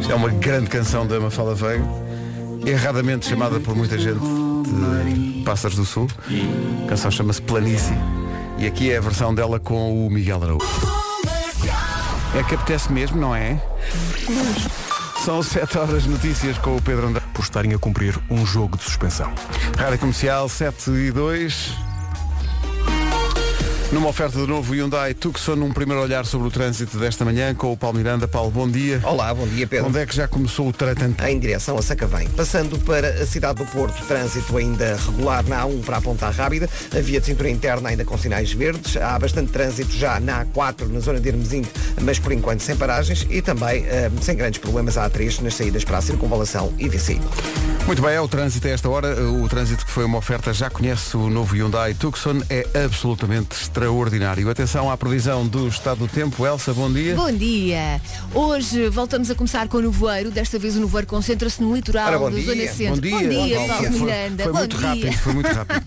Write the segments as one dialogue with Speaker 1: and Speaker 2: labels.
Speaker 1: Isto é uma grande canção da Mafalda Veiga, erradamente chamada por muita gente de Pássaros do Sul. A canção chama-se Planície. E aqui é a versão dela com o Miguel Araújo. É que apetece mesmo, não é? São 7 horas notícias com o Pedro Andrade.
Speaker 2: Por estarem a cumprir um jogo de suspensão.
Speaker 1: Rádio Comercial 7 e 2. Numa oferta de novo Hyundai Tucson, um primeiro olhar sobre o trânsito desta manhã com o Paulo Miranda. Paulo, bom dia.
Speaker 3: Olá, bom dia Pedro.
Speaker 1: Onde é que já começou o tratante?
Speaker 3: Em direção a Sacavém. Passando para a cidade do Porto, trânsito ainda regular na A1 para a Ponta Rábida, a via de cintura interna ainda com sinais verdes, há bastante trânsito já na A4, na zona de Hermesinho, mas por enquanto sem paragens e também eh, sem grandes problemas a A3 nas saídas para a Circunvalação e VCI.
Speaker 1: Muito bem, é o trânsito a esta hora. O trânsito que foi uma oferta, já conhece o novo Hyundai Tucson, é absolutamente extraordinário. Atenção à previsão do estado do tempo. Elsa, bom dia.
Speaker 4: Bom dia! Hoje voltamos a começar com o nevoeiro. Desta vez o nevoeiro concentra-se no litoral
Speaker 3: Ora, bom
Speaker 4: da
Speaker 3: dia.
Speaker 4: Zona Centro.
Speaker 1: Bom
Speaker 4: Paulo
Speaker 1: dia. Foi-
Speaker 4: Miranda.
Speaker 1: Foi,
Speaker 4: bom
Speaker 1: muito
Speaker 4: dia.
Speaker 1: rápido, foi muito rápido.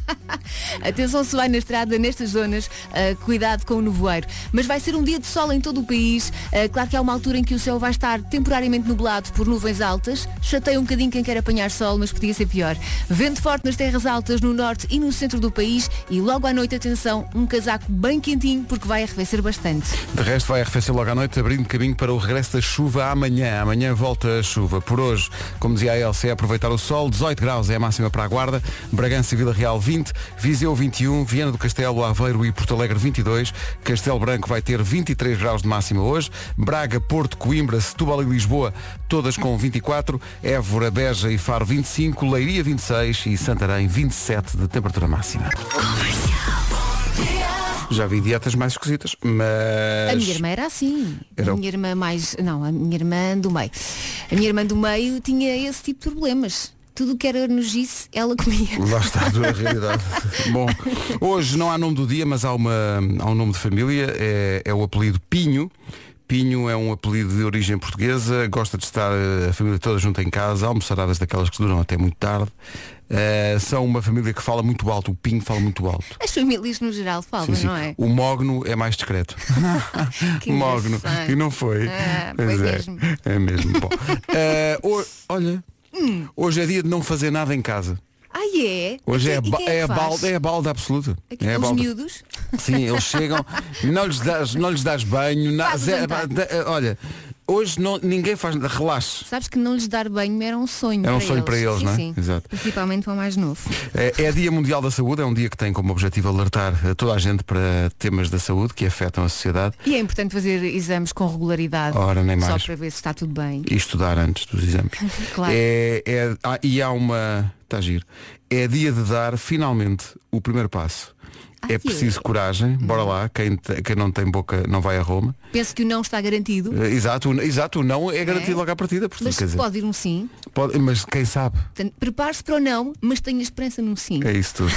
Speaker 4: Atenção se vai na estrada, nestas zonas, ah, cuidado com o nevoeiro. Mas vai ser um dia de sol em todo o país. Ah, claro que há uma altura em que o céu vai estar temporariamente nublado por nuvens altas. Chateia um bocadinho quem quer apanhar sol, mas podia ser pior. Vento forte nas terras altas, no norte e no centro do país. E logo à noite, atenção, um casaco bem quentinho, porque vai arrefecer bastante.
Speaker 1: De resto, vai arrefecer logo à noite, abrindo caminho para o regresso da chuva amanhã. Amanhã volta a chuva. Por hoje, como dizia a Elsa, é aproveitar o sol. 18 graus é a máxima para a Guarda. Bragança e Vila Real, 20. Viseu, 21. Viana do Castelo, Aveiro e Porto Alegre, 22. Castelo Branco vai ter 23 graus de máxima hoje. Braga, Porto, Coimbra, Setúbal e Lisboa, todas com 24. Évora, Beja e Faro, 25. Leiria, 26. E Santarém, 27 de temperatura máxima. Já vi dietas mais esquisitas, mas...
Speaker 4: A minha irmã era assim.
Speaker 1: Era o-
Speaker 4: A minha irmã mais. Não, a minha irmã do meio. A minha irmã do meio tinha esse tipo de problemas. Tudo o que era nojice, ela comia.
Speaker 1: Lá está a dura realidade. Bom, hoje não há nome do dia, mas há, uma, há um nome de família, é, é o apelido Pinho. Pinho é um apelido de origem portuguesa, gosta de estar eh, a família toda junta em casa, almoçaradas daquelas que duram até muito tarde. Eh, são uma família que fala muito alto, o Pinho fala muito alto.
Speaker 4: As famílias no geral falam,
Speaker 1: Sim, sim.
Speaker 4: não é?
Speaker 1: O Mogno é mais discreto.
Speaker 4: Que
Speaker 1: Mogno.
Speaker 4: engraçado.
Speaker 1: E não foi.
Speaker 4: Ah,
Speaker 1: Pois
Speaker 4: foi
Speaker 1: é.
Speaker 4: mesmo.
Speaker 1: É mesmo. Bom. Eh, ho- olha,
Speaker 4: Hum.
Speaker 1: hoje é dia de não fazer nada em casa.
Speaker 4: Ah, é?
Speaker 1: Hoje
Speaker 4: E
Speaker 1: é, a
Speaker 4: quem- e
Speaker 1: ba-
Speaker 4: quem
Speaker 1: é, a
Speaker 4: que faz?
Speaker 1: balda, é a balda absoluta.
Speaker 4: Aqui-
Speaker 1: É a
Speaker 4: os
Speaker 1: balda.
Speaker 4: miúdos?
Speaker 1: Sim, eles chegam, não lhes das, não lhes das banho, na-
Speaker 4: Faz o
Speaker 1: zero-
Speaker 4: jantar.
Speaker 1: da- eh, olha, hoje não, ninguém faz nada, relaxe.
Speaker 4: Sabes que não lhes dar banho era um sonho.
Speaker 1: Era um
Speaker 4: para
Speaker 1: sonho
Speaker 4: eles.
Speaker 1: para eles,
Speaker 4: sim,
Speaker 1: não é?
Speaker 4: Sim.
Speaker 1: Exato.
Speaker 4: Principalmente para o mais novo.
Speaker 1: É, é Dia Mundial da Saúde, é um dia que tem como objetivo alertar a toda a gente para temas da saúde que afetam a sociedade
Speaker 4: E é importante fazer exames com regularidade.
Speaker 1: Ora, nem Oh, mais.
Speaker 4: Só para ver se está tudo bem.
Speaker 1: e estudar antes dos exames.
Speaker 4: Claro.
Speaker 1: É- é- há- e há uma. Está giro. É dia de dar finalmente o primeiro passo.
Speaker 4: Ai, Uhum.
Speaker 1: É preciso coragem, bora lá, quem, te- quem não tem boca não vai a Roma.
Speaker 4: Penso que o não está garantido,
Speaker 1: Eh, Exato, o- exato, o não é garantido
Speaker 4: É.
Speaker 1: logo à partida, portanto,
Speaker 4: mas
Speaker 1: quer dizer,
Speaker 4: pode ir um sim.
Speaker 1: pode- mas quem sabe?
Speaker 4: Portanto, prepare-se para o não, mas tenha esperança num sim.
Speaker 1: É isso tudo.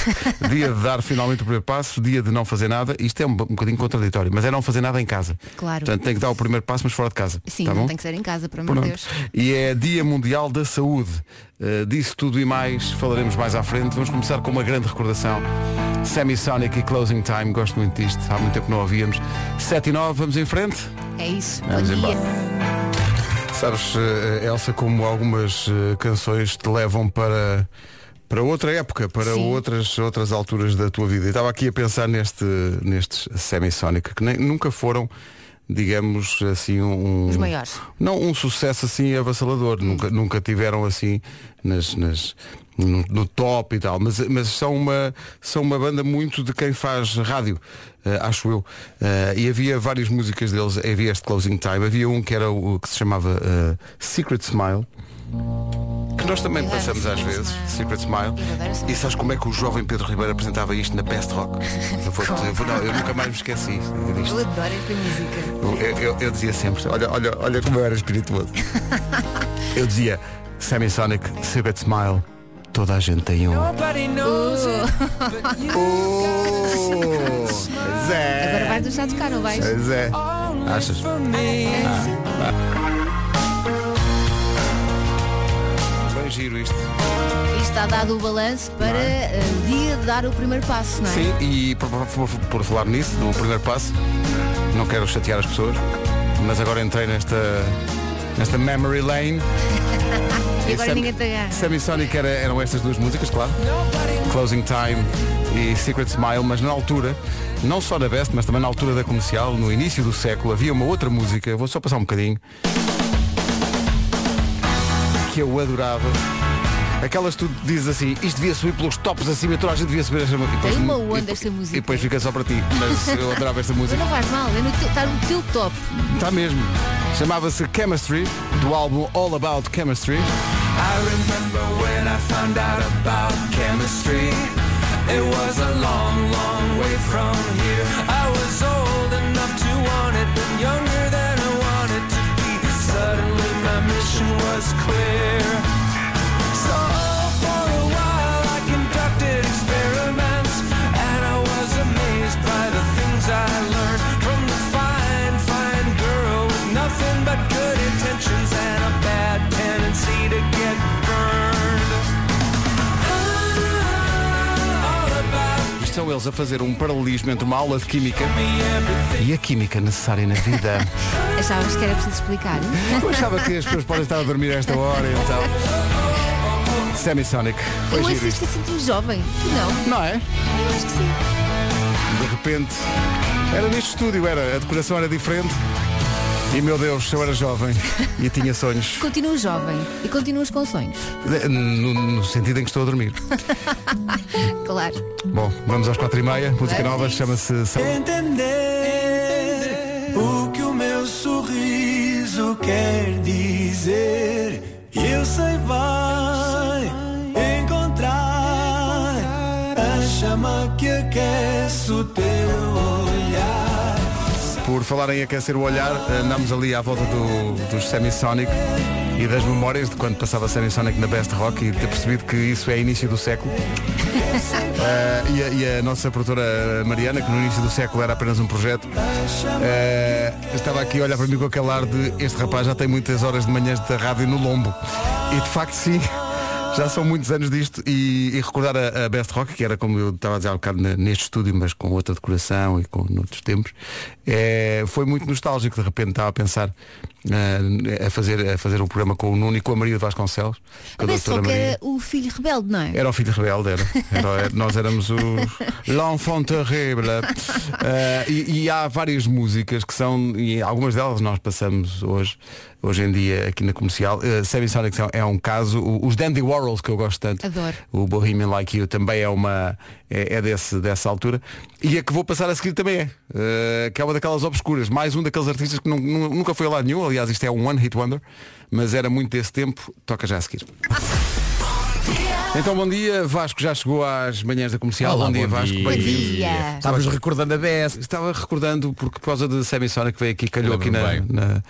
Speaker 1: dia de dar finalmente o primeiro passo, dia de não fazer nada, isto é um, bo- um bocadinho contraditório, mas é não fazer nada em casa.
Speaker 4: Claro.
Speaker 1: Portanto, tem que dar o primeiro passo, mas fora de casa.
Speaker 4: Sim,
Speaker 1: tá
Speaker 4: não
Speaker 1: bom?
Speaker 4: tem que ser em casa, por amor de
Speaker 1: Pronto.
Speaker 4: Deus.
Speaker 1: E é Dia Mundial da Saúde. Uh, disso tudo e mais falaremos mais à frente. Vamos começar com uma grande recordação. Semi-Sonic e Closing Time, gosto muito disto, há muito tempo não ouvíamos. 7 e 9, vamos em frente?
Speaker 4: É isso.
Speaker 1: Vamos
Speaker 4: Bom
Speaker 1: embora.
Speaker 4: dia.
Speaker 1: Sabes, eh, Elsa, como algumas eh, canções te levam para, para outra época, para
Speaker 4: Sim.
Speaker 1: outras, outras alturas da tua vida. E estava aqui a pensar neste, nestes Semisonic, que nem- nunca foram, digamos assim, um.
Speaker 4: Os maiores. Hum.
Speaker 1: Não, um sucesso assim avassalador. Nunca, nunca tiveram assim nas. nas no, no top e tal, mas, mas são, uma, são uma banda muito de quem faz rádio, eh, acho eu. Eh, e havia várias músicas deles, havia este Closing Time, havia um que era o que se chamava eh, Secret Smile, que nós também
Speaker 4: Eu adoro
Speaker 1: passamos às
Speaker 4: Secret
Speaker 1: vezes,
Speaker 4: Smile.
Speaker 1: Secret Smile.
Speaker 4: Eu adoro essa
Speaker 1: E sabes como é que o jovem Pedro Ribeiro apresentava isto na Best Rock? Eu, vou- eu vou- não, eu nunca mais me esqueci disto.
Speaker 4: Eu adoro esta música.
Speaker 1: Eu, eu- eu dizia sempre, olha, olha, olha como eu era espirituoso. eu dizia, Semisonic, Secret Smile, toda a gente tem um. Oh, pois
Speaker 4: Agora
Speaker 1: é,
Speaker 4: vais deixar de tocar, não vais?
Speaker 1: pois é. Achas? Bem giro isto.
Speaker 4: E está dado o balanço para eh, dia de dar o primeiro passo, não é?
Speaker 1: é? Sim, e por, por- por falar nisso, do primeiro passo, não quero chatear as pessoas, mas agora entrei nesta Nesta Memory Lane.
Speaker 4: E
Speaker 1: E
Speaker 4: agora
Speaker 1: Sam-
Speaker 4: ninguém te agarra.
Speaker 1: Sam e Sonic era- eram estas duas músicas, claro. Closing Time e Secret Smile, mas na altura, não só na Best, mas também na altura da comercial, no início do século, havia uma outra música, eu vou só passar um bocadinho, que eu adorava. Aquelas que tu dizes assim, isto devia subir pelos tops acima, toda a gente devia subir esta música.
Speaker 4: Tem
Speaker 1: E depois-
Speaker 4: uma onda
Speaker 1: e depois-
Speaker 4: esta música.
Speaker 1: E depois fica só para ti, mas eu adorava esta música.
Speaker 4: Mas não faz mal, é no teu- está no teu top.
Speaker 1: Está mesmo. Chamava-se Chemistry, do álbum All About Chemistry. Isto são eles a fazer um paralelismo entre uma aula de química e a química necessária na vida.
Speaker 4: Achavas que era preciso explicar.
Speaker 1: Eu achava que as pessoas podem estar a dormir a esta hora e então. Semisonic. Foi
Speaker 4: Eu
Speaker 1: giro
Speaker 4: assisto e sinto-me jovem. Tu não?
Speaker 1: isto. Não é?
Speaker 4: Eu acho que sim.
Speaker 1: De repente. Era neste estúdio, era. A decoração era diferente. E meu Deus, eu era jovem e tinha sonhos.
Speaker 4: Continuas jovem e continuas com sonhos.
Speaker 1: De- No, no sentido em que estou a dormir.
Speaker 4: Claro.
Speaker 1: Bom, vamos às quatro e meia. Música nova
Speaker 4: Vamos.
Speaker 1: chama-se São
Speaker 5: Entender o que o meu sorriso quer dizer. E eu sei, vai encontrar a chama que aquece o teu olhar.
Speaker 1: Por falar em aquecer o olhar, andamos ali à volta do, dos Semisonic e das memórias de quando passava Semisonic na Best Rock e ter percebido que isso é início do século. Eh, e, a, e a nossa produtora eh, Mariana, que no início do século era apenas um projeto, eh, estava aqui a olhar para mim com aquele ar de este rapaz já tem muitas horas de manhãs da rádio no lombo. E de facto sim. Já são muitos anos disto e, e recordar a, a Best Rock, que era como eu estava a dizer há um bocado ne- neste estúdio, mas com outra decoração e com outros tempos, eh, foi muito nostálgico. De repente estava a pensar eh, a, fazer, a fazer um programa com o Nuno e com a Maria de Vasconcelos. Com
Speaker 4: A Bess Rock era o filho rebelde, não é?
Speaker 1: era o filho rebelde, era. Era- nós éramos o l'enfant terrible. Eh, e, e há várias músicas que são, e algumas delas nós passamos hoje, hoje em dia aqui na comercial. Uh, Seven Sonic são- é um caso, O- os Dandy Warhols que eu gosto tanto.
Speaker 4: Adoro.
Speaker 1: O Bohemian Like You também é uma, é, é desse, dessa altura. E a que vou passar a seguir também é, eh, que é uma daquelas obscuras, mais um daqueles artistas que nu- nu- nunca foi a lado nenhum, aliás isto é um One Hit Wonder, mas era muito desse tempo, toca já a seguir. Então bom dia, Vasco já chegou às manhãs da comercial.
Speaker 6: Olá,
Speaker 1: bom dia
Speaker 6: bom
Speaker 1: Vasco,
Speaker 6: dia.
Speaker 1: bem-vindo.
Speaker 4: Dia.
Speaker 6: Estavas recordando a BS.
Speaker 1: Estava recordando, porque por causa de Semisonic que veio aqui, calhou aqui na,
Speaker 6: Lembro-me
Speaker 1: na,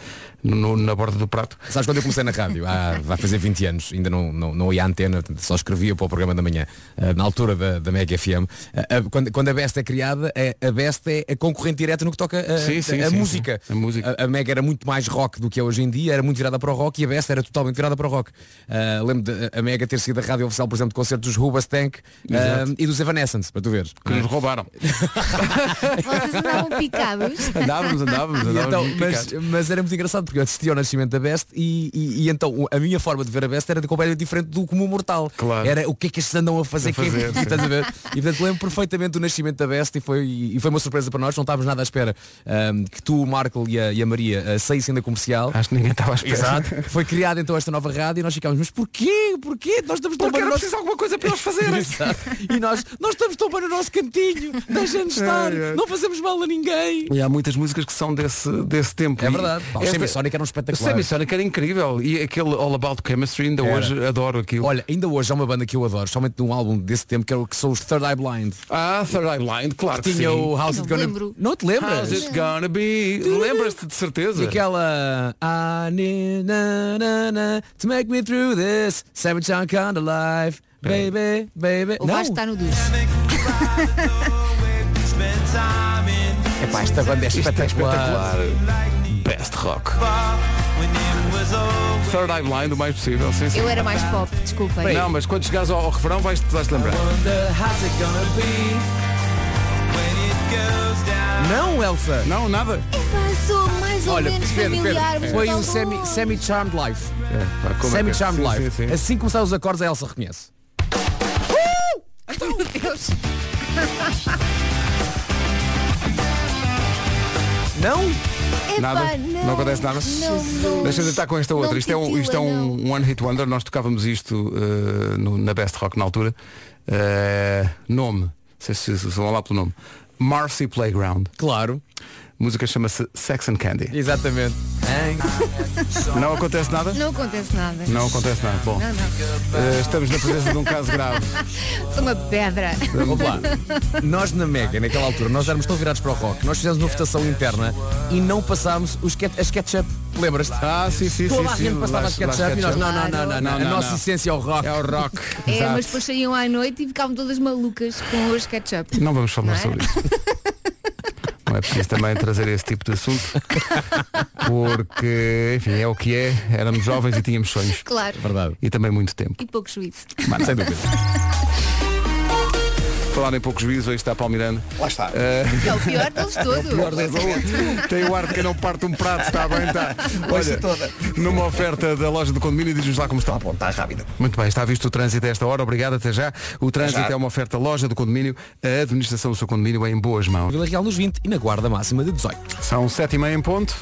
Speaker 1: no- na borda do prato.
Speaker 6: Sabes quando eu comecei na rádio? Há, vai fazer 20 anos, ainda não, não, não ia à antena, só escrevia para o programa da manhã, ah, na altura da, da Mega FM. Ah, ah, quando, quando a Best é criada, a, a Best é a concorrente direta no que toca a,
Speaker 1: Sim, sim,
Speaker 6: a
Speaker 1: sim,
Speaker 6: música.
Speaker 1: sim. A música.
Speaker 6: A, a Mega era muito mais rock do que é hoje em dia, era muito virada para o rock e a Best era totalmente virada para o rock. Ah, lembro de a Mega ter sido a rádio oficial, por exemplo, de concertos dos Rubas Tank ah, e dos Evanescence, para tu veres.
Speaker 1: Que nos roubaram.
Speaker 4: Vocês andavam picados.
Speaker 1: Andávamos, andávamos,
Speaker 6: E
Speaker 1: andávamos.
Speaker 6: então,
Speaker 1: muito
Speaker 6: mas,
Speaker 1: picados.
Speaker 6: mas era muito engraçado porque eu assisti ao nascimento da Best e, e- e então o- a minha forma de ver a Best era completamente diferente do comum mortal.
Speaker 1: Claro.
Speaker 6: Era o que é que estes andam a fazer,
Speaker 1: A fazer,
Speaker 6: que
Speaker 1: sim.
Speaker 6: é, estás a ver? E portanto lembro perfeitamente do nascimento da Best e foi, e foi uma surpresa para nós, não estávamos nada à espera ahm, que tu, o Marco e a, e a Maria ah, saíssem da comercial.
Speaker 1: Acho que ninguém estava à espera.
Speaker 6: Exato. Foi criada então esta nova rádio e nós ficámos, mas porquê? Porquê? Nós estamos tão
Speaker 1: Porque
Speaker 6: bem
Speaker 1: era
Speaker 6: no nosso...
Speaker 1: preciso alguma coisa para eles fazerem.
Speaker 6: Exato. E nós, nós estamos tão bem no nosso cantinho, deixa-nos estar,
Speaker 1: Ai, ai.
Speaker 6: não fazemos mal a ninguém.
Speaker 1: E há muitas músicas que são desse, desse tempo.
Speaker 6: É
Speaker 1: E
Speaker 6: verdade. Pá, o
Speaker 1: esta-
Speaker 6: Semisonic era
Speaker 1: O
Speaker 6: um espetacular.
Speaker 1: Semisonic era incrível. E aquele All About Chemistry ainda
Speaker 6: Era.
Speaker 1: hoje adoro aquilo.
Speaker 6: Olha, ainda hoje há uma banda que eu adoro, somente de um álbum desse tempo, que, é o, que são os Third Eye Blind.
Speaker 1: Ah, Third Eye Blind, claro
Speaker 6: Que
Speaker 1: que
Speaker 6: tinha
Speaker 1: sim.
Speaker 6: o House
Speaker 4: Eu
Speaker 6: It
Speaker 4: não
Speaker 6: Gonna...
Speaker 4: lembro.
Speaker 6: Não te lembras?
Speaker 1: How's it gonna be? Lembras-te de certeza?
Speaker 6: E aquela I need na, na, na, To make me through this Seven Chunk kind of life Baby, baby
Speaker 4: Ou
Speaker 6: Não,
Speaker 4: vais estar no duche.
Speaker 5: Spend time in
Speaker 4: tá-
Speaker 6: Epá, esta banda é espetacular
Speaker 1: Best Rock.
Speaker 5: bar when it was over.
Speaker 1: Third Eye Blind, o mais possível. Sim, sim.
Speaker 4: Eu era mais pop, desculpem.
Speaker 1: Não, mas quando chegares ao, ao refrão vais-te vais lembrar.
Speaker 6: Wonder how's it gonna be?
Speaker 5: When it goes down.
Speaker 6: Não, Elsa
Speaker 1: Não, nada.
Speaker 4: Epá, sou a mais mais ou menos familiar, mas
Speaker 6: foi
Speaker 4: Natal
Speaker 6: um
Speaker 4: Bom.
Speaker 6: semi- semi-charmed life.
Speaker 1: É, pá, como é que é?
Speaker 6: Semi-charmed
Speaker 1: Sim,
Speaker 6: life.
Speaker 1: sim, sim.
Speaker 6: Assim que começar os acordes, a Elsa reconhece.
Speaker 4: Meu Deus.
Speaker 3: Não?
Speaker 4: Epá,
Speaker 1: Nada?
Speaker 4: não,
Speaker 1: Não acontece nada?
Speaker 4: Não, não.
Speaker 1: Deixa eu tentar com esta outra.
Speaker 4: Não
Speaker 1: Isto é, um,
Speaker 4: titila,
Speaker 1: isto é um,
Speaker 4: não.
Speaker 1: um One Hit Wonder. Nós tocávamos isto eh, no- na Best Rock na altura. Eh, nome. Não sei se, se vão lá pelo nome. Marcy Playground.
Speaker 6: Claro.
Speaker 1: A música chama-se Sex and Candy.
Speaker 6: Exatamente.
Speaker 1: Não acontece nada?
Speaker 4: Não acontece nada.
Speaker 1: Não acontece nada. Bom,
Speaker 4: Não, não.
Speaker 1: eh, estamos na presença de um caso grave.
Speaker 4: Sou é uma pedra.
Speaker 6: Vamos lá. Nós na Mega, naquela altura, nós éramos tão virados para o rock, nós fizemos uma votação interna e não passámos os ket- as ketchup. Lembras-te?
Speaker 1: Ah, sim, sim, sim.
Speaker 6: Toda a
Speaker 1: sim.
Speaker 6: gente passava
Speaker 1: Lá-
Speaker 6: as
Speaker 1: lá
Speaker 6: ketchup e nós, não, não, não, não,
Speaker 1: Não,
Speaker 6: não, a
Speaker 1: não,
Speaker 6: nossa
Speaker 1: não.
Speaker 6: essência é o rock.
Speaker 1: É o rock.
Speaker 4: É,
Speaker 1: Exato.
Speaker 4: mas depois saíam à noite e ficavam todas malucas com os ketchup.
Speaker 1: Não vamos falar
Speaker 4: Não é?
Speaker 1: sobre isso. Não é preciso também trazer esse tipo de assunto. Porque, enfim, é o que é. Éramos jovens e tínhamos sonhos.
Speaker 4: Claro.
Speaker 6: Verdade.
Speaker 1: E também muito tempo.
Speaker 4: E pouco juízo.
Speaker 6: Sem dúvida.
Speaker 1: Falar em poucos juízos, hoje está Palmirano.
Speaker 3: Lá está.
Speaker 4: É o pior deles todos.
Speaker 1: Tem o ar de quem não parte um prato, está bem, está.
Speaker 3: Olha, toda.
Speaker 1: Numa oferta da loja do condomínio, diz-nos lá como está.
Speaker 3: Bom, está rápido.
Speaker 1: Muito bem, está visto o trânsito a esta hora, obrigado, até já. O trânsito
Speaker 3: Já.
Speaker 1: é uma oferta loja do condomínio, a administração do seu condomínio é em boas mãos.
Speaker 6: Vila Real nos 20 e na guarda máxima de 18.
Speaker 1: São sete e meia em ponto.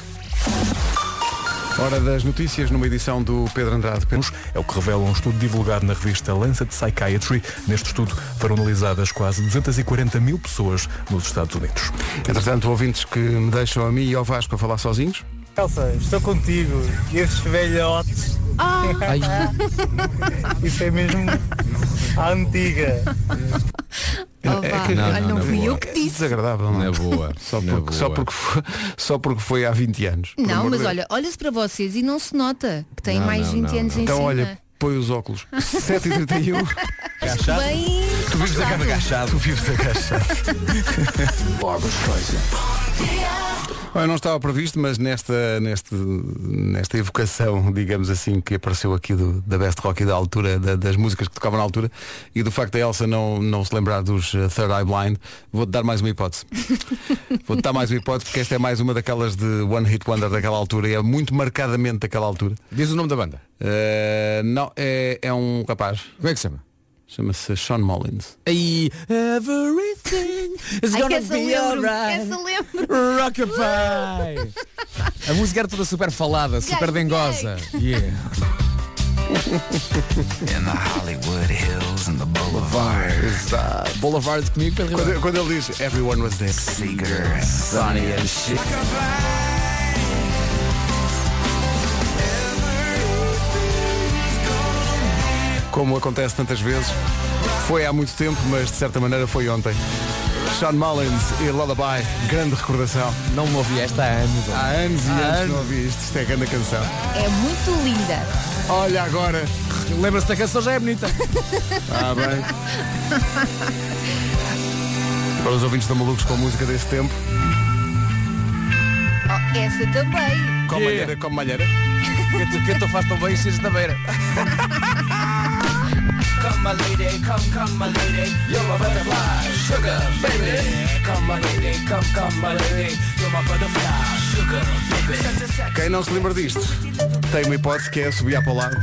Speaker 1: Hora das notícias numa edição do Pedro Andrade. Pedro.
Speaker 2: É o que revela um estudo divulgado na revista Lancet Psychiatry. Neste estudo foram analisadas quase 240 mil pessoas nos Estados Unidos.
Speaker 6: Hum.
Speaker 1: Entretanto, ouvintes que me deixam a mim e ao Vasco a falar sozinhos.
Speaker 7: Elsa, estou contigo. E esses velhotes,
Speaker 6: Ai,
Speaker 7: isso é mesmo a antiga.
Speaker 4: Oh, vá.
Speaker 1: É que-
Speaker 6: Não,
Speaker 4: Olha,
Speaker 6: não,
Speaker 4: não
Speaker 6: não,
Speaker 4: fui
Speaker 6: boa.
Speaker 4: eu que disse.
Speaker 1: Desagradável, não
Speaker 6: na
Speaker 1: é?
Speaker 6: boa.
Speaker 1: Só
Speaker 6: na
Speaker 1: porque, só,
Speaker 6: boa.
Speaker 1: porque foi, só porque foi há 20 anos. por
Speaker 4: Não,
Speaker 1: amor de
Speaker 4: mas
Speaker 1: Deus.
Speaker 4: olha, olha-se para vocês e não se nota que têm
Speaker 6: Não,
Speaker 4: mais
Speaker 6: não,
Speaker 4: 20
Speaker 6: não,
Speaker 4: anos
Speaker 6: não.
Speaker 4: em
Speaker 1: Então
Speaker 4: cima.
Speaker 1: olha, põe os óculos. 7h31.
Speaker 4: Bem, tu vives a cada
Speaker 1: Tu vives agachado. Olha, não estava previsto, mas nesta, neste, nesta evocação, digamos assim, que apareceu aqui do, da Best Rock e da altura, da- das músicas que tocavam na altura, e do facto da Elsa não, não se lembrar dos eh, Third Eye Blind, vou-te dar mais uma hipótese. vou-te dar mais uma hipótese, porque esta é mais uma daquelas de One Hit Wonder daquela altura, e é muito marcadamente daquela altura.
Speaker 6: Diz o nome da banda.
Speaker 1: Eh, não, é, é um rapaz,
Speaker 6: Como é que se chama?
Speaker 1: chama-se Sean Mullins.
Speaker 6: Aí. Everything is
Speaker 4: Ai, que
Speaker 6: gonna
Speaker 4: essa
Speaker 6: be
Speaker 4: lembro,
Speaker 6: alright.
Speaker 4: essa lembro.
Speaker 6: Rockabye! A música era toda super falada, super
Speaker 4: Gaguei.
Speaker 6: dengosa. Yeah.
Speaker 1: Exato.
Speaker 6: Boulevard comigo, Pedro Ribeiro.
Speaker 1: Quando, quando ele diz Everyone was there. Como acontece tantas vezes, foi há muito tempo, mas de certa maneira foi ontem. Sean Mullins e Lullaby, grande recordação.
Speaker 6: Não me ouvi esta há anos.
Speaker 1: Há anos e
Speaker 6: Há
Speaker 1: anos que
Speaker 6: anos.
Speaker 1: não ouvi isto. Isto é grande canção.
Speaker 4: É muito linda.
Speaker 1: Olha agora.
Speaker 6: Lembra-se da canção, já é bonita.
Speaker 1: Ah, bem. Para os ouvintes da Malucos com música desse tempo.
Speaker 4: Oh, essa também.
Speaker 1: Com
Speaker 6: Yeah.
Speaker 1: malheira, com malheira.
Speaker 6: Que cantou faz tão bem, seja da beira.
Speaker 1: Quem não se lembra disto tem uma hipótese que é subir para o lado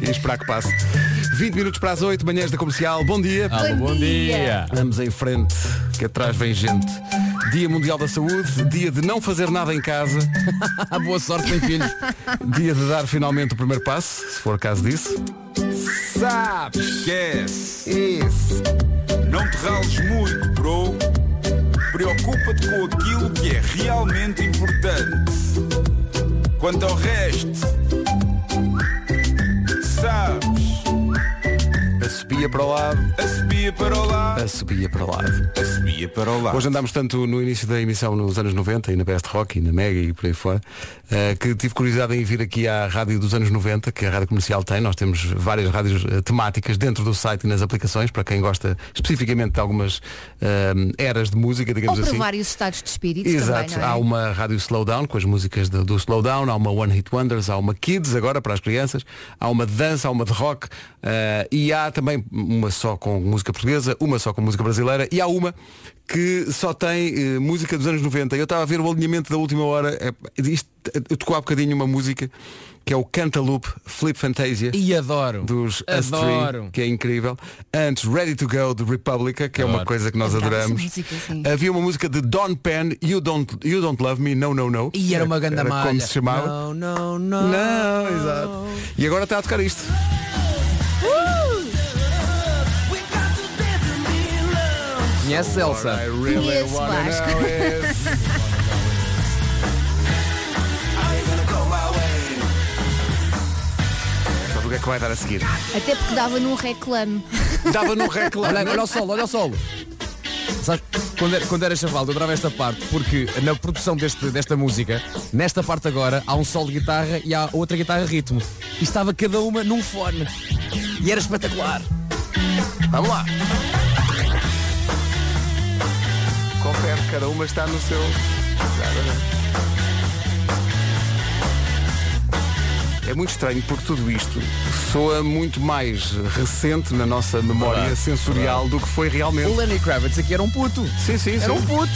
Speaker 1: e esperar que passe. 20 minutos para as 8, manhãs da comercial. Bom dia.
Speaker 4: Bom dia.
Speaker 1: Vamos em frente, que atrás vem gente. Dia Mundial da Saúde, dia de não fazer nada em casa,
Speaker 6: Ah, boa sorte, tem filhos.
Speaker 1: dia de dar finalmente o primeiro passo, se for caso disso. é
Speaker 5: Sabes? Esquece. Não te rales muito, bro. Preocupa-te com aquilo que é realmente importante. Quanto ao resto, sabes?
Speaker 1: A subia para o lado,
Speaker 5: A subia para o lado.
Speaker 1: a subia para o lado.
Speaker 5: A subia para o lado.
Speaker 1: Hoje andámos tanto no início da emissão nos anos 90 e na Best Rock e na Mega e por aí fora, eh, que tive curiosidade em vir aqui à rádio dos anos 90, que a rádio comercial tem. Nós temos várias rádios eh, temáticas dentro do site e nas aplicações, para quem gosta especificamente de algumas eh, eras de música,
Speaker 4: Ou
Speaker 1: digamos
Speaker 4: para
Speaker 1: assim.
Speaker 4: vários estados de espírito
Speaker 1: Exato,
Speaker 4: também, não é?
Speaker 1: há um- uma rádio slowdown com as músicas do, do slowdown, há uma One Hit Wonders, há uma Kids agora para as crianças, há uma de dança, há uma de rock eh, e há também uma só com música portuguesa, uma só com música brasileira e há uma que só tem eh, música dos anos 90. Eu estava a ver o alinhamento da última hora, é, isto, eh, tocou há bocadinho uma música que é o Cantaloupe Flip Fantasia
Speaker 6: E adoro.
Speaker 1: dos Us Three,
Speaker 6: adoro.
Speaker 1: que é incrível. Antes, Ready to Go de Republica, que é uma
Speaker 6: Adoro.
Speaker 1: coisa que nós
Speaker 4: Adorava essa
Speaker 1: adoramos.
Speaker 4: música, sim.
Speaker 1: Havia uma música de Don Penn, You Don't, you don't Love Me, No, No, No.
Speaker 6: E era uma ganda
Speaker 1: Era
Speaker 6: malha.
Speaker 1: como se chamava.
Speaker 6: Não, não, não.
Speaker 1: Não, exato. E agora está a tocar isto.
Speaker 6: Conhece Elsa?
Speaker 1: I really
Speaker 4: Conheço,
Speaker 1: wanna
Speaker 4: Vasco.
Speaker 1: know it. Sabe o que é que vai dar a seguir?
Speaker 4: Até porque dava num reclame.
Speaker 1: Dava no reclame.
Speaker 6: Olha, olha o solo, olha o solo. um Sabes, quando era, quando era chaval, eu adorava esta parte, porque na produção deste- desta música, nesta parte agora, há um solo de guitarra e há outra guitarra ritmo. E estava cada uma num fone. E era espetacular.
Speaker 1: Vamos lá. Confere, cada uma está no seu. É muito estranho porque tudo isto soa muito mais recente na nossa memória
Speaker 6: Verdade,
Speaker 1: sensorial do que foi realmente.
Speaker 6: O Lenny Kravitz aqui era um puto.
Speaker 1: Sim, sim, sim.
Speaker 6: Era um puto.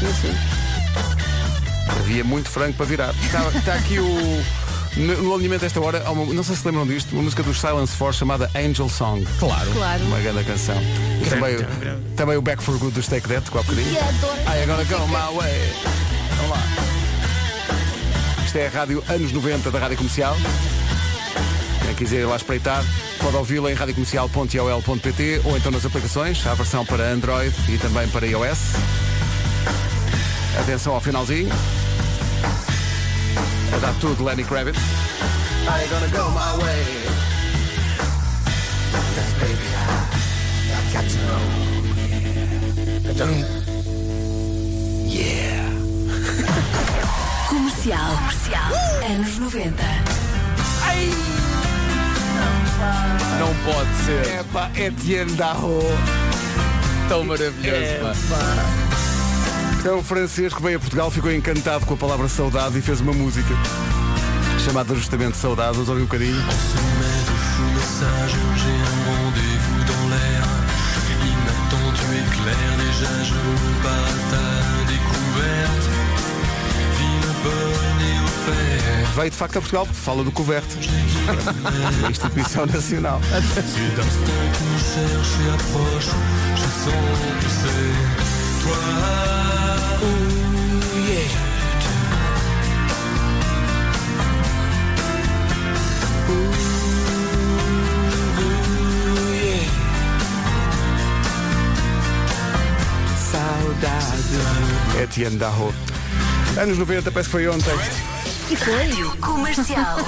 Speaker 1: Sim, sim. Havia muito frango para virar. Está, está aqui o. No, no alinhamento desta hora, há uma- não sei se lembram disto, uma música dos Silence Force chamada Angel Song.
Speaker 6: Claro.
Speaker 4: Claro.
Speaker 1: Uma grande canção. E também, o- também o Back for Good dos Take That, com a bocadinho.
Speaker 4: E adoro essa
Speaker 1: Ai, agora go my way. Vamos lá. Isto é a rádio anos 90 da Rádio Comercial. Quem quiser ir lá espreitar, pode ouvi-la em radiocomercial.iol.pt ou então nas aplicações, há a versão para Android e também para iOS. Atenção ao finalzinho. A dar tudo Lenny Kravitz. I gonna go my way. Yes, baby. I've got to know. I don't- Yeah.
Speaker 8: Comercial. Comercial. Anos 90.
Speaker 6: Não pode ser.
Speaker 1: Epá, Etienne Daho.
Speaker 6: Tão maravilhoso. pá.
Speaker 1: É um francês que veio a Portugal, ficou encantado com a palavra saudade e fez uma música chamada justamente Saudade. Vamos ouvir um bocadinho. Veio de facto a Portugal, porque fala do coberto. Instituição Nacional. Etienne Daho. É Anos 90, parece que foi ontem.
Speaker 8: Rádio Comercial.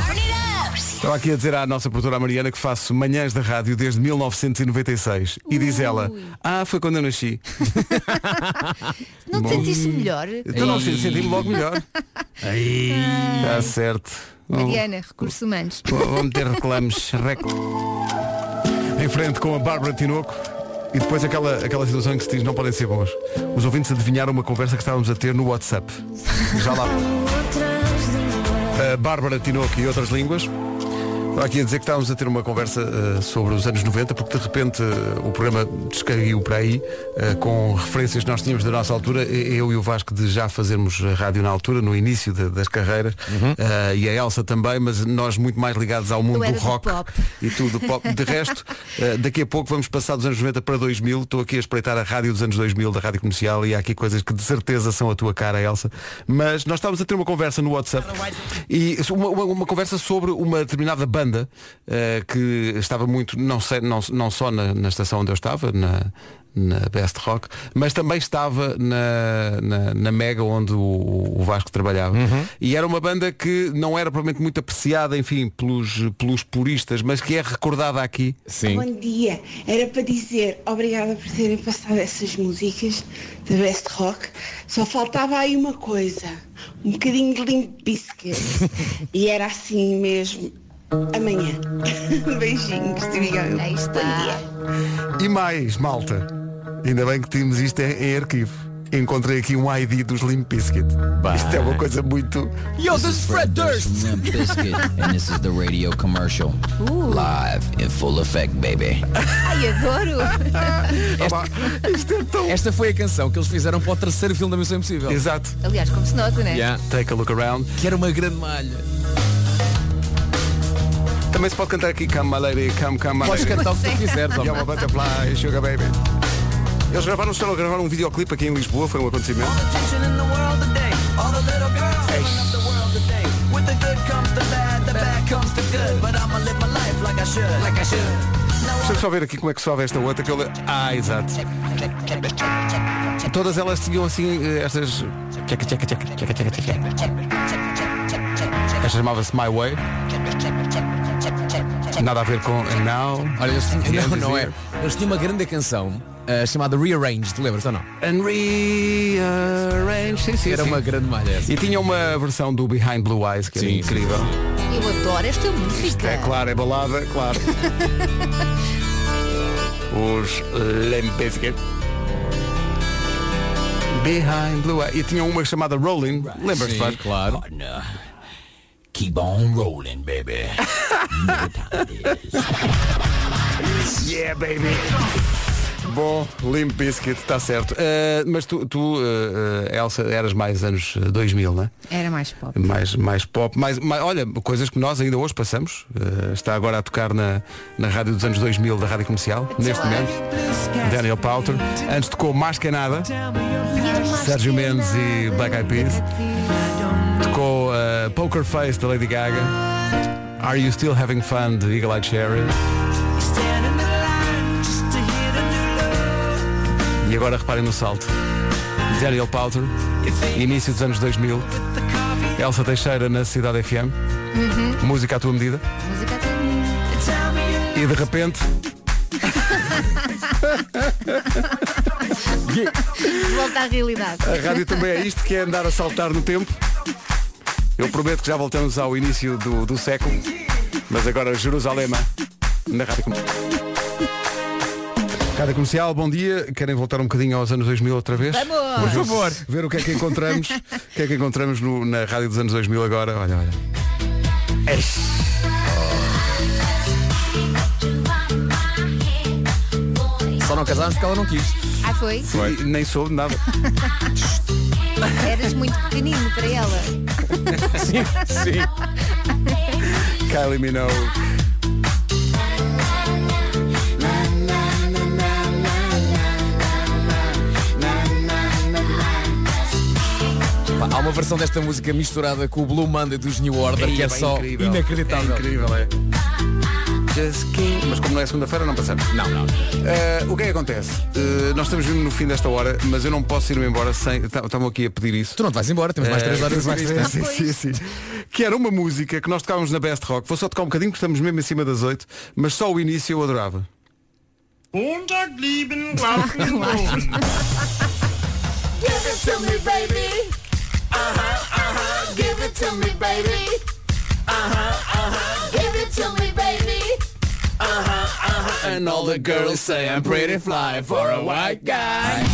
Speaker 1: Estava aqui a dizer à nossa produtora Mariana que faço manhãs da rádio desde 1996 e diz ela, ah, foi quando eu nasci.
Speaker 4: Não te
Speaker 1: Bom.
Speaker 4: sentiste melhor?
Speaker 1: Então não sei,
Speaker 6: Ei.
Speaker 1: senti-me logo melhor. Está certo.
Speaker 4: Mariana, recursos humanos.
Speaker 1: Vou vou meter reclames. Rec... Em frente com a Bárbara Tinoco. E depois aquela, aquela situação em que se diz não podem ser bons. Os ouvintes adivinharam uma conversa que estávamos a ter no WhatsApp. Já lá. A Bárbara Tinoco e outras línguas. Estava Aqui a dizer que estávamos a ter uma conversa eh, sobre os anos 90, porque de repente eh, o programa descaiu para aí, eh, com referências que nós tínhamos da nossa altura, E- eu e o Vasco de já fazermos eh, rádio na altura, no início de- das carreiras, eh, e a Elsa também, mas nós muito mais ligados ao mundo
Speaker 4: Uhum. Eu era
Speaker 1: do
Speaker 4: do
Speaker 1: rock
Speaker 4: pop.
Speaker 1: e tudo do pop. De resto, eh, daqui a pouco vamos passar dos anos 90 para 2000. Estou aqui a espreitar a rádio dos anos 2000 da Rádio Comercial e há aqui coisas que de certeza são a tua cara, Elsa. Mas nós estávamos a ter uma conversa no WhatsApp e uma, uma- uma conversa sobre uma determinada banda eh, que estava muito, não, sei, não, não só na, na estação onde eu estava, na, na Best Rock, mas também estava na, na, na Mega onde o, o Vasco trabalhava. E era uma banda que não era provavelmente muito apreciada, enfim, pelos, pelos puristas, mas que é recordada aqui.
Speaker 6: Sim.
Speaker 9: Bom dia. Era para dizer obrigada por terem passado essas músicas da Best Rock. Só faltava aí uma coisa. Um bocadinho de Limp Bizkit. e era assim mesmo. Amanhã. Beijinhos. Obrigada.
Speaker 4: Aí está.
Speaker 9: Bom dia.
Speaker 1: E mais, malta. Ainda bem que temos isto em, em arquivo. encontrei aqui um ID dos Limp Bizkit. Isto é uma coisa muito...
Speaker 6: Yo, this is Fred Durst!
Speaker 10: Limp Biscuit, and this is the radio commercial. Live in full effect, baby.
Speaker 4: Ai, adoro!
Speaker 1: Opa, isto é tão...
Speaker 6: Esta foi a canção que eles fizeram para o terceiro filme da Missão Impossível.
Speaker 1: Exato.
Speaker 4: Aliás, como se nota, né?
Speaker 6: Yeah.
Speaker 1: Ah, Take a look around.
Speaker 6: Que era uma grande malha.
Speaker 1: Também se pode cantar aqui Come My Lady, Come Come My
Speaker 6: Podes
Speaker 1: Lady.
Speaker 6: cantar o que tu
Speaker 4: Sim.
Speaker 6: quiseres,
Speaker 1: You're my
Speaker 6: homem.
Speaker 1: butterfly, sugar baby. Eles gravaram, estão a gravar um videoclipe aqui em Lisboa, foi um acontecimento. Deixa-me só ver aqui como é que sobe esta outra que eu... le- Ah, exato. Todas elas tinham assim eh, estas... Tchaca, tchaca, tchaca, tchaca, tchaca, tchaca. Esta chamava-se My Way. Nada a ver com Now.
Speaker 6: Olha, eles tinham, não,
Speaker 1: Não,
Speaker 6: não é.
Speaker 1: dizer.
Speaker 6: Eles tinham uma grande canção eh, chamada Rearrange, te lembras ou não?
Speaker 1: And rearrange. Sim, sim,
Speaker 6: Era
Speaker 1: sim.
Speaker 6: uma grande malha essa.
Speaker 1: E tinha uma versão do Behind Blue Eyes que era
Speaker 6: Sim,
Speaker 1: incrível.
Speaker 4: Eu adoro esta música.
Speaker 1: É claro, é balada, claro. Os Lempesca. Behind Blue Eyes. E tinha uma chamada Rolling. Lembras-te,
Speaker 6: Sim,
Speaker 1: Vasco?
Speaker 6: claro.
Speaker 10: Partner, keep on rolling, baby. You know what time it is.
Speaker 1: Yeah, baby. Bom, Limp Biscuit, está certo. Eh, mas tu, tu eh, eh, Elsa, eras mais anos eh, 2000, não é?
Speaker 4: Era mais pop.
Speaker 1: mais, mais pop, mais, mais- olha, coisas que nós ainda hoje passamos, Eh, está agora a tocar na, na rádio dos anos 2000 da Rádio Comercial, neste momento, Daniel Powter, antes tocou Mais Que Nada, Sérgio Mendes e Black Eyed Peas, tocou eh, Poker Face da Lady Gaga, Are You Still Having Fun de Eagle Eye Cherry, e agora reparem no salto, Daniel Powter, início dos anos 2000, Elsa Teixeira na Cidade FM, música à tua medida,
Speaker 4: Música até bonita.
Speaker 1: e de repente...
Speaker 4: De volta à realidade.
Speaker 1: A rádio também é isto, que é andar a saltar no tempo. Eu prometo que já voltamos ao início do, do século, mas agora Jerusalema, na Rádio Comercial. Rádio Comercial, bom dia. Querem voltar um bocadinho aos anos 2000 outra vez?
Speaker 4: Vamos!
Speaker 1: Por favor. Ver o que é que encontramos, o que é que encontramos no- na rádio dos anos 2000 agora. Olha, olha.
Speaker 6: Só não casámos porque ela não quis.
Speaker 4: Ah, foi?
Speaker 1: E Nem soube nada.
Speaker 4: Eras muito pequenino para ela.
Speaker 6: Sim, sim.
Speaker 1: Kylie Minogue.
Speaker 6: Pá, há uma versão desta música misturada com o Blue Monday dos New Order que é,
Speaker 1: pá,
Speaker 6: só
Speaker 1: incrível.
Speaker 6: inacreditável.
Speaker 1: É incrível, é. Just kidding. Mas como não é segunda-feira, não passamos.
Speaker 6: Não, não.
Speaker 1: Eh, o que é que acontece? Eh, nós estamos mesmo no fim desta hora, mas eu não posso ir-me embora sem. Estavam aqui a pedir isso.
Speaker 6: Tu não te vais embora, temos mais três
Speaker 1: Eh,
Speaker 6: horas
Speaker 1: mais
Speaker 6: de
Speaker 1: três.
Speaker 6: entrevista.
Speaker 1: Sim, sim, sim. Que era uma música que nós tocávamos na Best Rock. Vou só tocar um bocadinho porque estamos mesmo em cima das oito, mas só o início eu adorava. And all the girls say I'm pretty fly for a white guy.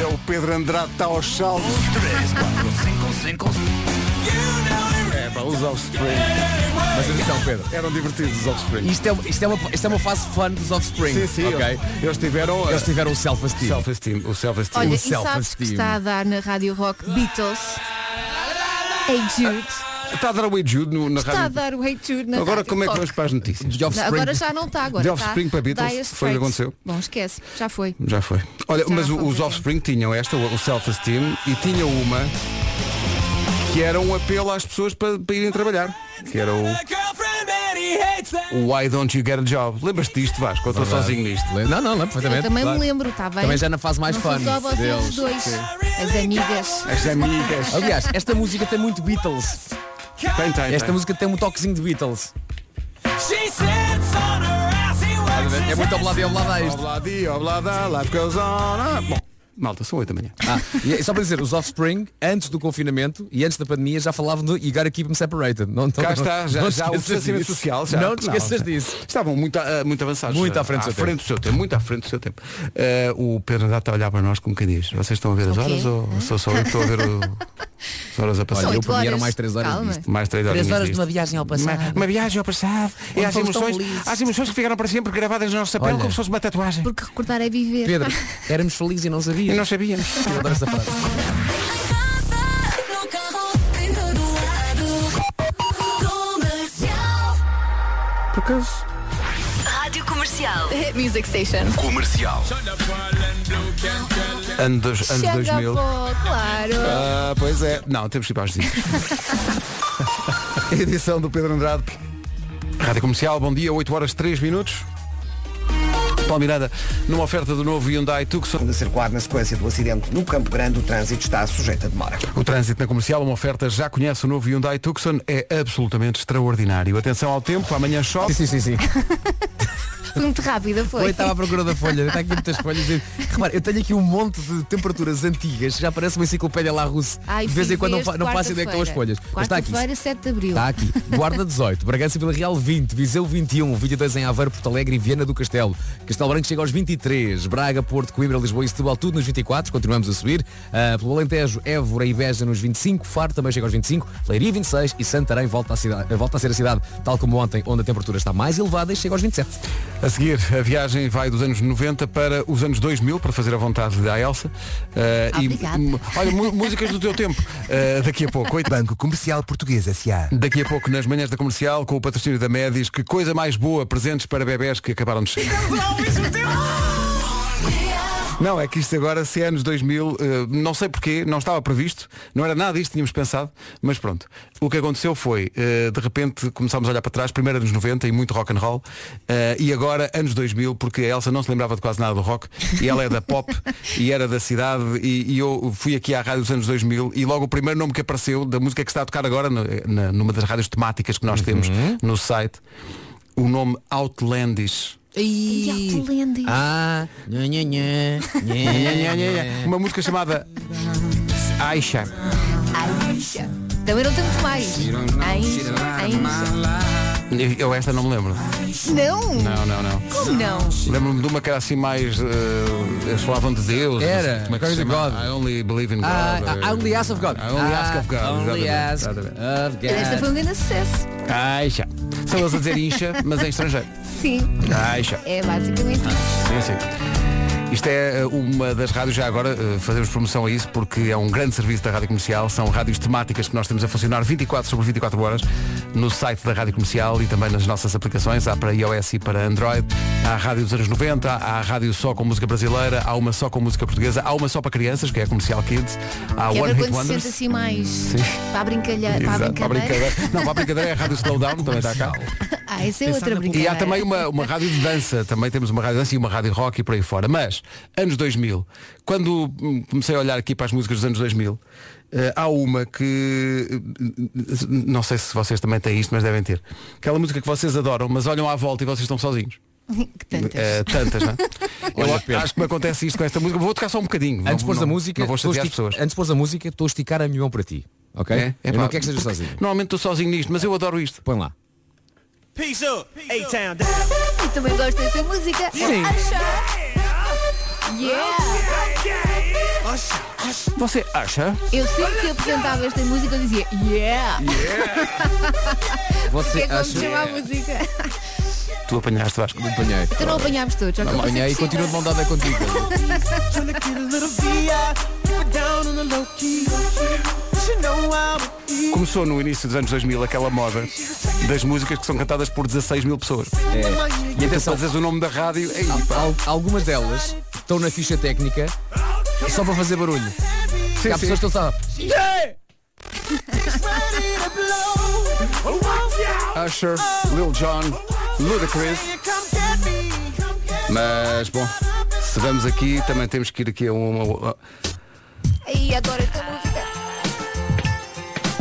Speaker 1: É o Pedro Andrade que está aos saltos. É, pá, os Offspring.
Speaker 6: Mas atenção, Pedro.
Speaker 1: Eram divertidos os Offspring.
Speaker 6: Isto é, isto, é uma, isto é uma fase fun dos Offspring.
Speaker 1: Sim, sim,
Speaker 6: ok?
Speaker 1: eles, eles tiveram
Speaker 6: Eles
Speaker 1: uh,
Speaker 6: tiveram o self-esteem.
Speaker 1: self-esteem, o self-esteem.
Speaker 4: Olha,
Speaker 6: O
Speaker 4: e sabes que
Speaker 6: self-esteem.
Speaker 4: está a dar na Rádio Rock Beatles. Hey Jude.
Speaker 1: Está a dar o Jude no, na
Speaker 4: Está a
Speaker 1: rádio.
Speaker 4: dar o Hey Jude na
Speaker 1: Agora
Speaker 4: Rádio
Speaker 1: como é que
Speaker 4: Rock.
Speaker 1: vamos para as notícias?
Speaker 6: De
Speaker 4: Não,
Speaker 6: Offspring.
Speaker 4: agora já não está, agora
Speaker 1: De
Speaker 4: está
Speaker 1: Offspring para Beatles,
Speaker 4: Dire
Speaker 1: foi o que aconteceu.
Speaker 4: Straits. Bom, esquece, já foi.
Speaker 1: Já foi. Olha,
Speaker 4: Já
Speaker 1: mas o-
Speaker 4: foi,
Speaker 1: os
Speaker 4: é.
Speaker 1: Offspring tinham esta, o o self-esteem, e tinha uma que era um apelo às pessoas para, para irem trabalhar. Que era o. o Why don't you get a job? Lembras-te disto, Vasco? Eu estou sozinho nisto.
Speaker 6: Não, não, lembro
Speaker 4: Eu
Speaker 6: perfeitamente.
Speaker 4: também
Speaker 6: claro.
Speaker 4: me lembro, está bem?
Speaker 6: Também já na fase mais
Speaker 4: não
Speaker 6: fun
Speaker 4: foi só vocês
Speaker 6: deles.
Speaker 4: dois,
Speaker 6: Sim.
Speaker 4: as amigas.
Speaker 1: As amigas.
Speaker 6: Aliás, esta música tem muito Beatles.
Speaker 1: Tem, tem,
Speaker 6: Esta
Speaker 1: tem.
Speaker 6: música tem um toquezinho de Beatles. É muito oblada e oblada isto.
Speaker 1: Obladi, oblada, life goes on. Ah, Bom, Malta, são 8 da manhã.
Speaker 6: Ah, e é só para dizer, os Offspring, antes do confinamento e antes da pandemia, já falavam do You Gotta Keep Them Separated. Não, não,
Speaker 1: Cá
Speaker 6: não-
Speaker 1: está, já,
Speaker 6: não
Speaker 1: já o
Speaker 6: esqueças
Speaker 1: distanciamento
Speaker 6: disso.
Speaker 1: social. Já.
Speaker 6: Não te esqueças
Speaker 1: Não,
Speaker 6: disso.
Speaker 1: Estavam muito, ah, muito avançados.
Speaker 6: Muito à frente do seu tempo.
Speaker 1: do seu tempo. Muito à frente do seu tempo. Ah, o Pedro Haddad está a olhar para nós como quem diz. Vocês estão a ver as
Speaker 4: O quê?
Speaker 1: horas ou sou só eu que estou a ver o- as horas a passar?
Speaker 4: São oito horas. Calma.
Speaker 1: Mais 3 horas.
Speaker 11: Três horas de uma viagem ao passado.
Speaker 1: Uma, uma viagem ao passado.
Speaker 11: Onde
Speaker 1: e às
Speaker 11: fomos tão
Speaker 1: emoções,
Speaker 11: felizes.
Speaker 1: às emoções que ficaram para sempre gravadas na nossa pele
Speaker 6: Olha.
Speaker 1: como se fosse uma tatuagem.
Speaker 4: Porque recordar é viver.
Speaker 6: éramos felizes e não sabíamos.
Speaker 1: E não sabíamos.
Speaker 6: Eu adoro essa frase.
Speaker 8: No carro, em todo lado. Comercial.
Speaker 1: Por acaso?
Speaker 8: Rádio Comercial.
Speaker 4: Hit Music Station.
Speaker 1: Comercial. Ano, dois, ano
Speaker 4: Chega
Speaker 1: 2000.
Speaker 4: pô, claro.
Speaker 1: Ah, pois é. Não, temos que ir para os dias. Edição do Pedro Andrade. Rádio Comercial, bom dia, 8 horas 3 minutos. Paulo Miranda, numa oferta do novo Hyundai Tucson.
Speaker 3: De circular na sequência do acidente no Campo Grande, o trânsito está sujeito a demora.
Speaker 1: O trânsito na comercial, uma oferta já conhece o novo Hyundai Tucson, é absolutamente extraordinário. Atenção ao tempo, amanhã chove.
Speaker 6: Sim, sim, sim.
Speaker 4: Foi muito rápida, foi.
Speaker 6: Oi, estava à procura da folha, está aqui muitas folhas. Repara, eu tenho aqui um monte de temperaturas antigas, já parece uma enciclopédia lá russa.
Speaker 4: Ai,
Speaker 6: de vez em
Speaker 4: fui
Speaker 6: quando não,
Speaker 4: ver
Speaker 6: fa- não faço ideia que estão as folhas.
Speaker 4: quarta-feira.
Speaker 6: Mas está aqui.
Speaker 4: Quarta-feira, 7 de Abril.
Speaker 6: Está aqui. Guarda 18, Bragança e Vila Real 20, Viseu 21, 22 em Aveiro, Porto Alegre e Viana do Castelo. Castelo Branco chega aos 23, Braga, Porto, Coimbra, Lisboa e Setúbal, tudo nos 24, continuamos a subir. Ah, pelo Alentejo, Évora e Beja nos 25, Faro também chega aos 25, Leiria 26 e Santarém volta a, cidade- volta a ser a cidade, tal como ontem, onde a temperatura está mais elevada e chega aos 27.
Speaker 1: A seguir, a viagem vai dos anos 90 para os anos 2000, para fazer a vontade da Elsa. Ah, e,
Speaker 4: Obrigada.
Speaker 1: hum, olha, mu- músicas do teu tempo. Ah, daqui a pouco, oito.
Speaker 12: Banco Comercial Português S.A.
Speaker 1: Daqui a pouco, nas manhãs da comercial, com o patrocínio da Médis, que coisa mais boa, presentes para bebés que acabaram de chegar. Não, é que isto agora, se é anos 2000, eh, não sei porquê, não estava previsto, não era nada isto, tínhamos pensado, mas pronto. O que aconteceu foi, eh, de repente, começámos a olhar para trás, primeiro anos 90 e muito rock and roll, eh, e agora anos 2000, porque a Elsa não se lembrava de quase nada do rock, e ela é da pop, e era da cidade, e, e eu fui aqui à rádio dos anos 2000, e logo o primeiro nome que apareceu da música que está a tocar agora, no- eh, na- numa das rádios temáticas que nós temos no site, o nome Outlandish.
Speaker 4: E Outlandish.
Speaker 6: Ah, nha, nha, nha, nha, nha, nha, nha.
Speaker 1: Uma música chamada Aisha.
Speaker 4: Aisha. Também não temos mais. Aisha. Aisha.
Speaker 1: Eu- Eu esta não me lembro.
Speaker 4: Não.
Speaker 1: Não, não, não.
Speaker 4: Como não?
Speaker 1: Lembro-me de uma que era assim mais. eh, eles falavam de Deus.
Speaker 6: Era,
Speaker 1: não sei como é que
Speaker 6: coisa
Speaker 1: se
Speaker 6: de
Speaker 1: chama.
Speaker 6: God.
Speaker 1: I only believe in God. eh,
Speaker 6: Ah, I only ask of God.
Speaker 1: I only ask of God.
Speaker 6: Ah, only
Speaker 1: exatamente,
Speaker 6: ask
Speaker 1: exatamente.
Speaker 6: of God.
Speaker 4: Esta foi um grande sucesso.
Speaker 1: Aisha. São eles a dizer incha, mas em estrangeiro.
Speaker 4: Sim.
Speaker 1: Aisha.
Speaker 4: É basicamente
Speaker 6: Ah.
Speaker 4: isso.
Speaker 1: Sim, sim. Isto é eh, uma das rádios, já agora eh, fazemos promoção a isso, porque é um grande serviço da Rádio Comercial. São rádios temáticas que nós temos a funcionar 24 sobre 24 horas no site da Rádio Comercial e também nas nossas aplicações. Há para iOS e para Android. Há a rádio dos anos 90, há a rádio só com música brasileira, há uma só com música portuguesa, há uma só para crianças, que é a Comercial Kids. Há
Speaker 4: Que é
Speaker 1: One
Speaker 4: para
Speaker 1: Hit
Speaker 4: quando se
Speaker 1: Wonders.
Speaker 4: sente assim mais.
Speaker 1: Sim.
Speaker 4: Para a brincalha- para
Speaker 1: Exato,
Speaker 4: a
Speaker 1: para a
Speaker 4: brincadeira.
Speaker 1: brincadeira. Não, para a brincadeira é a rádio Slowdown, também está cá.
Speaker 4: Ah, essa é outra
Speaker 1: E
Speaker 4: brincadeira.
Speaker 1: há também um- uma, uma rádio de dança, também temos uma rádio de dança e uma rádio rock e por aí fora. Mas, anos 2000, quando hum, comecei a olhar aqui para as músicas dos anos 2000, eh, há uma que, hum, não sei se vocês também têm isto, mas devem ter. Aquela música que vocês adoram, mas olham à volta e vocês estão sozinhos.
Speaker 4: Que tantas.
Speaker 1: Eh, tantas, não é? Eu
Speaker 6: Olha, Pedro.
Speaker 1: acho que me acontece isto com esta música. Vou tocar só um bocadinho.
Speaker 6: Antes de pôr
Speaker 1: não,
Speaker 6: a música,
Speaker 1: não vou
Speaker 6: estou a
Speaker 1: chatear as
Speaker 6: esti-
Speaker 1: pessoas.
Speaker 6: antes de pôres a música, estou a esticar a minha mão para ti. Ok?
Speaker 1: É? É
Speaker 6: eu
Speaker 1: pá,
Speaker 6: não quero que estejas sozinho.
Speaker 1: Normalmente estou sozinho nisto, mas eu adoro isto.
Speaker 6: Põe lá.
Speaker 5: Peace up, A-Town.
Speaker 4: E também gosto dessa música.
Speaker 5: Sim.
Speaker 4: Acha? Yeah.
Speaker 1: Você acha?
Speaker 4: Eu sempre que apresentava esta música eu dizia yeah.
Speaker 6: Você
Speaker 4: Que é como se
Speaker 6: acha.
Speaker 4: chama a música.
Speaker 1: Tu apanhaste Vasco.
Speaker 6: Apanhei.
Speaker 4: Então não apanhámos todos. já que eu
Speaker 6: Apanhei
Speaker 4: pensei
Speaker 6: e
Speaker 4: que
Speaker 6: continuo de
Speaker 4: sim.
Speaker 6: mão dada contigo.
Speaker 1: Começou no início dos anos 2000 aquela moda das músicas que são cantadas por 16 mil pessoas.
Speaker 6: É. E atenção,
Speaker 1: Às vezes o nome da rádio. Ei,
Speaker 6: al-
Speaker 1: pá.
Speaker 6: al- algumas delas estão na ficha técnica só para fazer barulho. Porque há
Speaker 1: sim.
Speaker 6: pessoas que estão só.
Speaker 1: Usher, Lil Jon, Ludacris. Mas bom, se vamos aqui, também temos que ir aqui a uma.
Speaker 4: Ai, adoro esta música.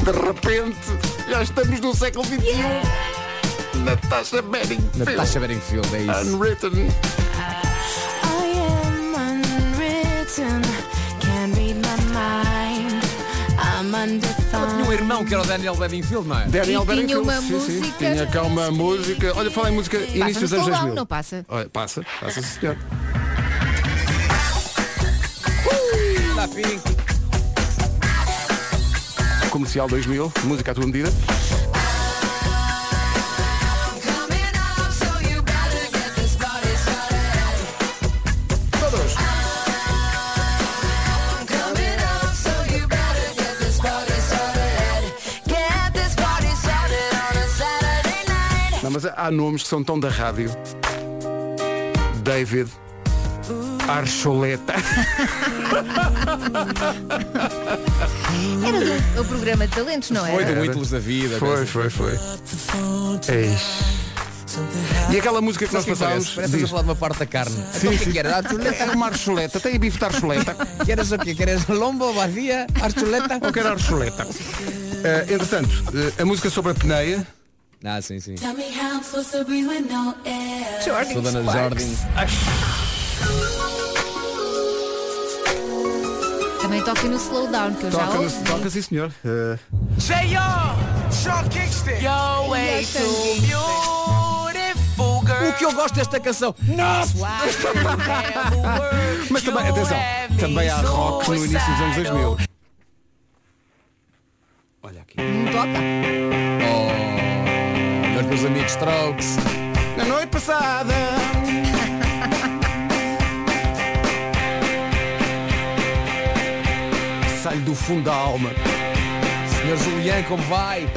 Speaker 1: De repente, já estamos no século XXI. Natasha Manning.
Speaker 6: Natasha Bedingfield, é isso.
Speaker 1: Unwritten.
Speaker 8: I am unwritten.
Speaker 3: um irmão que era o Daniel Bedingfield, não é?
Speaker 1: Daniel Bedingfield, sim, sim. Tinha cá uma música. Olha, fala em música
Speaker 4: Passa
Speaker 1: início dos
Speaker 4: no
Speaker 1: anos
Speaker 4: Solão,
Speaker 1: 2000.
Speaker 4: não passa?
Speaker 1: Olha, passa, passa, sim, senhor.
Speaker 3: Lá, Pink.
Speaker 1: Comercial 2000, música à tua medida. Não, mas há nomes que são tão da rádio. David Archoleta.
Speaker 4: Era do, o programa de talentos, não
Speaker 3: Foi
Speaker 4: era?
Speaker 3: do Ídolos da Vida.
Speaker 1: Foi, foi, foi. Eis. E aquela música que nós passámos.
Speaker 3: Parece é que eu
Speaker 1: diz-
Speaker 3: falar de uma parte da carne.
Speaker 1: Sim,
Speaker 3: Então, o que é
Speaker 1: sim.
Speaker 3: que era? Archuleta?
Speaker 1: Era uma archuleta, tem bife de archuleta.
Speaker 3: Queres o quê? Queres lombo, badia, archuleta?
Speaker 1: Ou quero archuleta? Eh, entretanto, eh, a música sobre a peneia.
Speaker 3: Ah, sim, sim.
Speaker 13: Jordan
Speaker 3: Dona Jordan.
Speaker 4: Também toca no slowdown, que eu já
Speaker 1: Toca,
Speaker 4: ouvi.
Speaker 1: toca sim senhor. Eh,
Speaker 14: Say yo, Sean Kingston. Yo, way
Speaker 4: Yes,
Speaker 14: too beautiful girl.
Speaker 3: O que eu gosto desta canção?
Speaker 1: mas também, atenção, também há rock no início dos anos 2000.
Speaker 4: Não toca.
Speaker 3: Meus meus amigos Strokes.
Speaker 1: Na noite passada. Sai do fundo da alma.
Speaker 3: Senhor Julián, como vai?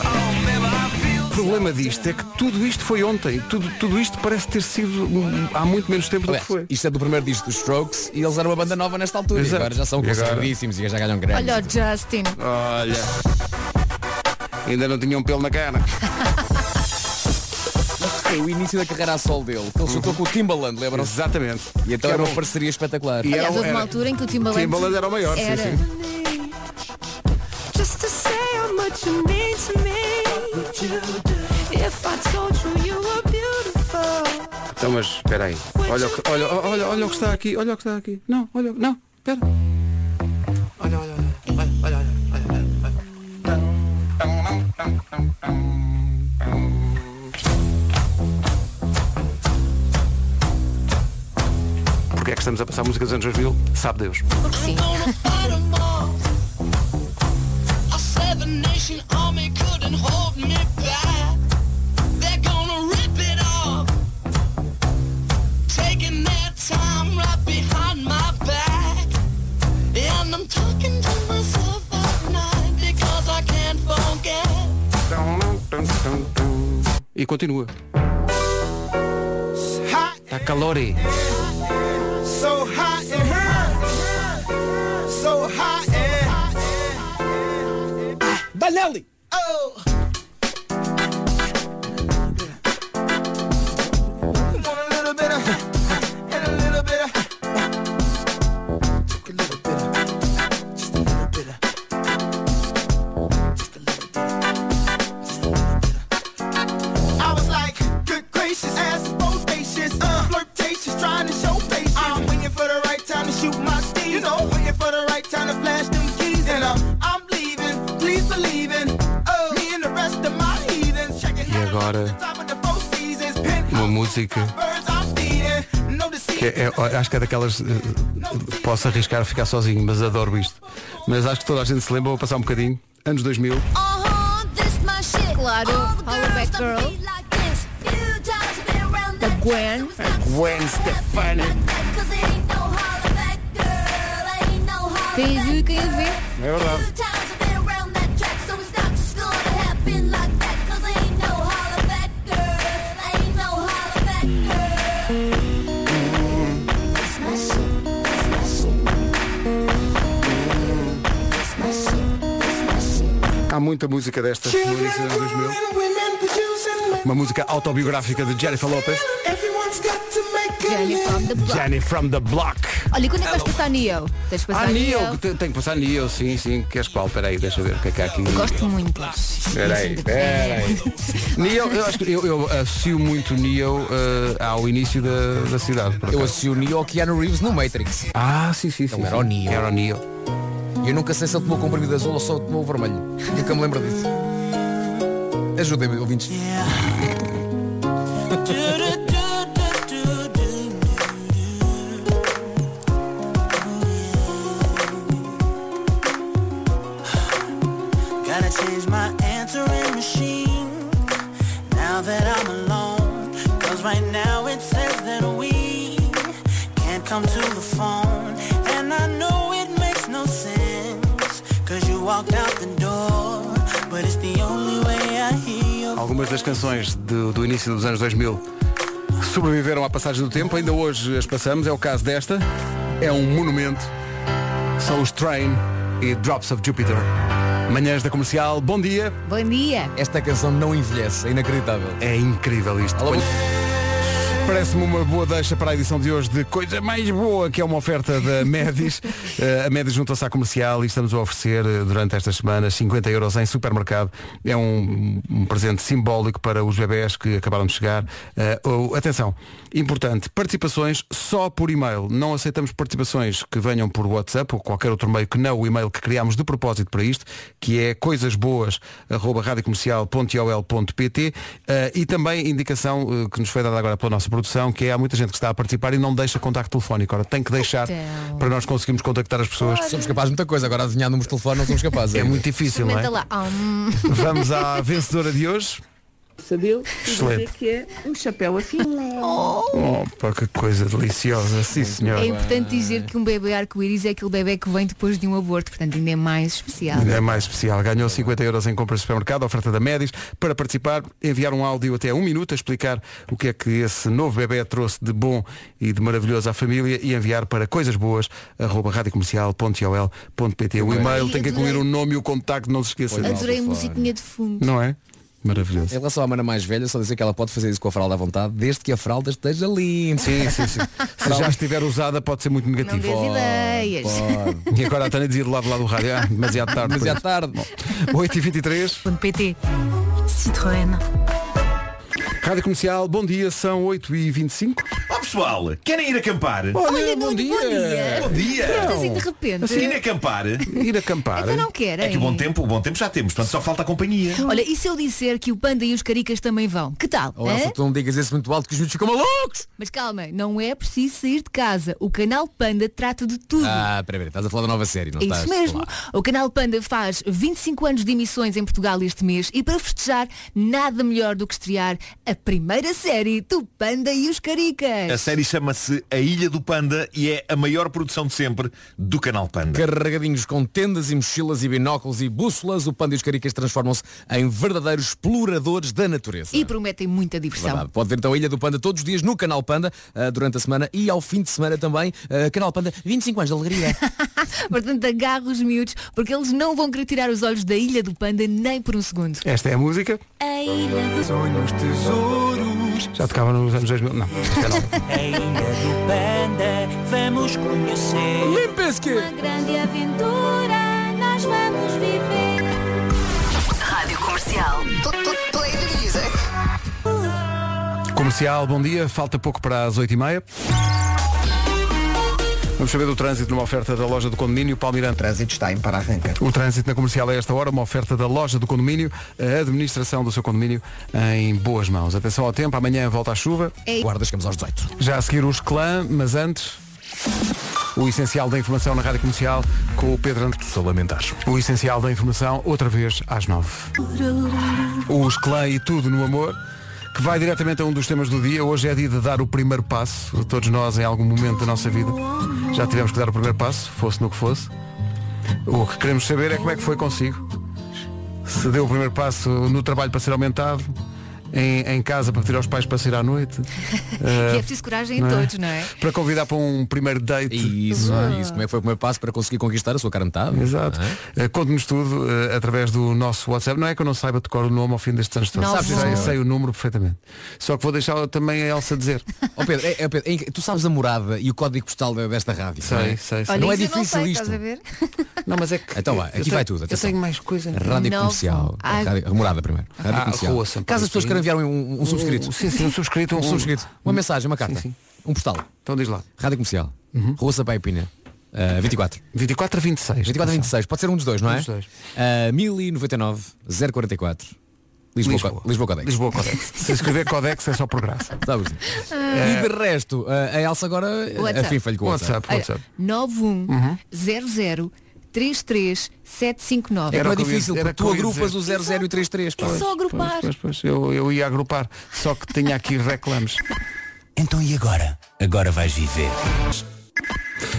Speaker 14: "Oh,
Speaker 1: O problema disto é que tudo isto foi ontem. Tudo, tudo isto parece ter sido hum, há muito menos tempo do que
Speaker 3: Aliás,
Speaker 1: foi.
Speaker 3: Isto é do primeiro disco dos Strokes e eles eram uma banda nova nesta altura. E
Speaker 1: Exato.
Speaker 3: agora já são
Speaker 1: E agora?
Speaker 3: consagradíssimos e já ganham grandes.
Speaker 4: Olha o Justin.
Speaker 1: Ah, Olha. Ainda não tinha um pelo na cara.
Speaker 3: Foi é o início da carreira a sol dele. que Ele chutou com o Timbaland, lembram-se?
Speaker 1: Exatamente.
Speaker 3: E então era
Speaker 1: Era
Speaker 3: uma
Speaker 1: um-
Speaker 3: parceria espetacular.
Speaker 1: E
Speaker 4: Aliás,
Speaker 1: era- um-
Speaker 4: houve uma
Speaker 1: era-
Speaker 4: altura em que o Timbaland,
Speaker 1: Timbaland era o maior, sim,
Speaker 4: era.
Speaker 1: sim.
Speaker 13: Just to say how much you mean to me. If I told you you were beautiful.
Speaker 1: Então, mas espera aí. Olha, o que- olha, olha, olha o que está aqui. Olha o que está aqui. Não, olha, não. Espera. Olha, olha, olha. Olha, olha, olha. olha, Porque é que estamos a passar música dos anos 2000? Sabe Deus.
Speaker 4: Sim.
Speaker 1: E continua. Está calor aí.
Speaker 14: So hot and hurt. So hot and
Speaker 3: Danelli!
Speaker 14: oh. Want a little bit of and a little bit of took a little bit of just a little bit of just a little bit of just a little bit of. I was like, good gracious, ass is bodacious, uh, flirtatious, trying to show patience. I'm waiting for the right time to shoot my steed. You know, waiting for the right time to flash them keys. And uh, I'm leaving, please believe in uh, me and the rest of my heathens. Check it
Speaker 1: E agora, uma música que é, é- acho que é daquelas. eh, Posso arriscar a ficar sozinho, mas adoro isto. Mas acho que toda a gente se lembra, vou passar um bocadinho. Anos 2000.
Speaker 4: Claro, Hollaback Girl. Da Gwen.
Speaker 1: Gwen Stefani.
Speaker 4: Tem a ver e quem a ver.
Speaker 1: É verdade. Há muita música desta é, no início dos anos 2000. Uma música autobiográfica de Jennifer Lopez.
Speaker 14: Everyone's got to make
Speaker 4: Jenny from the block.
Speaker 1: Jenny from the block.
Speaker 4: Olha, e quando é que vais passar Neo? Tens de
Speaker 1: Ah,
Speaker 4: passar
Speaker 1: Neo, que te- tenho que passar Neo, sim, sim. Queres qual? Espera aí, deixa eu ver o que é que há aqui.
Speaker 4: Gosto é muito.
Speaker 1: Espera aí, espera aí. Neo, eu acho que eu, eu associo muito Neo eh, ao início da, da cidade. Eu associo Neo ao Keanu Reeves no Matrix. Ah, sim, sim, sim.
Speaker 6: Então era o Neo.
Speaker 1: Era o Neo.
Speaker 6: E eu nunca sei se ele tomou comprimido azul ou só tomou vermelho. Nunca me lembro disso. Ajudem-me, ouvintes.
Speaker 5: Gotta change my answering machine now that I'm alone. Cause right now it says that we can't come to the phone. And I know it makes no sense. Cause you walked out the door. But it's the only way I hear your
Speaker 1: Algumas das canções do, do início dos anos 2000 sobreviveram à passagem do tempo, ainda hoje as passamos, é o caso desta, é um monumento. São os Train e Drops of Jupiter. Manhãs da comercial, bom dia.
Speaker 4: Bom dia.
Speaker 1: Esta canção não envelhece, é inacreditável. É incrível isto. Põe- Parece-me uma boa deixa para a edição de hoje de Coisa Mais Boa, que é uma oferta da Médis. Eh, a Médis junta-se à comercial e estamos a oferecer eh, durante estas semanas 50 euros em supermercado. É um, um presente simbólico para os bebés que acabaram de chegar. Eh, ou- atenção, importante, participações só por e-mail. Não aceitamos participações que venham por WhatsApp ou qualquer outro meio que não o e-mail que criámos de propósito para isto, que é coisasboas.radiocomercial.ol.pt eh, e também indicação eh, que nos foi dada agora pela nossa produção, que é há muita gente que está a participar e não deixa contacto telefónico. Ora, tem que deixar
Speaker 4: Então.
Speaker 1: para nós conseguirmos contactar as pessoas.
Speaker 6: Somos capazes de muita coisa, agora adivinhar números de telefone não somos capazes.
Speaker 1: É muito difícil, não
Speaker 4: Comenta
Speaker 1: é?
Speaker 4: lá. Ah, hum.
Speaker 1: Vamos à vencedora de hoje.
Speaker 11: Sabeu?
Speaker 1: Excelente.
Speaker 11: que é um chapéu assim.
Speaker 1: Opa, que coisa deliciosa, sim senhor.
Speaker 4: É importante dizer que um bebê arco-íris é aquele bebê que vem depois de um aborto, portanto ainda é mais especial.
Speaker 1: É mais especial. Ganhou 50 euros em compras de supermercado, oferta da Médis. Para participar, enviar um áudio até um minuto a explicar o que é que esse novo bebê trouxe de bom e de maravilhoso à família e enviar para coisasboas.radiocomercial.ol.pt O e-mail tem que incluir o nome e o contacto, não se esqueça.
Speaker 4: Adorei a musiquinha de fundo.
Speaker 1: né? Não é? Maravilhoso.
Speaker 6: Em relação à mana mais velha, só dizer que ela pode fazer isso com a fralda à vontade, desde que a fralda esteja limpa.
Speaker 1: É, Sim, sim, sim. Se já estiver usada pode ser muito negativo.
Speaker 4: Não dês ideias.
Speaker 1: E agora a Tânia dizia do lado de lá do rádio, ah, demasiado tarde.
Speaker 6: Demasiado
Speaker 1: tarde. 8h23.
Speaker 4: PT.
Speaker 15: Citroën.
Speaker 1: Rádio Comercial, bom dia, são 8h25.
Speaker 14: Ó pessoal, querem ir acampar?
Speaker 4: Olha, Nuno, bom dia.
Speaker 14: Bom dia.
Speaker 4: Estás assim de repente.
Speaker 14: ir acampar?
Speaker 1: Ir acampar?
Speaker 4: Então não querem.
Speaker 14: É que o bom tempo, o bom tempo já temos, portanto só falta a companhia.
Speaker 4: Olha, e se eu disser que o panda e os caricas também vão? Que tal?
Speaker 6: Ou é
Speaker 4: hã?
Speaker 6: Elsa, tu não digas isso muito alto que os miúdos ficam malucos!
Speaker 4: Mas calma, não é preciso sair de casa. O canal Panda trata de tudo.
Speaker 6: Ah, peraí, peraí, estás a falar da nova série, não
Speaker 4: É
Speaker 6: estás?
Speaker 4: Isso mesmo. O canal Panda faz 25 anos de emissões em Portugal este mês e para festejar, nada melhor do que estrear a primeira série do Panda e os Caricas.
Speaker 14: A série chama-se A Ilha do Panda e é a maior produção de sempre do canal Panda.
Speaker 6: Carregadinhos com tendas e mochilas e binóculos e bússolas, o panda e os caricas transformam-se em verdadeiros exploradores da natureza.
Speaker 4: E prometem muita diversão.
Speaker 6: Verdade. Pode ver então a Ilha do Panda todos os dias no Canal Panda, ah, durante a semana e ao fim de semana também. ah, Canal Panda, 25 anos de alegria.
Speaker 4: Portanto, agarra os miúdos, porque eles não vão querer tirar os olhos da Ilha do Panda nem por um segundo.
Speaker 1: Esta é a música.
Speaker 4: A Ilha
Speaker 1: Sonhos, tesouros. Já tocava nos anos 2000. Não,
Speaker 5: A Ilha do Panda, É vamos conhecer.
Speaker 15: Uma grande aventura nós vamos viver. Rádio Comercial. Play the music.
Speaker 1: Comercial, bom dia. Falta pouco para as 8h30. Vamos saber do trânsito numa oferta da loja do condomínio Palmeirante. O
Speaker 3: trânsito está em para arranca.
Speaker 1: O trânsito na comercial a esta hora, uma oferta da loja do condomínio, a administração do seu condomínio em boas mãos. Atenção ao tempo, amanhã volta a chuva.
Speaker 6: Ei. Guarda, chegamos aos 18.
Speaker 1: Já a seguir os clã, mas antes. O essencial da informação na Rádio Comercial com o Pedro Antes. Sou lamentar. O essencial da informação, outra vez às 9. Os Clay e tudo no amor, que vai diretamente a um dos temas do dia. Hoje é dia de dar o primeiro passo. Todos nós, em algum momento da nossa vida, já tivemos que dar o primeiro passo, fosse no que fosse. O que queremos saber é como é que foi consigo. Se deu o primeiro passo no trabalho para ser aumentado, em, em casa para pedir aos pais para sair à noite.
Speaker 4: E
Speaker 1: Eh,
Speaker 4: é preciso coragem em
Speaker 1: não é?
Speaker 4: todos, não é?
Speaker 1: Para convidar para um primeiro date.
Speaker 6: Isso,
Speaker 1: não é?
Speaker 6: isso. Como é que foi o primeiro passo para conseguir conquistar a sua cara metade?
Speaker 1: Exato. Eh, Conte-nos tudo eh, através do nosso WhatsApp. Não é que eu não saiba decorar o nome ao fim destes anos todos.
Speaker 6: Não,
Speaker 1: Sabes,
Speaker 6: não.
Speaker 1: sei, sei o número perfeitamente. Só que vou deixar também a Elsa dizer.
Speaker 6: Ó Pedro, é- é, Pedro, é inc- tu sabes a morada e o código postal da- desta rádio.
Speaker 1: Sei,
Speaker 6: não
Speaker 1: sei,
Speaker 6: é?
Speaker 1: sei.
Speaker 4: Olha,
Speaker 6: Não é
Speaker 4: isso eu
Speaker 6: difícil
Speaker 4: não sei,
Speaker 6: isto.
Speaker 4: Estás a ver?
Speaker 1: Não, mas é que.
Speaker 6: Então vá, aqui vai tudo.
Speaker 1: Eu
Speaker 6: atenção.
Speaker 1: tenho mais coisa.
Speaker 6: Rádio
Speaker 1: Não.
Speaker 6: comercial.
Speaker 1: Ai.
Speaker 6: Rádio, morada primeiro. Rádio
Speaker 1: Ah,
Speaker 6: comercial.
Speaker 1: Rua Sampaio
Speaker 6: Caso as pessoas
Speaker 1: Pinto.
Speaker 6: queiram enviar um, um, um subscrito.
Speaker 1: Um- sim, sim, um subscrito,
Speaker 6: Um
Speaker 1: um-
Speaker 6: subscrito. Uma mensagem, uma carta.
Speaker 1: sim. Uhum.
Speaker 6: Um postal.
Speaker 1: Então diz lá.
Speaker 6: Rádio comercial. Rua Sampaio Pina. ah, 24.
Speaker 1: 24 a 26.
Speaker 6: 24 a 26. Pode ser um dos dois, não é?
Speaker 1: Tá Um dos dois.
Speaker 6: Ah, 1099 044. Lisboa,
Speaker 1: Lisboa.
Speaker 6: Lisboa Codex.
Speaker 1: Lisboa Codex. Se escrever Codex é só por graça.
Speaker 6: Sabes? E de resto, ah, a Elsa agora
Speaker 4: WhatsApp.
Speaker 6: afinfa-lhe com o WhatsApp.
Speaker 4: Olha, 91
Speaker 1: Uhum.
Speaker 4: 00 33 759.
Speaker 6: É que não é difícil, porque tu agrupas o 00 e 33.
Speaker 4: É só agrupar.
Speaker 1: Pois, pois, eu, eu ia agrupar, só que tinha aqui reclames.
Speaker 16: Então e agora? Agora vais viver.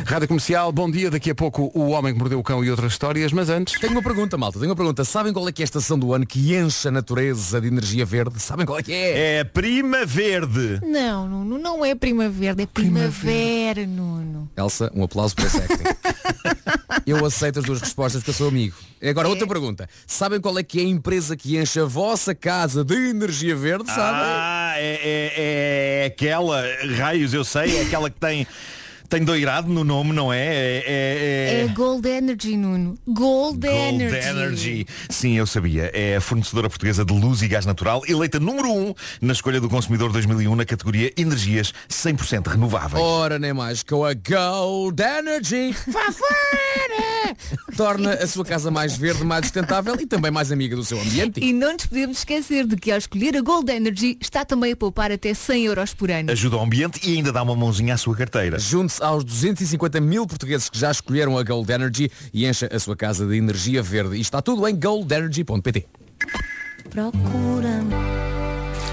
Speaker 1: Rádio Comercial, bom dia. Daqui a pouco o Homem que Mordeu o Cão e outras histórias, mas antes.
Speaker 6: Tenho uma pergunta, malta, tenho uma pergunta. Sabem qual é que é a estação do ano que enche a natureza de energia verde? Sabem qual é que é?
Speaker 14: É a Prima Verde.
Speaker 4: Não, Nuno, não é primavera, é primavera, Nuno.
Speaker 6: Elsa, um aplauso para essa acting. Eu aceito as duas respostas porque eu sou amigo. Agora, outra pergunta. Sabem qual é que é a empresa que enche a vossa casa de energia verde? Sabem?
Speaker 14: Ah, é, é- é aquela, raios, eu sei, é aquela que tem, tem doirado no nome, não é? É, é-
Speaker 4: É
Speaker 14: é-
Speaker 4: Gold Energy, Nuno. Gold,
Speaker 14: Gold
Speaker 4: Energy.
Speaker 14: Energy. Sim, eu sabia. É a fornecedora portuguesa de luz e gás natural, eleita número 1 um na escolha do consumidor 2001 na categoria Energias 100% Renováveis.
Speaker 4: Oh.
Speaker 6: Ora, nem mais com a Gold Energy. Torna a sua casa mais verde, mais sustentável e também mais amiga do seu ambiente.
Speaker 4: E não nos podemos esquecer de que ao escolher a Gold Energy está também a poupar até 100 euros por ano.
Speaker 14: Ajuda o ambiente e ainda dá uma mãozinha à sua carteira.
Speaker 6: Junte-se aos 250 mil portugueses que já escolheram a Gold Energy e encha a sua casa de energia verde. E está tudo em goldenergy.pt.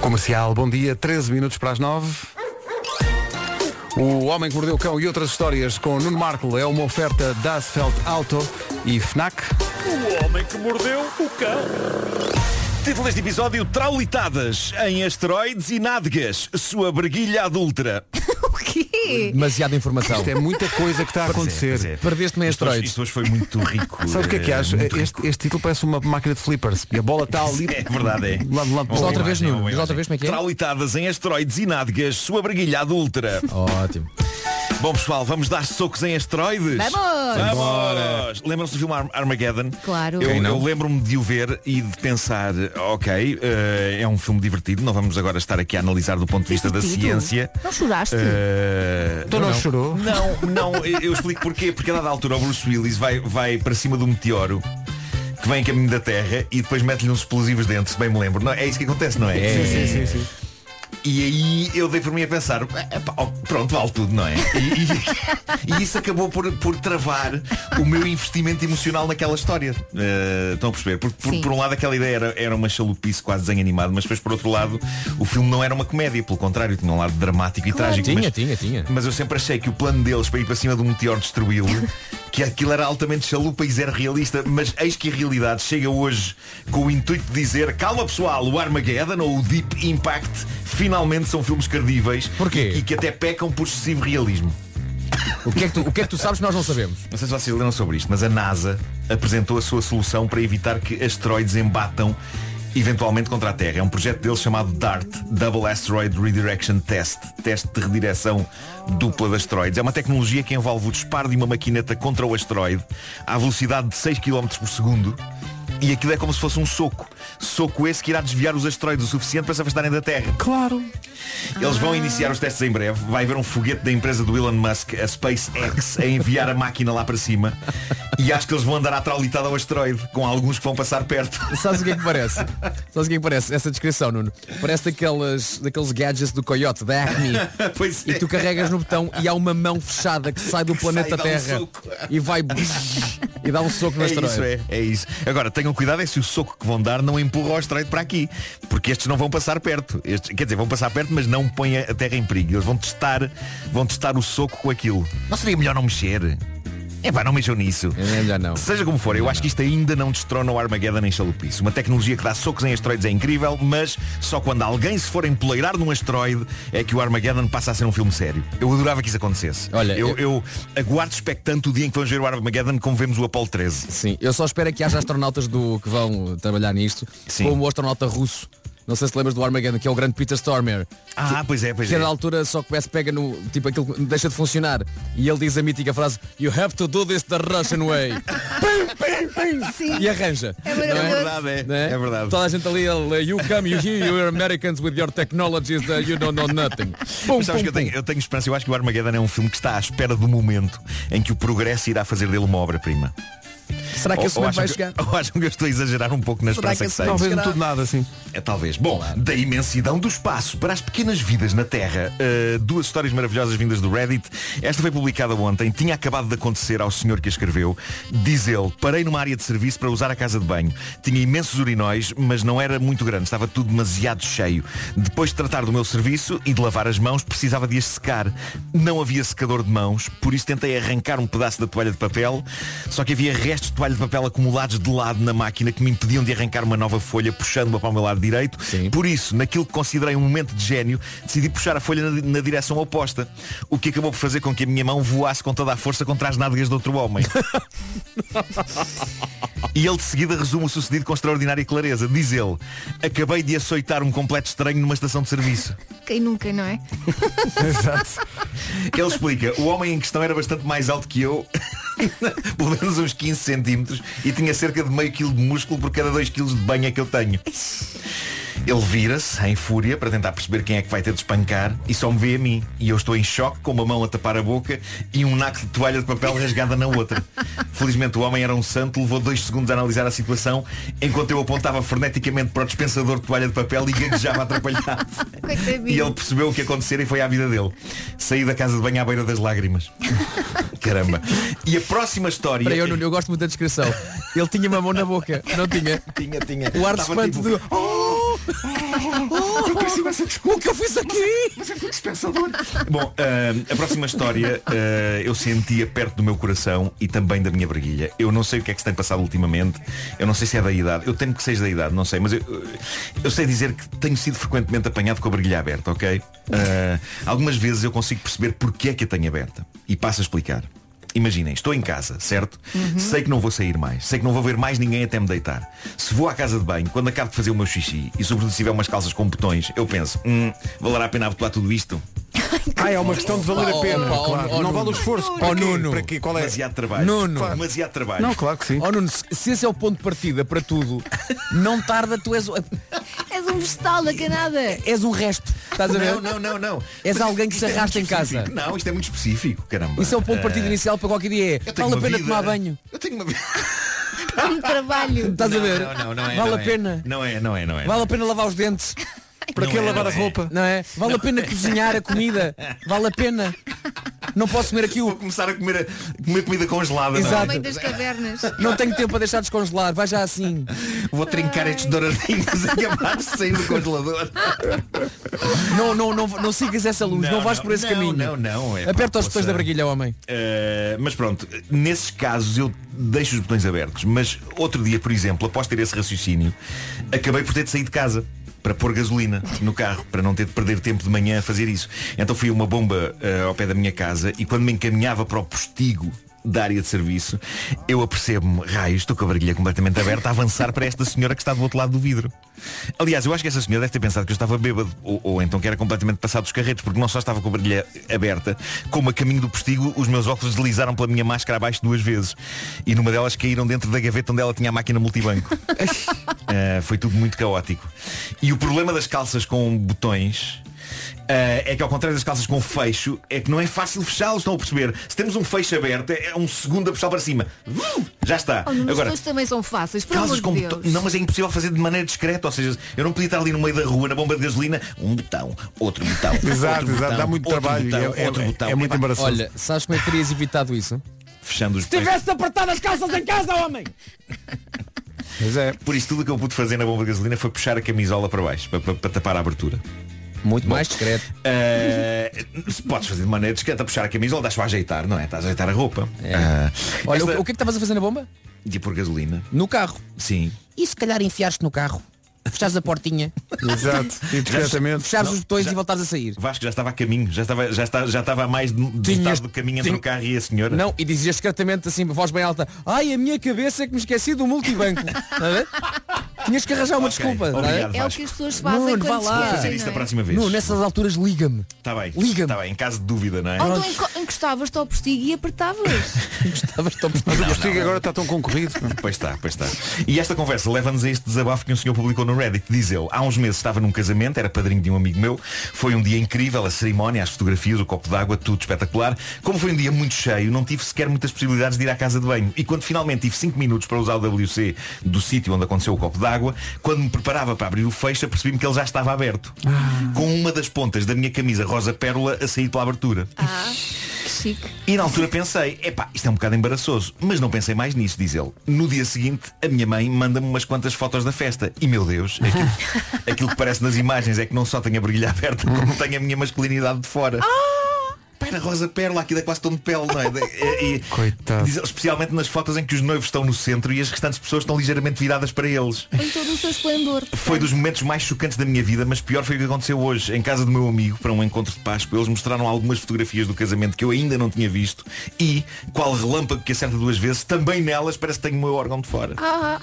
Speaker 1: Comercial, bom dia, 13 minutos para as 9. O Homem que Mordeu o Cão e outras histórias com Nuno Marco é uma oferta da Asfeld Auto e FNAC.
Speaker 14: O homem que mordeu o cão. Título deste episódio, Traulitadas em asteroides e nádegas, sua breguilha adulta.
Speaker 4: Quê?
Speaker 6: Demasiada informação.
Speaker 1: Isto é muita coisa que está a acontecer.
Speaker 6: Perdeste-me em
Speaker 14: Isto hoje-
Speaker 6: asteroides.
Speaker 14: Isto hoje foi muito rico.
Speaker 1: Sabes o que é que
Speaker 14: eh,
Speaker 1: acho?
Speaker 14: muito rico.
Speaker 1: Este, este título parece uma máquina de flippers e a bola está ali.
Speaker 14: É verdade, é.
Speaker 1: De lado, de lado,
Speaker 14: Uma
Speaker 1: para o outro.
Speaker 14: imagem, uma
Speaker 6: Nuno. Diz
Speaker 14: imagem.
Speaker 6: outra vez como é que é?
Speaker 14: Traulitadas em asteroides e nádegas, sua breguilha adulta.
Speaker 6: Oh. Ótimo.
Speaker 14: Bom pessoal, vamos dar socos em asteroides?
Speaker 4: Vamos!
Speaker 14: Vamos! Lembram-se do filme Arm- Armageddon?
Speaker 4: Claro.
Speaker 14: Eu,
Speaker 4: Quem não?
Speaker 14: eu lembro-me de o ver e de pensar, ok, eh, é um filme divertido, não vamos agora estar aqui a analisar do ponto de vista da
Speaker 4: Divertido.
Speaker 14: ciência.
Speaker 4: Não choraste?
Speaker 14: Eh,
Speaker 1: Então não chorou?
Speaker 14: Não, não, eu eu explico porquê. Porque a dada altura o Bruce Willis vai, vai para cima do meteoro que vem a caminho da Terra e depois mete-lhe uns explosivos dentro, se bem me lembro. Não, é isso que acontece, não é?
Speaker 1: Sim, sim, sim, sim.
Speaker 14: E aí eu dei por mim a pensar, "Epá, ó, pronto, vale tudo, não é? E, e- e isso acabou por, por travar o meu investimento emocional naquela história. Eh, estão a perceber? Porque por,
Speaker 4: Sim.
Speaker 14: por um lado aquela ideia era, era uma chalupice quase desenho animado, mas depois por outro lado o filme não era uma comédia, pelo contrário, tinha um lado dramático e trágico.
Speaker 6: Tinha,
Speaker 14: mas-
Speaker 6: tinha, tinha.
Speaker 14: mas eu sempre achei que o plano deles para ir para cima do meteoro destruí-lo, que aquilo era altamente chalupa e zero realista, mas eis que a realidade chega hoje com o intuito de dizer, calma pessoal, o Armageddon ou o Deep Impact finalmente são filmes credíveis
Speaker 6: Porquê?
Speaker 14: e que até pecam por excessivo realismo.
Speaker 6: O que, é que tu, o que é que tu sabes que nós não sabemos?
Speaker 14: Não sei se vocês leram sobre isto, mas a NASA apresentou a sua solução para evitar que asteroides embatam Então, eventualmente contra a Terra. É um projeto deles chamado DART, Double Asteroid Redirection Test, teste de redireção dupla de asteroides. É uma tecnologia que envolve o disparo de uma maquineta contra o asteroide à velocidade de 6 km por segundo e aquilo é como se fosse um soco. Soco esse que irá desviar os asteroides o suficiente para se afastarem da Terra.
Speaker 1: Claro.
Speaker 14: Eles vão iniciar os testes em breve. Vai haver um foguete da empresa do Elon Musk, a SpaceX, a enviar a máquina lá para cima. E acho que eles vão andar à traulitada ao asteroide, com alguns que vão passar perto.
Speaker 6: Sabes o que é que parece? Sabes o que é que parece? Essa descrição, Nuno. Parece daqueles, daqueles gadgets do Coyote, da Acme.
Speaker 14: Pois é.
Speaker 6: E tu carregas no botão e há uma mão fechada que sai do planeta
Speaker 14: dá um
Speaker 6: Terra
Speaker 14: soco.
Speaker 6: e vai e dá um soco no
Speaker 14: É isso,
Speaker 6: asteroide.
Speaker 14: é, é isso. Agora, tenham cuidado é se o soco que vão dar não empurra o asteroide para aqui. Porque estes não vão passar perto. Estes- quer dizer, vão passar perto, mas não põem a Terra em perigo. Eles vão testar, vão testar o soco com aquilo. Não seria melhor não mexer?
Speaker 3: Epá, não mexam nisso.
Speaker 6: É
Speaker 3: Seja como for, eu acho que isto ainda não destrona o Armageddon em chalupice. Uma tecnologia que dá socos em asteroides é incrível, mas só quando alguém se for empoleirar num asteroide é que o Armageddon passa a ser um filme sério. Eu adorava que isso acontecesse. Olha, eu, eu aguardo expectante o dia em que vamos ver o Armageddon como vemos o Apollo 13.
Speaker 6: Sim, eu só espero é que haja astronautas do, que vão trabalhar nisto, como o astronauta russo. Não sei se lembras do Armageddon, que é o grande Peter Stormer.
Speaker 3: Ah, pois é, pois
Speaker 6: que
Speaker 3: é.
Speaker 6: a da altura só que parece que pega no. Tipo, aquilo que deixa de funcionar. E ele diz a mítica frase, You have to do this the Russian way.
Speaker 17: Sim.
Speaker 6: e arranja.
Speaker 17: É
Speaker 6: Não
Speaker 17: maravilhoso.
Speaker 3: é?
Speaker 6: Não é?
Speaker 3: verdade.
Speaker 6: Toda a gente ali, ele, you come, you here, you Americans with your technologies that you don't know nothing. Pum,
Speaker 3: Mas sabes
Speaker 6: pum,
Speaker 3: que eu tenho, eu tenho esperança, eu acho que o Armageddon é um filme que está à espera do momento em que o progresso irá fazer dele uma obra-prima.
Speaker 6: Será que
Speaker 3: Ou-
Speaker 6: esse
Speaker 3: ou
Speaker 6: momento
Speaker 3: acham
Speaker 6: vai
Speaker 3: que-
Speaker 6: chegar?
Speaker 3: Ou acham que eu estou a exagerar um pouco na
Speaker 6: Será
Speaker 3: esperança
Speaker 6: que
Speaker 3: que,
Speaker 6: esse
Speaker 3: seja?
Speaker 6: momento Talvez chegará? não tudo
Speaker 1: nada, sim.
Speaker 3: É talvez. Bom, da imensidão do espaço para as pequenas vidas na Terra, uh, duas histórias maravilhosas vindas do Reddit. Esta foi publicada ontem, tinha acabado de acontecer ao senhor que a escreveu. Diz ele, parei numa área de serviço para usar a casa de banho. Tinha imensos urinóis, mas não era muito grande, estava tudo demasiado cheio. Depois de tratar do meu serviço e de lavar as mãos, precisava de as secar. Não havia secador de mãos, por isso tentei arrancar um pedaço da toalha de papel, só que havia restos de toalha de papel acumulados de lado na máquina que me impediam de arrancar uma nova folha puxando-a para o meu lado direito. Por isso, naquilo que considerei um momento de gênio, decidi puxar a folha na, na direção oposta, o que acabou por fazer com que a minha mão voasse com toda a força contra as nádegas de outro homem. E ele de seguida resume o sucedido com extraordinária clareza. Diz ele, acabei de açoitar um completo estranho numa estação de serviço.
Speaker 4: Quem nunca, não é?
Speaker 3: Exato. Ele explica, o homem em questão era bastante mais alto que eu, pelo menos uns 15 centímetros, e tinha cerca de meio quilo de músculo por cada 2 quilos de banha que eu tenho. Ele vira-se em fúria para tentar perceber quem é que vai ter de espancar e só me vê a mim. E eu estou em choque com uma mão a tapar a boca e um naco de toalha de papel rasgada na outra. Felizmente o homem era um santo, levou dois segundos a analisar a situação enquanto eu apontava freneticamente para o dispensador de toalha de papel e gaguejava atrapalhado. E ele percebeu o que acontecera e foi à vida dele. Saí da casa de banho à beira das lágrimas. Caramba. E a próxima história.
Speaker 6: Espera aí, eu, Nuno, eu gosto muito da descrição. Ele tinha uma mão na boca, não tinha?
Speaker 3: tinha, tinha.
Speaker 6: O ar de "Oh,
Speaker 3: Estava
Speaker 6: espanto
Speaker 3: tipo-
Speaker 6: do...
Speaker 3: eu percebo essa desculpa.
Speaker 6: oh." O que eu fiz aqui?
Speaker 3: Mas, é dispensador. Bom, ah, a próxima história ah, eu sentia perto do meu coração e também da minha barriguilha. Eu não sei o que é que se tem passado ultimamente, eu não sei se é da idade, eu temo que seja da idade, não sei, mas eu, eh, eu sei dizer que tenho sido frequentemente apanhado com a barriguilha aberta, ok? Ah, algumas vezes eu consigo perceber porque é que a tenho aberta e passo a explicar. Imaginem, estou em casa, certo? Sei que não vou sair mais, sei que não vou ver mais ninguém até me deitar. Se vou à casa de banho, quando acabo de fazer o meu xixi e sobretudo se tiver umas calças com botões, eu penso, hum, valerá a pena abotoar tudo isto?
Speaker 1: Ah, é uma questão de valer
Speaker 6: Oh,
Speaker 1: a pena. claro. não vale o esforço. Para quê? Para quê? Qual é?
Speaker 3: Demasiado trabalho.
Speaker 6: Nuno.
Speaker 3: Claro. Demasiado trabalho.
Speaker 1: Não, claro que sim.
Speaker 6: Oh Nuno, se- se esse é o ponto de partida para tudo, não tarda, tu és, o-
Speaker 4: És um vegetal da canada.
Speaker 6: és um resto. Estás a ver?
Speaker 3: Não, não, não, não.
Speaker 6: És alguém que
Speaker 3: Isto
Speaker 6: se
Speaker 3: é muito
Speaker 6: arrasta em casa.
Speaker 3: específico. Não, isto é muito específico, caramba.
Speaker 6: Isso é o ponto de partida
Speaker 3: Eh,
Speaker 6: inicial para qualquer dia. É,
Speaker 3: eu tenho
Speaker 6: vale a
Speaker 3: uma
Speaker 6: pena
Speaker 3: vida.
Speaker 6: tomar banho.
Speaker 3: Eu tenho uma
Speaker 4: Como trabalho.
Speaker 6: Estás a
Speaker 3: não,
Speaker 6: ver?
Speaker 3: Não, não, não é,
Speaker 6: vale
Speaker 3: não
Speaker 6: a
Speaker 3: é.
Speaker 6: pena.
Speaker 3: Não é, não é, não é.
Speaker 6: Vale a pena lavar os dentes.
Speaker 3: Para que lavar a roupa?
Speaker 6: Não é? Vale a pena cozinhar a comida. Vale a pena. Não posso comer aqui o. Vou
Speaker 3: começar a comer, comer comida congelada. é?
Speaker 4: Exato.
Speaker 6: Exato.
Speaker 4: Homem das cavernas.
Speaker 6: Não tenho tempo para deixar descongelar. Vai já assim.
Speaker 3: Vou trincar estes douradinhos e acabar de sair do congelador.
Speaker 6: Não, não, não, não sigas essa luz. Não, vais por esse
Speaker 3: não,
Speaker 6: caminho.
Speaker 3: Não, não. é
Speaker 6: Aperta
Speaker 3: pá,
Speaker 6: os botões
Speaker 3: poça.
Speaker 6: da barguilha, homem.
Speaker 3: Uh, mas pronto, nesses casos eu deixo os botões abertos, mas outro dia, por exemplo, após ter esse raciocínio, acabei por ter de sair de casa para pôr gasolina no carro, para não ter de perder tempo de manhã a fazer isso. Então fui a uma bomba uh, ao pé da minha casa e quando me encaminhava para o postigo da área de serviço, eu apercebo-me, raio, estou com a barguilha completamente aberta a avançar para esta senhora que está do outro lado do vidro. Aliás, eu acho que essa senhora deve ter pensado que eu estava bêbado, ou, ou então que era completamente passado dos carretos, porque não só estava com a barguilha aberta, como a caminho do postigo, os meus óculos deslizaram pela minha máscara abaixo duas vezes. E numa delas caíram dentro da gaveta onde ela tinha a máquina multibanco. Ah, foi tudo muito caótico. E o problema das calças com botões ah, é que ao contrário das calças com fecho, é que não é fácil fechá-los, estão a perceber? Se temos um fecho aberto, é um segundo a puxar para cima. Vum! Já está.
Speaker 4: Oh, Nuno,
Speaker 3: Agora,
Speaker 4: as pessoas também são fáceis, pelo amor
Speaker 3: calças
Speaker 4: de
Speaker 3: com
Speaker 4: Deus.
Speaker 3: botões. Não, mas é impossível fazer de maneira discreta, ou seja, eu não podia estar ali no meio da rua, na bomba de gasolina, um botão, outro botão.
Speaker 1: Exato,
Speaker 3: outro
Speaker 1: exato,
Speaker 3: botão,
Speaker 1: dá muito
Speaker 3: outro
Speaker 1: trabalho e
Speaker 3: botão,
Speaker 1: é- é-
Speaker 3: outro
Speaker 1: é-
Speaker 3: botão.
Speaker 1: é muito
Speaker 3: Epá,
Speaker 1: embaraçoso.
Speaker 6: Olha, sabes como é que terias evitado isso?
Speaker 3: Fechando os
Speaker 6: Se tivesse apertado as calças em casa, homem!
Speaker 3: Por isso tudo o que eu pude fazer na bomba de gasolina foi puxar a camisola para baixo, para, para- para tapar a abertura.
Speaker 6: Muito mais discreto.
Speaker 3: Eh, se podes fazer de maneira discreta, puxar a camisola, estás a ajeitar, não é? Estás a ajeitar a roupa. Ah,
Speaker 6: Olha, o, o que é que estavas a fazer na bomba?
Speaker 3: De ir por gasolina.
Speaker 6: No carro.
Speaker 3: Sim.
Speaker 6: E se calhar enfiares-te no carro? Fechares a portinha.
Speaker 1: Exato. E discretamente.
Speaker 6: Fechares os botões
Speaker 3: Já-
Speaker 6: e voltares a sair.
Speaker 3: Vasco já estava a caminho, já estava, já está, já estava a mais de de metade do caminho entre
Speaker 6: tinha-
Speaker 3: o carro e a senhora.
Speaker 6: Não, e dizias discretamente assim, voz bem alta, ai, a minha cabeça é que me esqueci do multibanco. Estás a ver? Tinhas que arranjar uma
Speaker 3: Ok,
Speaker 6: desculpa. não
Speaker 3: obrigado,
Speaker 4: É o que as pessoas fazem
Speaker 6: Nuno, vá
Speaker 4: quando se
Speaker 6: lá.
Speaker 3: Vou fazer
Speaker 4: esquecem,
Speaker 3: isto
Speaker 4: não
Speaker 3: a
Speaker 4: é?
Speaker 3: próxima vez.
Speaker 6: Nuno, nessas alturas liga-me.
Speaker 3: Está bem. Liga-me. Está bem, em caso de dúvida, não é?
Speaker 4: Ou então enco- encostavas-te ao postigo e apertavas.
Speaker 1: Mas o postigo agora está tão concorrido.
Speaker 3: Pois está, pois está. E esta conversa leva-nos a este desabafo que um senhor publicou no Reddit. Diz ele, há uns meses estava num casamento, era padrinho de um amigo meu, foi um dia incrível, a cerimónia, as fotografias, o copo d'água, tudo espetacular. Como foi um dia muito cheio, não tive sequer muitas possibilidades de ir à casa de banho. E quando finalmente tive 5 minutos para usar o WC do sítio onde aconteceu o copo d'água, quando me preparava para abrir o fecho, apercebi-me que ele já estava aberto. Com uma das pontas da minha camisa rosa pérola a sair pela abertura.
Speaker 4: Ah, que chique.
Speaker 3: E na altura pensei, epá, isto é um bocado embaraçoso, mas não pensei mais nisso, diz ele. No dia seguinte, a minha mãe manda-me umas quantas fotos da festa. E meu Deus, aquilo, aquilo que parece nas imagens é que não só tenho a brilha aberta, como tenho a minha masculinidade de fora.
Speaker 4: Ah!
Speaker 3: Pera, rosa pérola, aquilo é quase tom de pele, não é? E- e-
Speaker 1: Coitado.
Speaker 3: diz ele, especialmente nas fotos em que os noivos estão no centro e as restantes pessoas estão ligeiramente viradas para eles.
Speaker 4: Em todo o seu esplendor.
Speaker 3: Foi dos momentos mais chocantes da minha vida, mas pior foi o que aconteceu hoje. Em casa do meu amigo, para um encontro de Páscoa, eles mostraram algumas fotografias do casamento que eu ainda não tinha visto e, qual relâmpago que acerta duas vezes, também nelas parece que tenho o meu órgão de fora.
Speaker 4: Ah,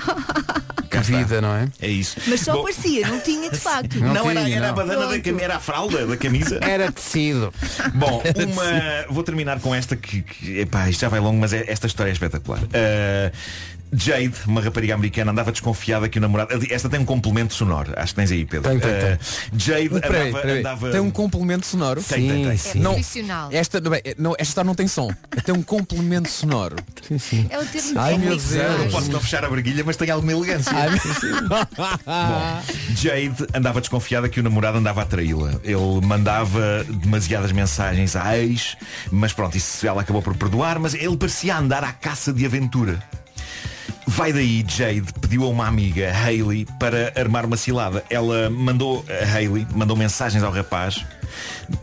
Speaker 1: Que vida, não é?
Speaker 3: É isso.
Speaker 4: mas só
Speaker 3: Bom,
Speaker 4: parecia, não tinha de facto.
Speaker 3: Não, era, era a banana da camisa, era a fralda da camisa.
Speaker 1: Era tecido.
Speaker 3: Bom, uma. Vou terminar com esta que. que epá, isto já vai longo, mas é- esta história é espetacular. Ah, Jade, uma rapariga americana, andava desconfiada que o namorado. Esta tem um complemento sonoro. Acho que tens aí, Pedro.
Speaker 6: Tem, tem, tem.
Speaker 3: Ah, Jade
Speaker 6: Mas peraí,
Speaker 3: andava.
Speaker 6: peraí.
Speaker 3: andava-
Speaker 6: Tem um complemento sonoro.
Speaker 3: Tem, tem, tem.
Speaker 4: É profissional.
Speaker 6: Esta não, bem, não, esta história não tem som. Tem um complemento sonoro. Sim, sim.
Speaker 4: É o termo
Speaker 6: Ai,
Speaker 4: técnico. é
Speaker 6: meu
Speaker 3: Eu não
Speaker 6: Deus.
Speaker 3: posso não fechar a briguilha, mas tem alguma elegância.
Speaker 6: Ai,
Speaker 3: Bom, Jade andava desconfiada que o namorado andava a traí-la. Ele mandava demasiadas mensagens à ex, mas pronto, isso ela acabou por perdoar, mas ele parecia andar à caça de aventura. Vai daí, Jade pediu a uma amiga, a Hayley, para armar uma cilada. Ela mandou, a Hayley, mandou mensagens ao rapaz,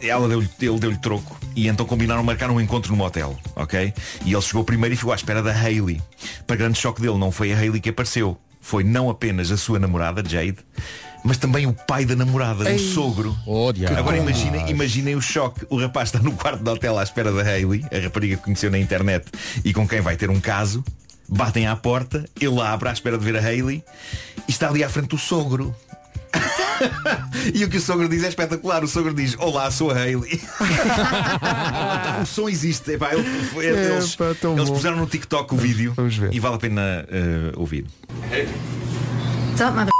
Speaker 3: ela deu ele deu-lhe troco e então combinaram marcar um encontro num hotel, ok? E ele chegou primeiro e ficou à espera da Hayley. Para grande choque dele, não foi a Hayley que apareceu. Foi não apenas a sua namorada, Jade, mas também o pai da namorada,
Speaker 6: Ei.
Speaker 3: o sogro.
Speaker 6: Ódia.
Speaker 3: Agora imaginem imaginem o choque. O rapaz está no quarto do hotel à espera da Hayley, a rapariga que conheceu na internet e com quem vai ter um caso. Batem à porta, ele abre à espera de ver a Hayley e está ali à frente o sogro. e o que o sogro diz é espetacular. O sogro diz, olá, sou a Hayley. o som existe. Epá, ele- eles
Speaker 1: Epá, tão
Speaker 3: eles
Speaker 1: bom.
Speaker 3: puseram no TikTok o vídeo
Speaker 1: vamos ver.
Speaker 3: e vale a pena eh, ouvir.
Speaker 18: What's up, mother?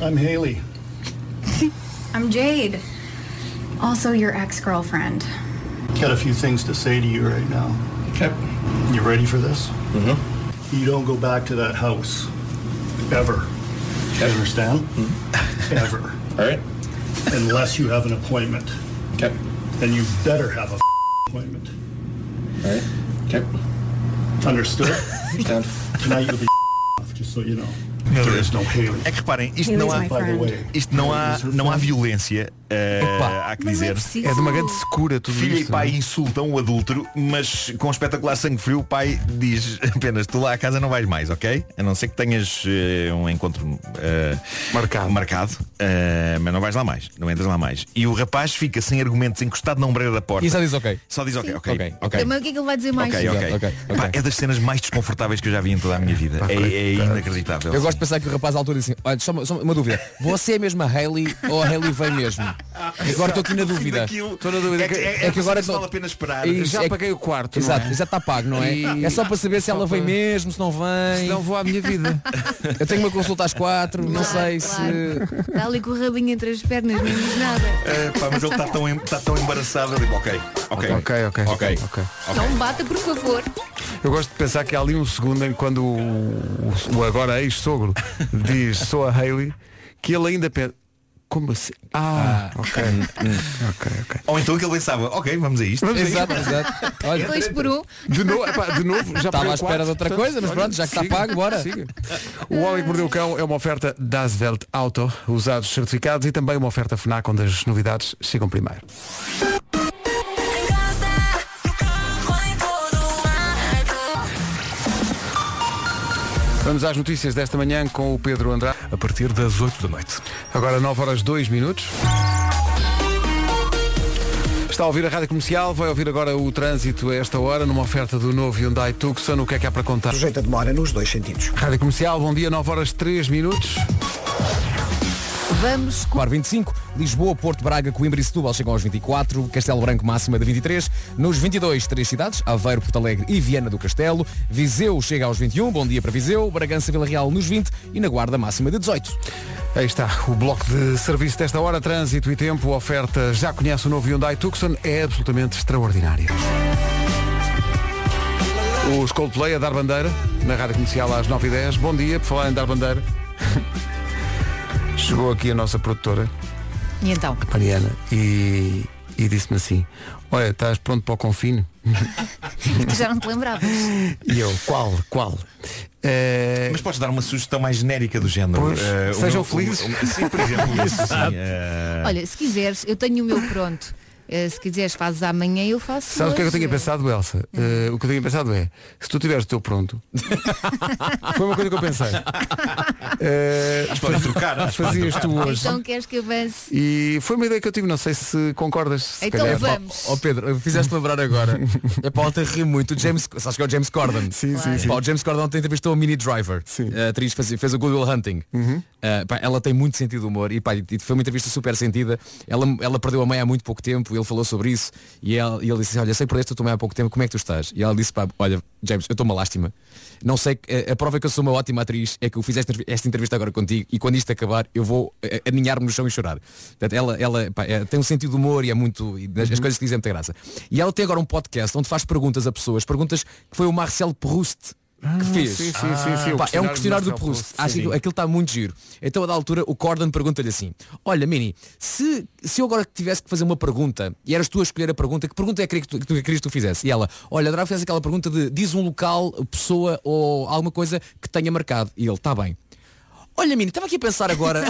Speaker 7: I'm Haley.
Speaker 18: I'm Jade. Also your ex-girlfriend.
Speaker 7: Got a few things to say to you right now. Okay. You ready for this? Mm-hmm. You don't go back to that house. Ever. You understand? Ever. Mm-hmm. All right. Unless you have an appointment. Okay. Then you better have a appointment. All right. Okay. Understood? Tonight you'll be off, just so you know. There is no Haley.
Speaker 3: É que reparem, isto
Speaker 18: Haley's
Speaker 3: não há,
Speaker 18: my
Speaker 7: By the
Speaker 18: friend.
Speaker 7: way,
Speaker 3: isto não há, não há violência. eh, há que
Speaker 4: mas
Speaker 3: dizer.
Speaker 4: é preciso.
Speaker 1: É de uma grande secura tudo
Speaker 3: Filha e
Speaker 1: isto,
Speaker 3: pai
Speaker 1: não é?
Speaker 3: insultam o adulto, mas com um espetacular sangue frio, o pai diz apenas tu lá à casa não vais mais, ok? A não ser que tenhas eh, um encontro eh, marcado, eh, mas não vais lá mais, não entras lá mais. E o rapaz fica sem argumentos, encostado na ombreira da porta.
Speaker 6: E só diz ok.
Speaker 3: Só diz ok,
Speaker 4: Sim.
Speaker 3: ok, ok.
Speaker 4: Mas o que é que ele vai dizer mais?
Speaker 3: Ok, ok.
Speaker 6: Exato, ok, ok.
Speaker 3: Pá, é das cenas mais desconfortáveis que eu já vi em toda a minha vida. É, é inacreditável.
Speaker 6: Eu gosto de pensar que o rapaz à altura disse assim, olha, só uma, só uma dúvida. Você é mesmo a Hayley ou a Hayley vem mesmo? Agora estou aqui na dúvida.
Speaker 3: Daquilo-
Speaker 1: Estou na dúvida.
Speaker 3: É que,
Speaker 1: que-
Speaker 3: é,
Speaker 6: é que agora
Speaker 3: agora vale
Speaker 6: não-
Speaker 3: a pena esperar.
Speaker 6: E-
Speaker 1: Já
Speaker 6: é que-
Speaker 1: paguei o quarto,
Speaker 6: Exato,
Speaker 1: não é?
Speaker 6: já está pago, não é?
Speaker 1: E-
Speaker 6: É só para saber se
Speaker 1: Só
Speaker 6: ela vem
Speaker 1: para-
Speaker 6: mesmo, se não vem.
Speaker 1: Senão vou à minha vida.
Speaker 6: Eu tenho uma consulta às quatro, não sei se.
Speaker 4: Claro. Está ali com o rabinho entre as pernas, não diz nada.
Speaker 3: Eh, pá, mas ele está tão, em- está tão embaraçado. Eu digo, ok, ok,
Speaker 1: Ok, ok.
Speaker 3: ok.
Speaker 1: ok.
Speaker 4: Não Então bata, por favor.
Speaker 1: Eu gosto de pensar que há ali um segundo em quando o, o- o agora ex-sogro diz sou a Hayley, que ele ainda pensa Como assim? Ah,
Speaker 14: Ah.
Speaker 1: ok. ok, ok.
Speaker 14: Ou então que ele pensava, ok, vamos a isto.
Speaker 1: Vamos a isto. Exato, exato. Olha.
Speaker 4: Dois por um.
Speaker 1: De novo, epá, de novo já
Speaker 6: Estava
Speaker 1: paguei
Speaker 6: à espera
Speaker 1: quatro,
Speaker 6: de outra
Speaker 1: portanto,
Speaker 6: coisa, mas
Speaker 1: olha,
Speaker 6: pronto, já que está
Speaker 1: siga,
Speaker 6: pago, bora.
Speaker 1: siga. O Homem que Mordeu o Cão é uma oferta das Welt Auto, usados certificados e também uma oferta FNAC, onde as novidades chegam primeiro. Vamos às notícias desta manhã com o Pedro Andrade.
Speaker 2: A partir das 8 da noite.
Speaker 1: Agora 9 horas 2 minutos. Está a ouvir a Rádio Comercial, vai ouvir agora o trânsito a esta hora, numa oferta do novo Hyundai Tucson. O que é que há para contar?
Speaker 3: Sujeita demora nos dois sentidos.
Speaker 1: Rádio Comercial, bom dia, 9 horas 3 minutos.
Speaker 6: Vamos com 25. Lisboa, Porto, Braga, Coimbra e Setúbal chegam aos 24. Castelo Branco máxima de 23. Nos 22, três cidades. Aveiro, Porto Alegre e Viana do Castelo. Viseu chega aos 21. Bom dia para Viseu. Bragança, Vila Real nos 20. E na Guarda máxima de 18.
Speaker 1: Aí está, o bloco de serviço desta hora, trânsito e tempo, oferta já conhece o novo Hyundai Tucson, é absolutamente extraordinário. Os Coldplay a dar bandeira, na Rádio Comercial às 9h10. Bom dia, por falar em dar bandeira. Chegou aqui a nossa produtora,
Speaker 4: E então?
Speaker 1: Mariana, e, e disse-me assim, olha, estás pronto para o confino?
Speaker 4: Tu já não te lembravas.
Speaker 1: E eu, qual, qual?
Speaker 3: É.
Speaker 1: Eh,
Speaker 14: Mas podes dar uma sugestão mais genérica do género.
Speaker 1: Pois,
Speaker 14: Eh,
Speaker 1: sejam
Speaker 14: meu-
Speaker 1: felizes.
Speaker 14: o- sim, por exemplo, isso, sim,
Speaker 1: Exato.
Speaker 14: eh,
Speaker 3: Ah.
Speaker 4: Olha, se quiseres, eu tenho o meu pronto. Eh, se quiseres, fazes amanhã eu faço.
Speaker 1: Sabe o que é que eu
Speaker 4: hoje.
Speaker 1: tinha pensado, Elsa? Eh, o que eu tinha pensado é, se tu tiveres o teu pronto, foi uma coisa que eu pensei. Eh,
Speaker 14: Acho que podem trocar, acho que podem
Speaker 1: fazias tu
Speaker 14: trocar.
Speaker 1: hoje.
Speaker 4: Então queres que avance?
Speaker 1: E foi uma ideia que eu tive, não sei se concordas. Se
Speaker 4: Então
Speaker 1: calhar.
Speaker 4: vamos.
Speaker 6: Ó Oh, Pedro, fizeste lembrar agora. É para ontem rir muito. O James, sabes que é o James Corden? Sim,
Speaker 1: Claro. sim,
Speaker 6: o James Corden ontem entrevistou a Mini Driver. A atriz fez, fez o Good Will Hunting. Uh, pá, ela tem muito sentido de humor e, pá, e foi uma entrevista super sentida. Ela, ela perdeu a mãe há muito pouco tempo, ele falou sobre isso e, ela- e ele disse, assim, olha, sei que perdeste a tua mãe há pouco tempo, como é que tu estás? E ela disse, pá, olha, James, eu estou uma lástima. Não sei, eh, a, a prova que eu sou uma ótima atriz é que eu fiz esta, esta entrevista agora contigo e quando isto acabar eu vou eh, aninhar-me no chão e chorar. Portanto, ela ela pá, é- tem um sentido de humor e é muito. e as
Speaker 1: Uhum.
Speaker 6: as coisas que dizem muita graça. E ela tem agora um podcast onde faz perguntas a pessoas, perguntas que foi o Marcel Proust
Speaker 1: Ah,
Speaker 6: que fez.
Speaker 1: sim, sim, sim, sim, o
Speaker 6: Pá, é um
Speaker 1: questionário do
Speaker 6: questionário do
Speaker 1: Marcel
Speaker 6: Proust.
Speaker 1: Proust,
Speaker 6: Acho
Speaker 1: sim.
Speaker 6: que aquilo está muito giro. Então, a da altura, o Corden pergunta-lhe assim, olha, Mini, se, se eu agora tivesse que fazer uma pergunta, e eras tu a escolher a pergunta, que pergunta é que queria que tu, que tu querias que tu fizesse? E ela, olha, adorava fazer aquela pergunta de diz um local, pessoa ou alguma coisa que tenha marcado. E ele, está bem. Olha, Mini, estava aqui a pensar agora.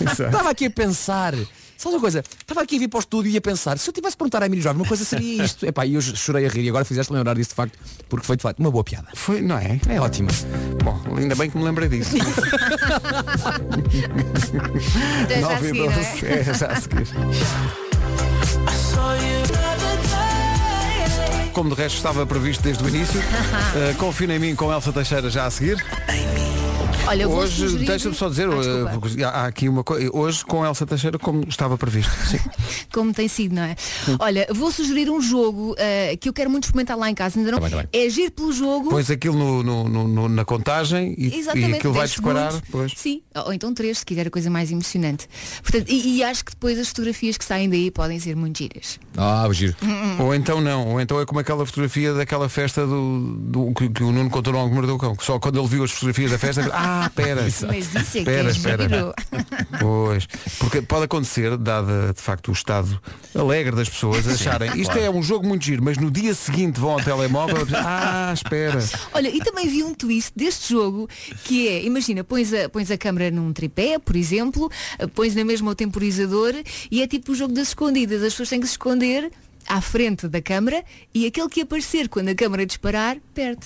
Speaker 6: Estava aqui a pensar. Sabe uma coisa? Estava aqui a vir para o estúdio e a pensar, se eu tivesse de perguntar à Mini Jovem, uma coisa seria isto. Epá, e eu chorei a rir e agora fizeste lembrar disso de facto, porque foi de facto uma boa piada.
Speaker 1: Foi, não é?
Speaker 6: É ótima.
Speaker 1: Bom, ainda bem que me lembrei disso.
Speaker 4: Então, já a
Speaker 1: Nove e
Speaker 4: seguir, não é?
Speaker 1: doze. É, já a seguir. Como de resto estava previsto desde o início, eh, confina em mim com Elsa Teixeira já a seguir.
Speaker 4: Olha, eu vou
Speaker 1: hoje,
Speaker 4: sugerir-
Speaker 1: deixa-me só dizer,
Speaker 4: Ah,
Speaker 1: eh,
Speaker 4: desculpa.
Speaker 1: porque há há aqui uma coisa. Hoje com Elsa Teixeira como estava previsto. Sim.
Speaker 4: Como tem sido, não é? Olha, vou sugerir um jogo eh, que eu quero muito experimentar lá em casa. Ainda não...
Speaker 1: Tá bem, tá
Speaker 4: É agir pelo jogo.
Speaker 1: Pões aquilo no- no- no- no- na contagem e, e
Speaker 4: Exatamente,
Speaker 1: aquilo vai
Speaker 4: 10
Speaker 1: disparar.
Speaker 4: segundos.
Speaker 1: Pois.
Speaker 4: Sim, ou ou então três, se quiser a coisa mais emocionante. Portanto, e, e acho que depois as fotografias que saem daí podem ser muito giras.
Speaker 6: Ah, o giro.
Speaker 4: Hum.
Speaker 1: Ou então não, ou então é como aquela fotografia daquela festa do, do- que, que o Nuno contou no Algo que Mordeu o Cão, que só quando ele viu as fotografias da festa, ah, pera.
Speaker 4: Mas isso é que
Speaker 1: pera,
Speaker 4: é
Speaker 1: espera.
Speaker 4: giro.
Speaker 1: Pois, porque pode acontecer, dado de facto o estado alegre das pessoas,
Speaker 6: Sim,
Speaker 1: acharem isto
Speaker 6: claro.
Speaker 1: é um jogo muito giro, mas no dia seguinte vão ao telemóvel, ah, espera.
Speaker 4: Olha, e também vi um twist deste jogo que é, imagina, pões a, pões a câmera num tripé, por exemplo, pões na mesma o temporizador e é tipo o jogo das escondidas. As pessoas têm que se esconder à frente da câmara e aquele que aparecer quando a câmara disparar, perde.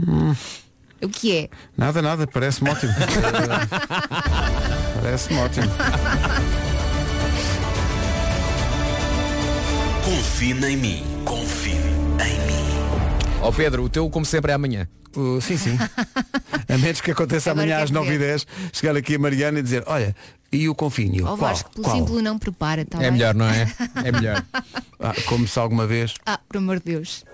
Speaker 1: Hum,
Speaker 4: O que é?
Speaker 1: nada, nada, parece-me ótimo. Eh, parece-me ótimo.
Speaker 6: Confina em mim. Confina em mim. Ó Pedro, o teu como sempre é amanhã.
Speaker 1: sim, sim. A menos que aconteça
Speaker 4: Agora é
Speaker 1: amanhã
Speaker 4: quero
Speaker 1: às 9 e
Speaker 4: ver.
Speaker 1: 10 chegar aqui a Mariana e dizer, olha, e o confínio?
Speaker 4: Ó
Speaker 1: Qual?
Speaker 4: Oh, Vasco, pelo
Speaker 1: Qual?
Speaker 4: simples não prepara, tá bem?
Speaker 6: não é? É melhor.
Speaker 1: Ah, como se alguma vez.
Speaker 4: Ah, por amor de Deus.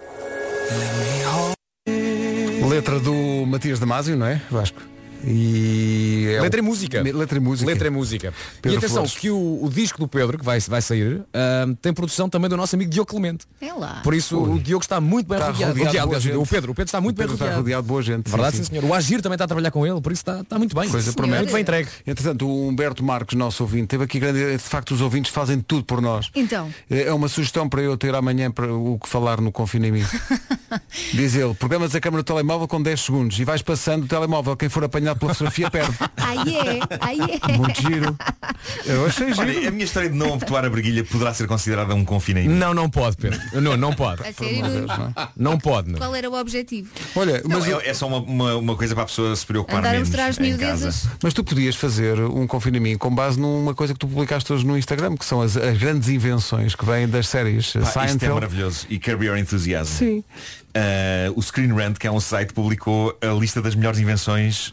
Speaker 1: Letra do Matias Damasio, não é, Vasco? E é
Speaker 6: Letra e música.
Speaker 1: Letra e música.
Speaker 6: Letra e música.
Speaker 1: Pedro
Speaker 6: e atenção
Speaker 1: Flores.
Speaker 6: que o, o disco do Pedro, que vai, vai sair, ahm, tem produção também do nosso amigo Diogo Clemente.
Speaker 4: É lá.
Speaker 6: Por isso o Diogo está muito bem
Speaker 1: Está
Speaker 6: rodeado.
Speaker 1: rodeado de
Speaker 6: Rodeado,
Speaker 1: boa
Speaker 6: aliás,
Speaker 1: gente.
Speaker 6: o Pedro, o Pedro está muito
Speaker 1: O Pedro
Speaker 6: bem
Speaker 1: está
Speaker 6: rodeado.
Speaker 1: rodeado de boa gente.
Speaker 6: Verdade,
Speaker 1: Sim,
Speaker 6: sim,
Speaker 1: sim.
Speaker 6: senhor. O Agir também está a trabalhar com ele, por isso está, está muito bem.
Speaker 1: Coisa promete.
Speaker 6: Muito bem entregue.
Speaker 1: Entretanto, o Humberto Marques, nosso ouvinte, teve aqui grande. De facto, os ouvintes fazem tudo por nós.
Speaker 4: Então,
Speaker 1: É uma sugestão para eu ter amanhã para o que falar no confinamento. Diz ele, programas da câmara do telemóvel com 10 segundos e vais passando o telemóvel. Quem for apanhado pela fotografia perde.
Speaker 4: aí é, aí é.
Speaker 1: Muito giro. Eu achei giro.
Speaker 18: Olha, a minha história de não abotoar a briguilha poderá ser considerada um confinamento.
Speaker 6: Não, não pode, Pedro. Não, não pode.
Speaker 4: A sério, Nuno?
Speaker 6: Não pode, não.
Speaker 4: Qual era o objetivo?
Speaker 1: é? Olha,
Speaker 18: mas é, é só uma, uma, uma coisa para a pessoa se preocupar
Speaker 4: Andar a
Speaker 18: menos
Speaker 4: mostrar as
Speaker 18: em casa.
Speaker 4: miudezas?
Speaker 1: Mas tu podias fazer um confinamento com base numa coisa que tu publicaste hoje no Instagram, que são as, as grandes invenções que vêm das séries
Speaker 18: Pá, isto é
Speaker 1: Seinfeld.
Speaker 18: maravilhoso. E Curb Your Enthusiasm.
Speaker 1: Sim.
Speaker 18: Uh, o Screen Rant, que é um site, publicou a lista das melhores invenções uh,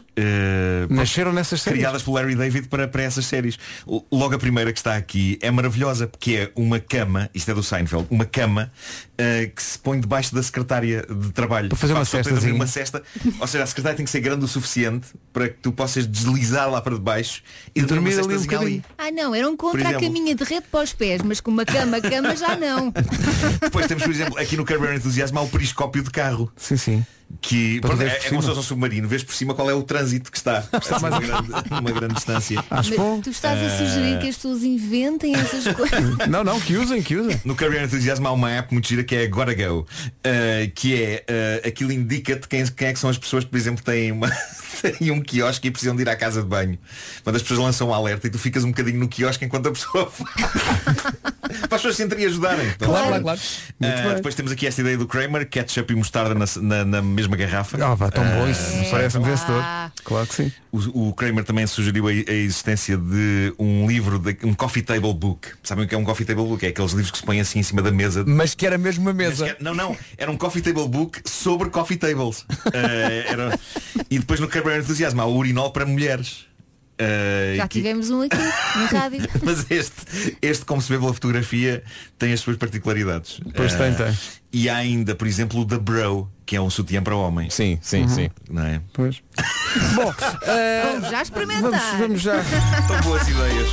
Speaker 1: Nasceram nessas séries.
Speaker 18: criadas pelo Larry David para, para essas séries. L- Logo a primeira que está aqui é maravilhosa, porque é uma cama, isto é do Seinfeld, uma cama uh, que se põe debaixo da secretária de trabalho.
Speaker 1: Para fazer
Speaker 18: Pá,
Speaker 1: uma assim.
Speaker 18: só para
Speaker 1: cestazinha.
Speaker 18: dormir uma cesta. Ou seja, a secretária tem que ser grande o suficiente para que tu possas deslizar lá para debaixo e, dormir, uma
Speaker 1: um
Speaker 18: cestazinha ali.
Speaker 4: Ah não, eram
Speaker 18: Por
Speaker 4: contra a
Speaker 18: exemplo.
Speaker 4: caminha de rede para os pés, mas com uma cama, cama já não.
Speaker 18: Depois temos, por exemplo, aqui no Curb Your Enthusiasm há o periscópio de carro.
Speaker 1: Sim, sim.
Speaker 18: Que
Speaker 1: Para
Speaker 18: pronto,
Speaker 1: veres
Speaker 18: é,
Speaker 1: por
Speaker 18: é como se
Speaker 1: cima.
Speaker 18: fosse um submarino, vês por cima qual é o trânsito que está. Está a uma, grande, uma grande distância.
Speaker 4: Mas tu estás a sugerir que as pessoas inventem essas coisas.
Speaker 1: Não, não, que usem, que usem.
Speaker 18: No Career Enthusiasm há uma app muito gira que é Agora Go, eh, que é eh, aquilo indica-te quem, quem é que são as pessoas que, por exemplo, têm, uma, têm um quiosque e precisam de ir à casa de banho. Quando as pessoas lançam um alerta e tu ficas um bocadinho no quiosque enquanto a pessoa faz. Para as pessoas se entrem a ajudarem.
Speaker 6: Claro, claro, claro.
Speaker 18: Eh,
Speaker 6: Muito bem.
Speaker 18: depois temos aqui esta ideia do Kramer, ketchup e mostarda na, na- na mesma garrafa.
Speaker 1: Ah, pá, tão bom
Speaker 18: Eh,
Speaker 1: isso.
Speaker 18: no site.
Speaker 1: Parece-me vencedor. Claro que sim.
Speaker 18: O, o Kramer também sugeriu a, a existência de um livro, de, um coffee table book. Sabem o que é um coffee table book? É aqueles livros que se põem assim em cima da mesa.
Speaker 6: Mas que era mesmo uma mesa.
Speaker 18: Não, não, era um coffee table book sobre coffee tables. Eh, era- E depois no Kramer Entusiasmo há o urinol para mulheres. Eh,
Speaker 4: Já
Speaker 18: que-
Speaker 4: tivemos um aqui, no rádio.
Speaker 18: Mas este, este, como se vê pela fotografia, tem as suas particularidades.
Speaker 1: Pois
Speaker 18: Eh,
Speaker 1: tem, tem.
Speaker 18: E há ainda, por exemplo, o The Bro, que é um sutiã para homens.
Speaker 6: Sim, sim,
Speaker 1: Uhum. sim.
Speaker 18: Não é?
Speaker 1: Pois. Bom,
Speaker 4: Vamos já experimentar.
Speaker 1: Vamos, vamos já.
Speaker 18: Tão boas ideias.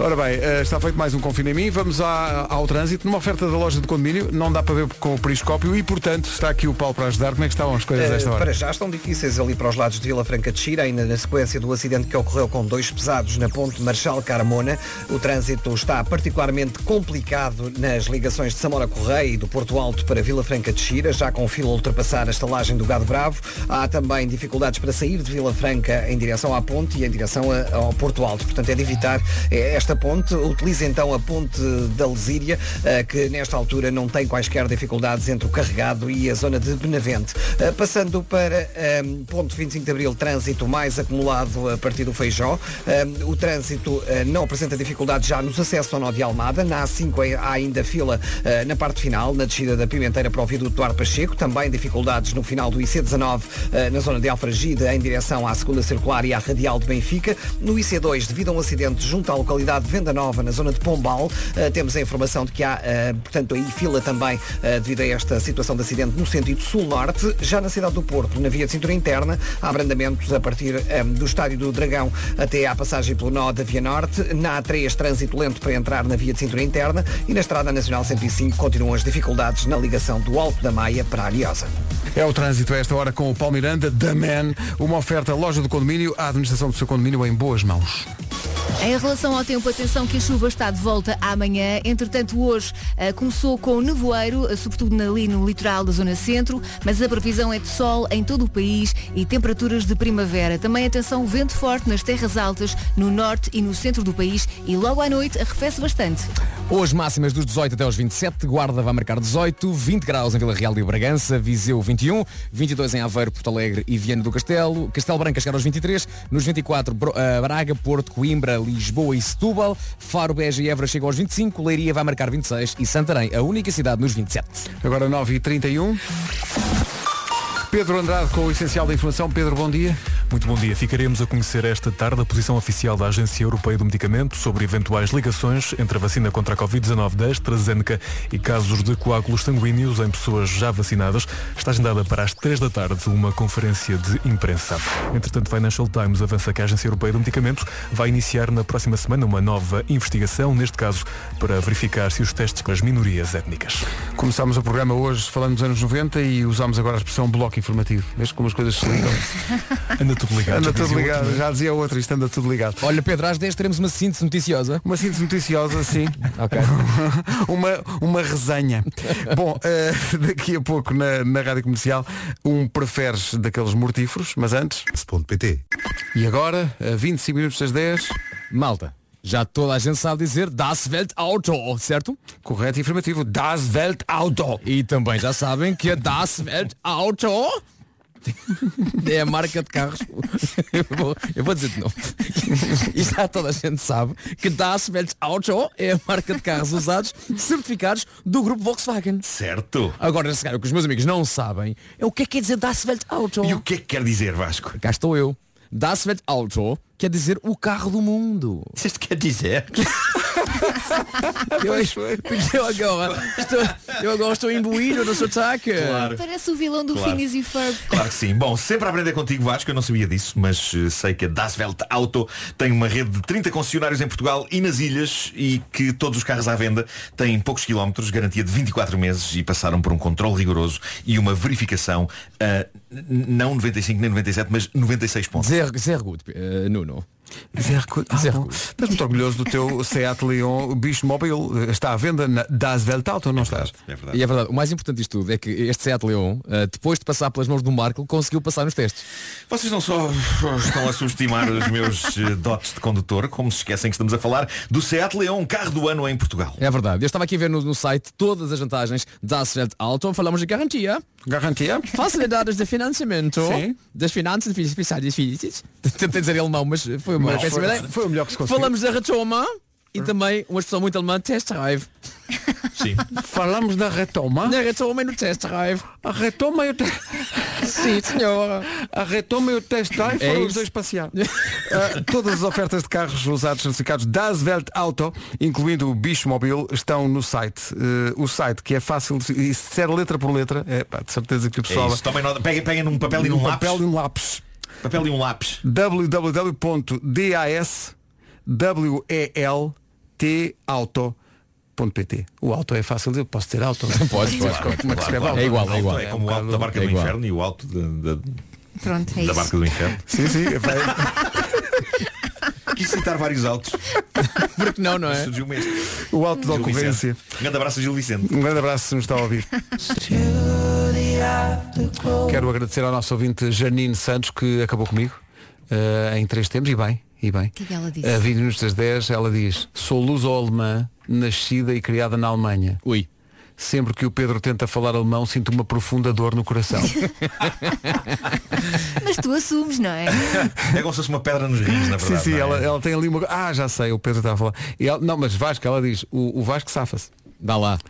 Speaker 1: Ora bem, eh, está feito mais um confinamento. Vamos à- ao trânsito. Numa oferta da loja de condomínio, não dá para ver com o periscópio e, portanto, está aqui o Paulo para ajudar. Como é que estão as coisas a esta
Speaker 3: Eh,
Speaker 1: hora?
Speaker 3: Para já estão difíceis ali para os lados de Vila Franca de Xira, ainda na sequência do acidente que ocorreu com dois pesados na ponte Marchal Carmona. O trânsito está particularmente complicado nas ligações de Samora Correia e do Porto Alto para Vila Franca de Xira, já com fila a ultrapassar a estalagem do Gado Bravo. Há também dificuldades para sair de Vila Franca em direção à ponte e em direção a- ao Porto Alto. Portanto, é de evitar eh, esta ponte. Utilize então a ponte da Lesíria, eh, que nesta altura não tem quaisquer dificuldades entre o carregado e a zona de Benavente. Eh, Passando para ehm, ponto 25 de Abril, trânsito mais acumulado a partir do Feijó. Ehm, O trânsito eh, não apresenta dificuldades já nos acessos ao Nó de Almada. Na A5 há ainda fila eh, na parte final, na descida da Pimenteira para o viaduto do Ar Pacheco. Também dificuldades no final do IC19, eh, na zona de Alfragida, em direção à segunda circular e à radial de Benfica. No IC2, devido a um acidente junto à localidade de Venda Nova, na zona de Pombal, eh, temos a informação de que há, eh, portanto, aí fila também eh, devido a esta situação de acidente no sentido sul-norte. Já na cidade do Porto, na via de cintura interna, há abrandamentos a partir eh, do Estádio do Dragão até à passagem pelo nó da Via Norte. Na A3, trânsito lento para entrar na via de cintura interna e na Estrada Nacional 105 continuam as dificuldades na ligação do Alto da Maia para a Ariosa.
Speaker 1: É o trânsito a esta hora com o Paulo Miranda, The Man, uma oferta loja do condomínio, a administração do seu condomínio em boas mãos.
Speaker 4: Em relação ao tempo, atenção que a chuva está de volta amanhã. Entretanto, hoje eh, começou com nevoeiro, eh, sobretudo ali no litoral da zona centro, mas a previsão é de sol em todo o país e temperaturas de primavera. Também atenção, vento forte nas terras altas, no norte e no centro do país e logo à noite arrefece bastante.
Speaker 6: Hoje máximas dos 18 até aos 27, Guarda vai marcar 18, 20 graus em Vila Real e Bragança, Viseu 21, 22 em Aveiro, Porto Alegre e Viana do Castelo, Castelo Branco a chegar aos 23, nos 24 Bro- eh, Braga, Porto, Coimbra, Lisboa e Setúbal, Faro, Beja e Évora chegam aos 25, Leiria vai marcar 26 e Santarém, a única cidade nos 27.
Speaker 1: Agora 9h31. Pedro Andrade com o Essencial da Informação. Pedro, bom dia.
Speaker 2: Muito bom dia. Ficaremos a conhecer esta tarde a posição oficial da Agência Europeia do Medicamento sobre eventuais ligações entre a vacina contra a Covid-19 da AstraZeneca e casos de coágulos sanguíneos em pessoas já vacinadas. Está agendada para as 3 da tarde uma conferência de imprensa. Entretanto, Financial Times avança que a Agência Europeia do Medicamento vai iniciar na próxima semana uma nova investigação, neste caso para verificar se os testes com as minorias étnicas.
Speaker 1: Começámos o programa hoje falando dos anos 90 e usámos agora a expressão bloco informativo. Vês como as coisas se ligam.
Speaker 2: Anda tudo ligado.
Speaker 1: Anda
Speaker 2: já
Speaker 1: tudo
Speaker 2: dizia
Speaker 1: ligado,
Speaker 2: outro, não é?
Speaker 1: já dizia outro, isto anda tudo ligado.
Speaker 6: Olha, Pedro, às 10 teremos uma síntese noticiosa.
Speaker 1: Uma síntese noticiosa, sim.
Speaker 6: ok.
Speaker 1: uma, uma resenha. Bom, eh, daqui a pouco na, na Rádio Comercial, um preferes daqueles mortíferos, mas antes.
Speaker 6: .pt.
Speaker 1: E agora, a 25 minutos das 10.
Speaker 6: Malta, já toda a gente sabe dizer Das Welt Auto, certo?
Speaker 1: Correto, informativo. Das Welt Auto.
Speaker 6: E também já sabem que a Das Welt Auto é a marca de carros. Eu vou, eu vou dizer de novo. E já toda a gente sabe que Das Welt Auto é a marca de carros usados certificados do grupo Volkswagen.
Speaker 14: Certo.
Speaker 6: Agora, se calhar, o que os meus amigos não sabem é o que é que quer dizer Das Welt Auto.
Speaker 14: E o que é que quer dizer, Vasco?
Speaker 6: Cá estou eu. Das Welt Auto quer dizer o carro do mundo.
Speaker 14: Isto quer dizer?
Speaker 6: Eu, eu agora estou, eu agora estou imbuído do sotaque.
Speaker 4: Parece o vilão do
Speaker 14: Claro.
Speaker 4: Phineas e Ferb.
Speaker 14: Claro que sim. Bom, sempre a aprender contigo, Vasco, eu não sabia disso, mas eh, sei que a Das Welt Auto tem uma rede de 30 concessionários em Portugal e nas ilhas e que todos os carros à venda têm poucos quilómetros, garantia de 24 meses e passaram por um controle rigoroso e uma verificação a n- não 95 nem 97, mas 96 pontos.
Speaker 6: Zero, zero good, eh, Nuno.
Speaker 1: Zero good. Ah, bom. Estás muito orgulhoso do teu Seat Leon bicho móvel. Está à venda na Das Welt Auto, não estás?
Speaker 14: É verdade.
Speaker 6: E é verdade, o mais importante disto tudo é que este Seat Leon, eh, depois de passar pelas mãos do Marco, conseguiu passar nos testes.
Speaker 14: Vocês não só estão a subestimar os meus eh, dotes de condutor, como se esquecem que estamos a falar do Seat Leon, carro do ano em Portugal.
Speaker 6: É verdade. Eu estava aqui a ver no, no site todas as vantagens da Seat Alto. Falamos de garantia.
Speaker 1: Garantia?
Speaker 6: Facilidades de financiamento.
Speaker 1: Sim.
Speaker 6: Das finanças fiscais difíceis. Tentei dizer em alemão, mas foi uma
Speaker 1: Mas
Speaker 6: péssima
Speaker 1: foi-
Speaker 6: ideia.
Speaker 1: foi o melhor que se conseguiu.
Speaker 6: Falamos da retoma e também uma expressão muito alemã, test drive.
Speaker 14: Sim.
Speaker 1: Falamos da retoma.
Speaker 6: Na retoma e no test drive.
Speaker 1: A retoma e o test
Speaker 6: Sim, senhora.
Speaker 1: A retoma e o test drive
Speaker 6: É
Speaker 1: foram os
Speaker 6: isso.
Speaker 1: dois passear. Ah, todas as ofertas de carros usados certificados Das Welt Auto, incluindo o bicho móvel, estão no site. Eh, o site que é fácil, de- e se disser letra por letra, é pá, de certeza que o
Speaker 14: É
Speaker 1: pessoal...
Speaker 14: isso. Tomem nota, peguem, peguem num papel e num
Speaker 1: Um
Speaker 14: lápis.
Speaker 1: papel e um lápis.
Speaker 14: Papel e um lápis.
Speaker 1: www.dasweltauto.pt O auto é fácil, eu posso ter auto.
Speaker 6: Pode, pode, pode.
Speaker 1: Como é que se escreve
Speaker 14: Claro,
Speaker 1: auto?
Speaker 6: É igual, é igual.
Speaker 14: É como o alto da barca
Speaker 6: É
Speaker 14: do
Speaker 6: igual.
Speaker 14: inferno e o alto da, da-
Speaker 4: Pronto, é
Speaker 14: da
Speaker 4: isso.
Speaker 14: barca do inferno.
Speaker 1: Sim, sim. é bem-
Speaker 14: Quis citar vários altos.
Speaker 6: Porque não, não é?
Speaker 14: Surgiu mesmo.
Speaker 1: O alto da ocorrência.
Speaker 14: Um grande abraço, Gil Vicente.
Speaker 1: Um grande abraço se nos está a ouvir. Quero agradecer ao nosso ouvinte Janine Santos que acabou comigo eh, em três tempos e bem, e bem.
Speaker 4: que é que ela disse?
Speaker 1: A 20 minutos das 10 ela diz Sou luso-alemã, nascida e criada na Alemanha.
Speaker 6: Ui.
Speaker 1: Sempre que o Pedro tenta falar alemão sinto uma profunda dor no coração.
Speaker 4: Mas tu assumes, não é?
Speaker 14: É como se fosse uma pedra nos rins, na
Speaker 1: sim,
Speaker 6: Tá
Speaker 14: verdade.
Speaker 1: sim,
Speaker 14: não é?
Speaker 1: ela, ela tem ali uma. Ah, já sei, o Pedro está a falar. E ela- não, mas Vasco, ela diz, o, o Vasco safa-se.
Speaker 6: Dá lá.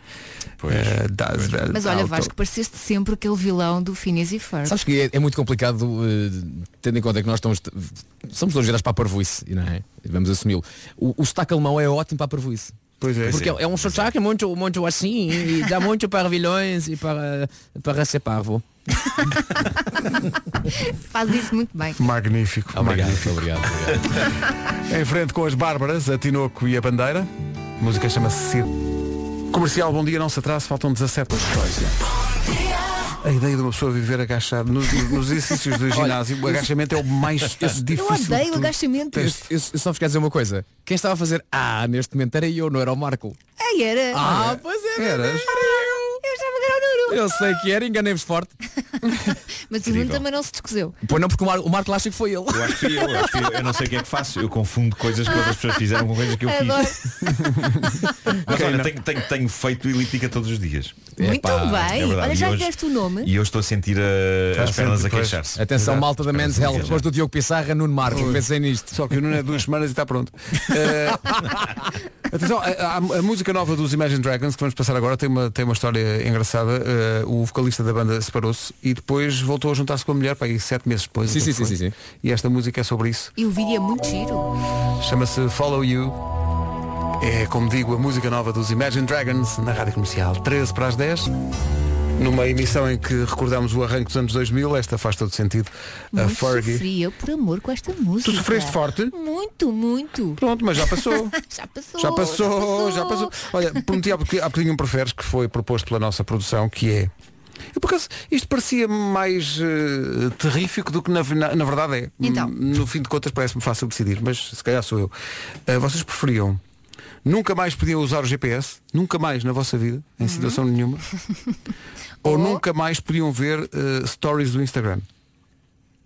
Speaker 14: Pois.
Speaker 1: Eh, dá- dá-
Speaker 4: Mas
Speaker 1: dá
Speaker 4: olha,
Speaker 1: o
Speaker 4: Vasco,
Speaker 1: toque.
Speaker 4: pareceste sempre aquele vilão do Phineas e Ferb.
Speaker 6: Sabes que é, é muito complicado, eh, tendo em conta que nós estamos, somos todos virados para a parvoíce, não é? Vamos assumi-lo. O, o sotaque alemão é ótimo para a parvoíce.
Speaker 1: Pois é.
Speaker 6: Porque é, um sotaque muito, muito assim e dá muito para vilões e para, para ser parvo.
Speaker 4: Faz isso muito bem.
Speaker 1: Magnífico.
Speaker 6: Obrigado,
Speaker 1: magnífico.
Speaker 6: obrigado, obrigado.
Speaker 1: Em frente com as Bárbaras, a Tinoco e a Bandeira. A música chama-se Cid. Comercial, bom dia, não se atrase, faltam 17 horas. A ideia de uma pessoa viver agachada nos, nos exercícios do ginásio, o agachamento é o mais difícil.
Speaker 4: Eu odeio agachamento.
Speaker 6: Eu, eu- eu só vos quero dizer uma coisa. Quem estava a fazer ah neste momento era eu, não era o Marco.
Speaker 4: Ai, era.
Speaker 6: Ah, pois é, era
Speaker 1: Eras?
Speaker 6: eu.
Speaker 4: Eu estava a ganhar o Nuno.
Speaker 6: Eu sei que era, enganei-vos forte.
Speaker 4: Mas o Nuno também não se descoseu.
Speaker 6: Pois não, porque o, Mar- o Marco lá acha que foi ele.
Speaker 14: Eu acho que fui eu, eu acho que fui eu. Eu não sei o que é que faço. Eu confundo coisas que outras pessoas fizeram com coisas que eu
Speaker 4: Adoro.
Speaker 14: fiz. Mas olha, tenho, tenho, tenho feito elítica todos os dias.
Speaker 4: Muito bem.
Speaker 14: é verdade.
Speaker 4: olha, já
Speaker 14: E
Speaker 4: lhe
Speaker 14: hoje-
Speaker 4: deste o nome.
Speaker 14: E eu estou a sentir eh, as
Speaker 1: a
Speaker 14: pernas
Speaker 1: sentir,
Speaker 14: a
Speaker 1: pois.
Speaker 14: queixar-se.
Speaker 6: Atenção,
Speaker 1: Exato.
Speaker 6: malta da Men's
Speaker 14: Espera,
Speaker 6: Health,
Speaker 14: já.
Speaker 6: depois do Diogo Pissarra, Nuno Marco, pensei nisto.
Speaker 1: Só que o Nuno é duas semanas e está pronto. Eh, Atenção, a, a- a música nova dos Imagine Dragons que vamos passar agora tem uma, tem uma história engraçada. Eh, o vocalista da banda separou-se e depois voltou a juntar-se com a mulher para aí sete meses depois.
Speaker 6: Sim,
Speaker 1: o que é
Speaker 6: sim,
Speaker 1: que
Speaker 6: sim,
Speaker 1: foi. E esta música é sobre isso.
Speaker 4: E o vídeo é muito giro.
Speaker 1: Chama-se Follow You. É, como digo, a música nova dos Imagine Dragons na Rádio Comercial. 13 para as 10. Numa emissão em que recordamos o arranque dos anos 2000, esta faz todo sentido. A
Speaker 4: Muito
Speaker 1: Fergie.
Speaker 4: sofri eu por amor com esta música.
Speaker 1: sofreste forte?
Speaker 4: Muito, muito.
Speaker 1: Pronto, mas já passou.
Speaker 4: já passou.
Speaker 1: Já passou, já passou. Olha, prometi há bocadinho, há bocadinho um preferes que foi proposto pela nossa produção, que é. Eu, por acaso, isto parecia mais eh, terrífico do que na, na- na verdade é.
Speaker 4: Então.
Speaker 1: Hum, No fim de contas parece-me fácil decidir, mas se calhar sou eu. Eh, vocês preferiam nunca mais podiam usar o GPS, nunca mais na vossa vida, em situação nenhuma, Uhum. ou nunca mais podiam ver eh, stories do Instagram.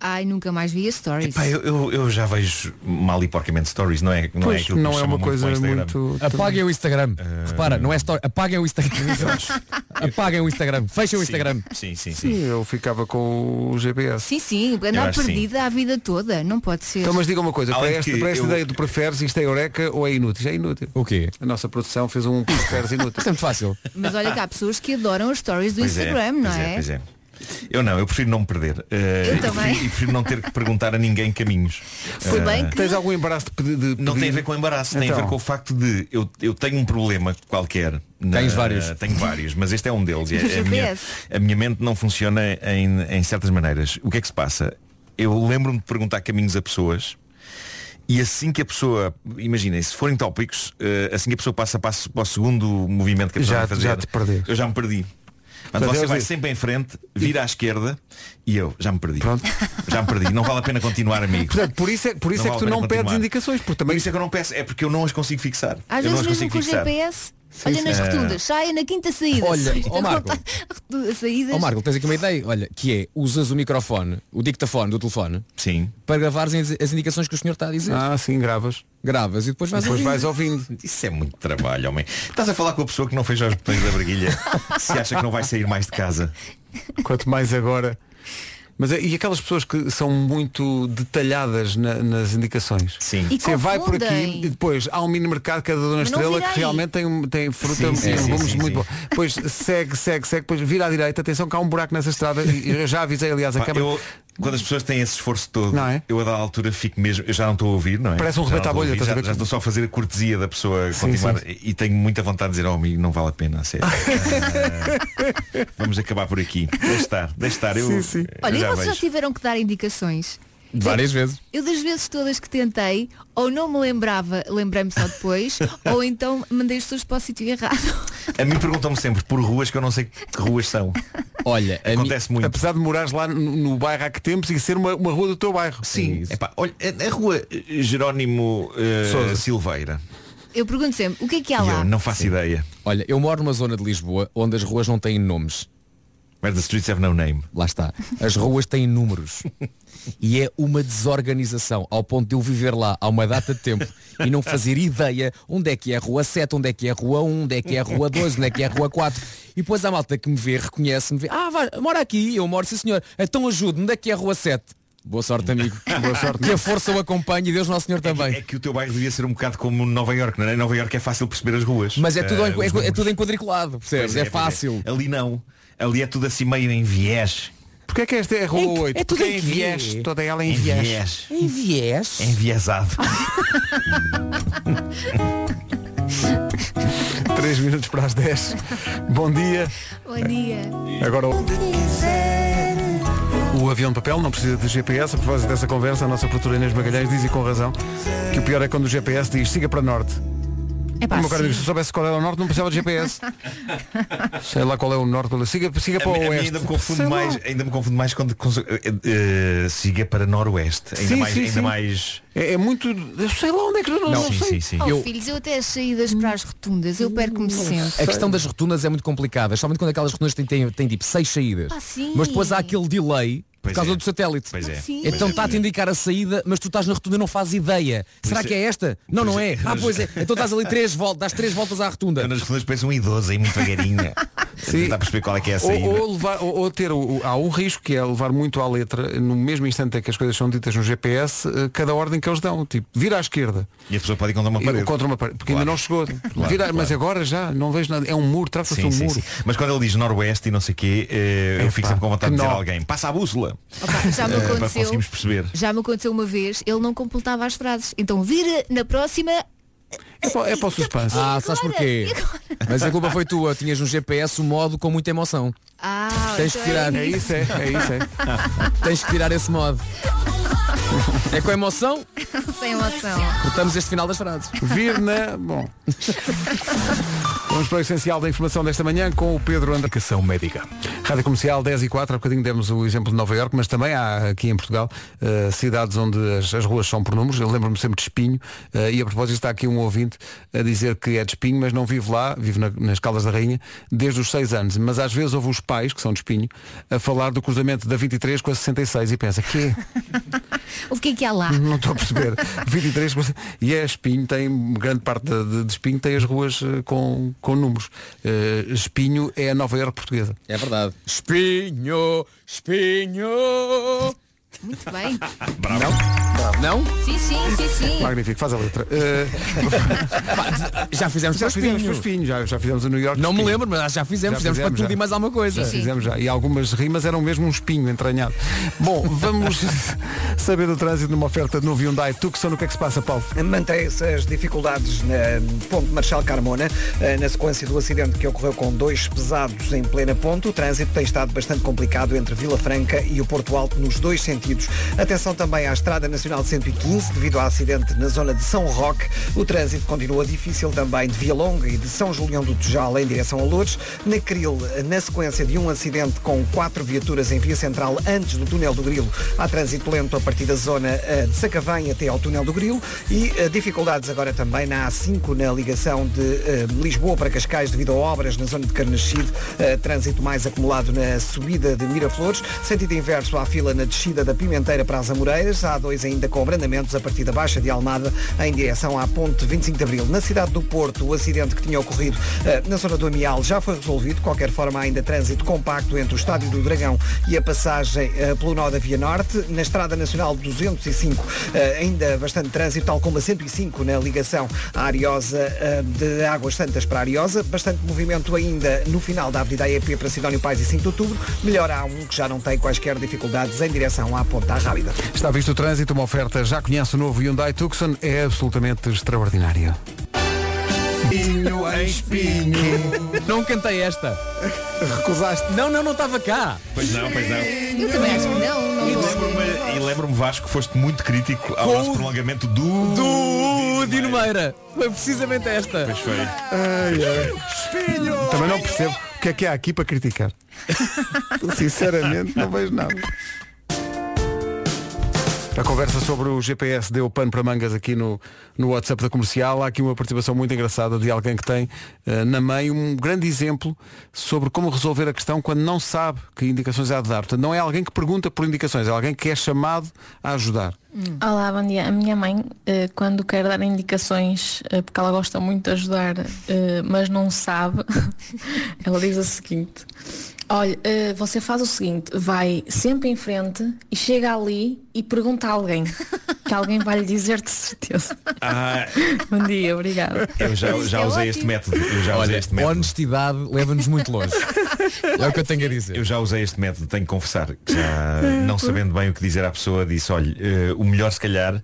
Speaker 4: Ai, nunca mais vi as stories.
Speaker 14: Pá, eu, eu- eu já vejo mal e porcamente stories, não é? Não é,
Speaker 1: Pois,
Speaker 14: aquilo que
Speaker 1: não
Speaker 14: me
Speaker 1: é
Speaker 14: chama
Speaker 1: uma coisa
Speaker 14: para o Instagram. Eh,
Speaker 1: muito-
Speaker 6: Apaguem o Instagram. Repara, não é story. Apaguem o Instagram. Apaguem o Instagram. Fechem o Instagram.
Speaker 14: Sim,
Speaker 1: sim. Eu ficava com o GPS.
Speaker 4: Sim, sim, andar
Speaker 1: acho que
Speaker 4: perdida a vida toda, não pode ser.
Speaker 1: Então, mas diga uma coisa, para
Speaker 14: Além
Speaker 1: esta,
Speaker 14: que
Speaker 1: para esta
Speaker 14: eu-
Speaker 1: ideia do preferes, isto é eureka ou é inútil? Isto É inútil.
Speaker 6: O quê?
Speaker 1: A nossa produção fez um preferes inútil.
Speaker 6: Sempre fácil.
Speaker 4: Mas olha que há pessoas que adoram as stories do
Speaker 14: Pois é,
Speaker 4: Instagram, não
Speaker 14: pois
Speaker 4: é?
Speaker 14: pois é. Eu não, eu prefiro não me perder. Eh,
Speaker 4: Eu
Speaker 14: e
Speaker 4: também.
Speaker 14: Prefiro, e prefiro não ter que perguntar a ninguém caminhos.
Speaker 4: Foi
Speaker 14: Eh,
Speaker 4: bem que-
Speaker 1: Tens algum embaraço de pedir? de
Speaker 14: Não tem a
Speaker 1: pedir?
Speaker 14: ver com embaraço, tem a
Speaker 1: Então.
Speaker 14: ver com o facto de eu, eu tenho um problema qualquer. na-
Speaker 6: Tens vários.
Speaker 14: Tenho vários, mas este é um deles. É- é a, minha,
Speaker 6: GPS.
Speaker 14: a minha mente não funciona em, em certas maneiras. O que é que se passa? Eu lembro-me de perguntar caminhos a pessoas e assim que a pessoa, imaginem, se forem tópicos, eh, assim que a pessoa passa para, para o segundo movimento que a pessoa
Speaker 1: Já-
Speaker 14: vai fazer,
Speaker 1: já te perdeste.
Speaker 14: eu já me perdi. Portanto,
Speaker 1: Portanto,
Speaker 14: você
Speaker 1: eles dizem-
Speaker 14: vai sempre em frente, vira à esquerda e eu já me perdi. Já me perdi. Não vale a pena continuar, amigo.
Speaker 1: Portanto, por isso é, por isso é que
Speaker 14: vale a
Speaker 1: tu
Speaker 14: pena
Speaker 1: não pedes
Speaker 14: continuar.
Speaker 1: indicações, porque também
Speaker 14: isso é que eu não peço, é porque eu não as consigo fixar.
Speaker 4: Às
Speaker 14: eu não
Speaker 4: vezes
Speaker 14: as
Speaker 4: mesmo
Speaker 14: consigo
Speaker 4: com o
Speaker 14: fixar.
Speaker 4: GPS, olha
Speaker 14: sim.
Speaker 4: nas
Speaker 14: Eh,
Speaker 4: rotundas, saia na quinta saída.
Speaker 6: Olha,
Speaker 4: saia
Speaker 6: ó
Speaker 4: na
Speaker 6: Marco.
Speaker 4: volta- a saídas.
Speaker 6: Ó Marco, tens aqui uma ideia, olha, que é usas o microfone, o dictafone do telefone,
Speaker 14: sim.
Speaker 6: para gravares as, as indicações que o senhor está a dizer.
Speaker 1: Ah, sim, gravas.
Speaker 6: Gravas e depois vais
Speaker 1: depois
Speaker 6: ouvindo.
Speaker 1: vais ouvindo.
Speaker 14: Isso é muito trabalho, homem. Estás a falar com a pessoa que não fez aos botões da briguilha se acha que não vai sair mais de casa.
Speaker 1: Quanto mais agora. Mas é- e aquelas pessoas que são muito detalhadas na- nas indicações.
Speaker 14: Sim.
Speaker 4: E
Speaker 1: Você vai por aqui
Speaker 4: confundem.
Speaker 1: e depois há um mini mercado cada dona
Speaker 4: Mas não
Speaker 1: estrela
Speaker 4: virei.
Speaker 1: que realmente tem, um- tem fruta
Speaker 14: Sim, sim,
Speaker 1: e
Speaker 14: sim,
Speaker 1: legumes
Speaker 14: sim,
Speaker 1: muito
Speaker 14: sim.
Speaker 1: bom. Depois segue, segue, segue, depois vira à direita, atenção que há um buraco nessa estrada e eu já avisei aliás a
Speaker 14: Pá,
Speaker 1: câmara.
Speaker 14: eu, quando as pessoas têm esse esforço todo,
Speaker 1: Não é?
Speaker 14: eu a dada altura fico mesmo, eu já não estou a ouvir, não é?
Speaker 1: Parece um
Speaker 14: Já não
Speaker 1: rebenta à
Speaker 14: estou
Speaker 1: bolha,
Speaker 14: ouvir,
Speaker 1: estás a
Speaker 14: já,
Speaker 1: ver?
Speaker 14: já estou só a fazer a cortesia da pessoa
Speaker 1: Sim,
Speaker 14: continuar
Speaker 1: sim.
Speaker 14: e e tenho muita vontade de dizer, oh amigo, não vale a pena, a sério. Ah, vamos acabar por aqui. Deixa estar, deixa estar. Eu,
Speaker 1: Sim, sim.
Speaker 14: eu
Speaker 4: Olha, e
Speaker 14: já
Speaker 4: vocês já
Speaker 14: vejo.
Speaker 4: tiveram que dar indicações?
Speaker 6: Várias vezes.
Speaker 4: Eu das vezes todas que tentei, ou não me lembrava, lembrei-me só depois, ou então mandei as pessoas para o sítio errado.
Speaker 14: A mim perguntam-me sempre por ruas que eu não sei que ruas são.
Speaker 6: Olha, a
Speaker 14: Acontece muito.
Speaker 1: Apesar de morares lá no, no bairro há que tempos e ser uma, uma rua do teu bairro.
Speaker 14: Sim, epá, olha, a, a rua eh, Jerónimo eh,
Speaker 1: Sousa.
Speaker 14: Silveira.
Speaker 4: Eu pergunto sempre, o que é que há
Speaker 14: E
Speaker 4: lá?
Speaker 14: eu não faço ideia.
Speaker 6: Olha, eu moro numa zona de Lisboa onde as ruas não têm nomes.
Speaker 14: Where the streets have no name.
Speaker 6: Lá está. As ruas têm números. E é uma desorganização ao ponto de eu viver lá há uma data de tempo e não fazer ideia onde é que é a rua 7, onde é que é a rua 1, onde é que é a rua 2, onde é que é a rua 4. E depois a malta que me vê, reconhece-me, vê, ah, vai, mora aqui, eu moro, sim senhor, então ajude-me, onde é que é a rua 7? Boa sorte, amigo. Boa sorte. Que a força o acompanhe e Deus Nosso Senhor também.
Speaker 14: É que o teu bairro devia ser um bocado como Nova York, não é? Em Nova York é fácil perceber as ruas.
Speaker 6: Mas é tudo,
Speaker 14: Ah,
Speaker 6: em-
Speaker 14: os
Speaker 6: é, é
Speaker 14: números.
Speaker 6: tudo em quadriculado, percebes?
Speaker 14: Pois
Speaker 6: É,
Speaker 14: pois
Speaker 6: fácil.
Speaker 14: Ali não. Ali é tudo assim meio em viés.
Speaker 1: Porquê é que esta é a
Speaker 6: Em que-
Speaker 1: rua 8?
Speaker 6: é tudo
Speaker 1: Porque
Speaker 6: em
Speaker 1: em
Speaker 6: quê?
Speaker 1: viés, toda ela é em
Speaker 14: Em
Speaker 1: viés.
Speaker 14: viés.
Speaker 6: Em viés?
Speaker 14: Enviesado.
Speaker 1: 3 minutos para as 10. Bom dia.
Speaker 4: Bom dia.
Speaker 1: Agora o- o avião de papel não precisa de GPS. A propósito dessa conversa, a nossa produtora Inês Magalhães diz e com razão que o pior é quando o GPS diz siga para norte.
Speaker 4: É
Speaker 1: o
Speaker 4: pá,
Speaker 1: meu caro
Speaker 4: sim.
Speaker 1: amigo, se eu soubesse qual era o norte, não precisava de GPS. Sei lá qual é o norte. Siga, siga para
Speaker 14: A
Speaker 1: o
Speaker 14: mim- a mim
Speaker 1: oeste.
Speaker 14: ainda me confundo
Speaker 1: Sei lá.
Speaker 14: mais, ainda me confundo mais quando cons- eh, eh, siga para noroeste. Ainda
Speaker 1: Sim,
Speaker 14: mais,
Speaker 1: sim,
Speaker 14: ainda
Speaker 1: sim.
Speaker 14: mais.
Speaker 1: É, é muito. Eu sei lá onde é que eu não, não
Speaker 14: sim,
Speaker 1: sei.
Speaker 14: sim, sim.
Speaker 4: Oh,
Speaker 6: Eu-
Speaker 4: filhos, eu até as saídas para as rotundas, eu perco-me sempre.
Speaker 6: A questão das rotundas é muito complicada, somente quando aquelas rotundas têm, têm, têm, tipo seis saídas.
Speaker 4: Ah, sim. Ah,
Speaker 6: Mas depois há aquele delay por
Speaker 14: Pois
Speaker 6: causa
Speaker 14: é.
Speaker 6: do satélite.
Speaker 14: Pois é.
Speaker 4: Sim. tá-
Speaker 6: Então está a te indicar a saída, mas tu estás na rotunda e não fazes ideia. Será
Speaker 14: isso
Speaker 6: que é esta? Não, não é. Ah, pois é. Então estás ali três voltas, dás três voltas à
Speaker 14: Eu
Speaker 6: rotunda.
Speaker 14: nas rotundas parece um idoso aí muito vagarinho. tentar perceber qual é que é a saída.
Speaker 1: Ou, ou levar- ou- ou ter o, o- há o risco que é levar muito à letra, no mesmo instante em que as coisas são ditas no GPS, eh, cada ordem que eles dão, tipo, vira à esquerda.
Speaker 14: E a pessoa pode ir contra uma
Speaker 1: E-
Speaker 14: parede.
Speaker 1: Contra uma parede, porque ainda não chegou. vira,
Speaker 14: claro.
Speaker 1: Mas agora já, não vejo nada. É um muro, trata-se de um muro.
Speaker 14: Mas quando ele diz noroeste e não sei o quê, eh, eu fico sempre com vontade de
Speaker 1: que
Speaker 14: dizer a
Speaker 1: nó.
Speaker 14: alguém, passa a bússola.
Speaker 4: já me
Speaker 14: Eh, para
Speaker 4: aconteceu.
Speaker 14: conseguirmos perceber.
Speaker 4: Já me aconteceu uma vez, ele não completava as frases. Então vira na próxima.
Speaker 1: É para, o suspense.
Speaker 6: Ah, sabes porquê? Mas a culpa foi tua, tinhas no GPS um modo com muita emoção.
Speaker 4: Ah,
Speaker 6: Tens que tirar.
Speaker 1: É
Speaker 4: então
Speaker 6: Tens que tirar esse modo. É com emoção,
Speaker 4: Sem emoção.
Speaker 6: cortamos este final das frases.
Speaker 1: Vir na. Bom. Vamos para o essencial da informação desta manhã com o Pedro Andracação Médica. Rádio Comercial 10 e 4, há bocadinho demos o exemplo de Nova Iorque, mas também há aqui em Portugal eh, cidades onde as, as ruas são por números. Eu lembro-me sempre de Espinho eh, e a propósito está aqui um ouvinte a dizer que é de Espinho, mas não vive lá, vive na- nas Caldas da Rainha, desde os 6 anos. Mas às vezes ouve os pais, que são de Espinho, a falar do cruzamento da 23 com a 66 e pensa, que
Speaker 4: O que é que há lá?
Speaker 1: não estou a perceber. 23 e é Espinho, tem grande parte de, de- de Espinho tem as ruas eh, com, com números. Eh, Espinho é a Nova Iorque portuguesa.
Speaker 6: É verdade. Espinho, espinho.
Speaker 4: Muito bem.
Speaker 1: Bravo.
Speaker 6: Não?
Speaker 4: Sim, sim, sim, sim.
Speaker 1: Magnífico, faz a letra. Eh,
Speaker 6: já fizemos
Speaker 1: já
Speaker 6: para
Speaker 1: fizemos
Speaker 6: Espinho.
Speaker 1: para Espinho, já, já fizemos a New York.
Speaker 6: Não me
Speaker 1: Espinho.
Speaker 6: lembro, mas já fizemos,
Speaker 1: Já
Speaker 6: fizemos, para
Speaker 1: já.
Speaker 6: tudo e mais alguma coisa.
Speaker 1: Já fizemos já. E algumas rimas eram mesmo um espinho entranhado. Bom, vamos saber do trânsito numa oferta de novo Hyundai Tucson. O que é que se passa, Paulo?
Speaker 3: Mantém-se as dificuldades na ponte Marchal Carmona, eh, na sequência do acidente que ocorreu com dois pesados em plena ponte. O trânsito tem estado bastante complicado entre Vila Franca e o Porto Alto nos dois sentidos. Atenção também à Estrada Nacional 115, devido ao acidente na zona de São Roque. O trânsito continua difícil também de Via Longa e de São Julião do Tejal em direção a Lourdes. Na Cril, na sequência de um acidente com quatro viaturas em via central antes do túnel do Grilo, há trânsito lento a partir da zona eh, de Sacavém até ao túnel do Grilo e eh, dificuldades agora também na A5 na ligação de eh, Lisboa para Cascais devido a obras na zona de Carnachide, eh, trânsito mais acumulado na subida de Miraflores, sentido inverso à fila na descida da Pimenteira para as Amoreiras, há dois ainda com abrandamentos a partir da Baixa de Almada em direção à ponte 25 de Abril. Na cidade do Porto, o acidente que tinha ocorrido eh, na zona do Amial já foi resolvido, de qualquer forma há ainda trânsito compacto entre o Estádio do Dragão e a passagem eh, pelo nó da Via Norte, na Estrada Nacional 205 eh, ainda bastante trânsito, tal como a 105 na ligação à Ariosa eh, de Águas Santas para Ariosa, bastante movimento ainda no final da Avenida AEP para Sidónio Pais e 5 de Outubro, melhor há um que já não tem quaisquer dificuldades em direção à Ponta Rábida.
Speaker 1: Está visto o trânsito, uma oferta já conhece o novo Hyundai Tucson, é absolutamente extraordinário. Espinho em espinho.
Speaker 6: Não cantei esta.
Speaker 1: Recusaste.
Speaker 6: Não, não, não estava cá.
Speaker 14: Pois não, pois não.
Speaker 4: Eu também acho que não, não vou.
Speaker 14: E lembro-me, Vasco, foste muito crítico ao
Speaker 6: Com
Speaker 14: nosso
Speaker 6: o-
Speaker 14: prolongamento do...
Speaker 6: Do Dino Meira. Foi precisamente esta.
Speaker 14: Pois foi.
Speaker 1: Espinho! Também não percebo o que é que há aqui para criticar. Sinceramente, não vejo nada. A conversa sobre o GPS deu pano para mangas aqui no, no WhatsApp da comercial. Há aqui uma participação muito engraçada de alguém que tem eh, na mãe um grande exemplo sobre como resolver a questão quando não sabe que indicações há de dar. Portanto, não é alguém que pergunta por indicações, é alguém que é chamado a ajudar.
Speaker 18: Olá, bom dia. A minha mãe, eh, quando quer dar indicações, eh, porque ela gosta muito de ajudar, eh, mas não sabe, ela diz o seguinte: Olha, eh, você faz o seguinte, vai sempre em frente e chega ali e pergunta a alguém, que alguém vai lhe dizer de certeza.
Speaker 14: Ah,
Speaker 18: Bom dia, obrigada.
Speaker 14: eu já, já usei este método. Eu já usei
Speaker 6: Olha,
Speaker 14: este método.
Speaker 6: honestidade leva-nos muito longe. É o que eu tenho a dizer.
Speaker 14: Eu já usei este método, tenho que confessar. que Já não sabendo bem o que dizer à pessoa, disse, olha, eh, o melhor se calhar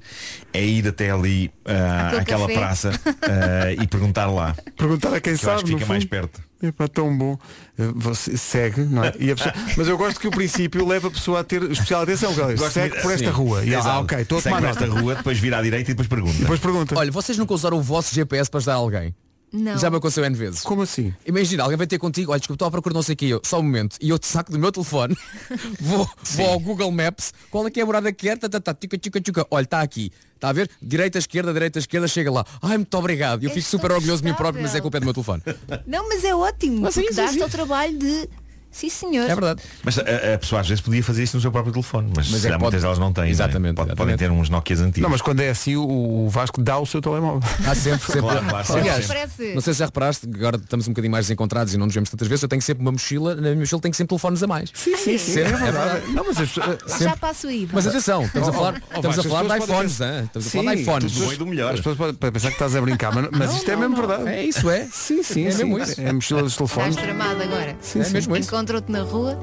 Speaker 14: é ir até ali ah,
Speaker 1: Aquele
Speaker 14: àquela
Speaker 1: café.
Speaker 14: praça ah, e perguntar lá.
Speaker 1: Perguntar a quem
Speaker 14: que eu
Speaker 1: sabe.
Speaker 14: acho que
Speaker 1: no
Speaker 14: fica mais
Speaker 1: fundo.
Speaker 14: perto.
Speaker 1: É pá, tão bom. Eh, Você segue, não é? E a pessoa- Mas eu gosto que o princípio leva a pessoa a ter especial atenção. Que ela diz,
Speaker 14: Gosto
Speaker 1: segue
Speaker 14: muito-
Speaker 1: por esta
Speaker 14: Sim,
Speaker 1: rua. E ela,
Speaker 14: exato.
Speaker 1: ah, ok, estou a
Speaker 14: Segue
Speaker 1: tomar
Speaker 14: por
Speaker 1: nota.
Speaker 14: esta rua, depois vira à direita e depois pergunta.
Speaker 1: Depois pergunta.
Speaker 6: Olha, vocês nunca usaram o vosso GPS para ajudar alguém?
Speaker 4: Não.
Speaker 6: Já me aconteceu N vezes.
Speaker 1: Como assim?
Speaker 6: Imagina, alguém vai ter contigo, olha, desculpa, estou à procura não sei o que eu, só um momento, e eu te saco do meu telefone, vou, vou ao Google Maps, qual é que é a morada que é, tá, tá, tá, tica, tica, tica, olha, está aqui, está a ver? Direita, esquerda, direita, esquerda, chega lá. Ai, muito obrigado. E é Eu fico super orgulhoso de mim próprio, mas é culpa do meu telefone.
Speaker 4: Não, mas é ótimo,
Speaker 6: Mas sim,
Speaker 4: porque
Speaker 6: sim,
Speaker 4: dás-te
Speaker 6: sim.
Speaker 4: ao trabalho de Sim, senhor.
Speaker 14: É verdade. Mas a, a pessoa às vezes podia fazer isso no seu próprio telefone, mas,
Speaker 6: Mas
Speaker 14: mas
Speaker 6: é que pode-
Speaker 14: muitas delas não têm. não é?
Speaker 6: Exatamente,
Speaker 14: Pode- Podem
Speaker 6: exatamente.
Speaker 14: ter uns Nokias antigos.
Speaker 1: Não, mas quando é assim, o o Vasco dá o seu telemóvel.
Speaker 3: Ah,
Speaker 6: Há sempre, sempre.
Speaker 14: Claro, claro, sempre,
Speaker 6: Aliás,
Speaker 4: sempre. Parece.
Speaker 6: não sei se já reparaste, agora estamos um bocadinho mais desencontrados e não nos vemos tantas vezes, eu tenho sempre uma mochila, na minha mochila tenho sempre telefones a mais.
Speaker 4: Sim, sim, sim,
Speaker 6: Sempre,
Speaker 4: é verdade.
Speaker 1: Não, mas as pessoas- ah,
Speaker 4: Já passo aí.
Speaker 6: Mas atenção, estamos a
Speaker 1: Oh,
Speaker 6: falar,
Speaker 1: oh, oh,
Speaker 6: estamos a
Speaker 1: Vasco,
Speaker 6: falar
Speaker 1: as
Speaker 6: de
Speaker 1: pessoas podem
Speaker 6: iPhones,
Speaker 1: pensar-
Speaker 6: hein? estamos a
Speaker 1: Sim,
Speaker 6: falar de iPhones.
Speaker 1: as pessoas- As pessoas podem podem pensar que estás a brincar, mas, mas
Speaker 6: Não,
Speaker 1: isto é
Speaker 6: não,
Speaker 1: mesmo
Speaker 6: não.
Speaker 1: verdade.
Speaker 6: É isso, é.
Speaker 1: Sim, sim.
Speaker 6: É
Speaker 1: sim.
Speaker 6: mesmo isso.
Speaker 1: É mochila dos telefones.
Speaker 4: Estás tramado agora.
Speaker 1: Sim, É sim. mesmo isso.
Speaker 4: Encontram-te na rua.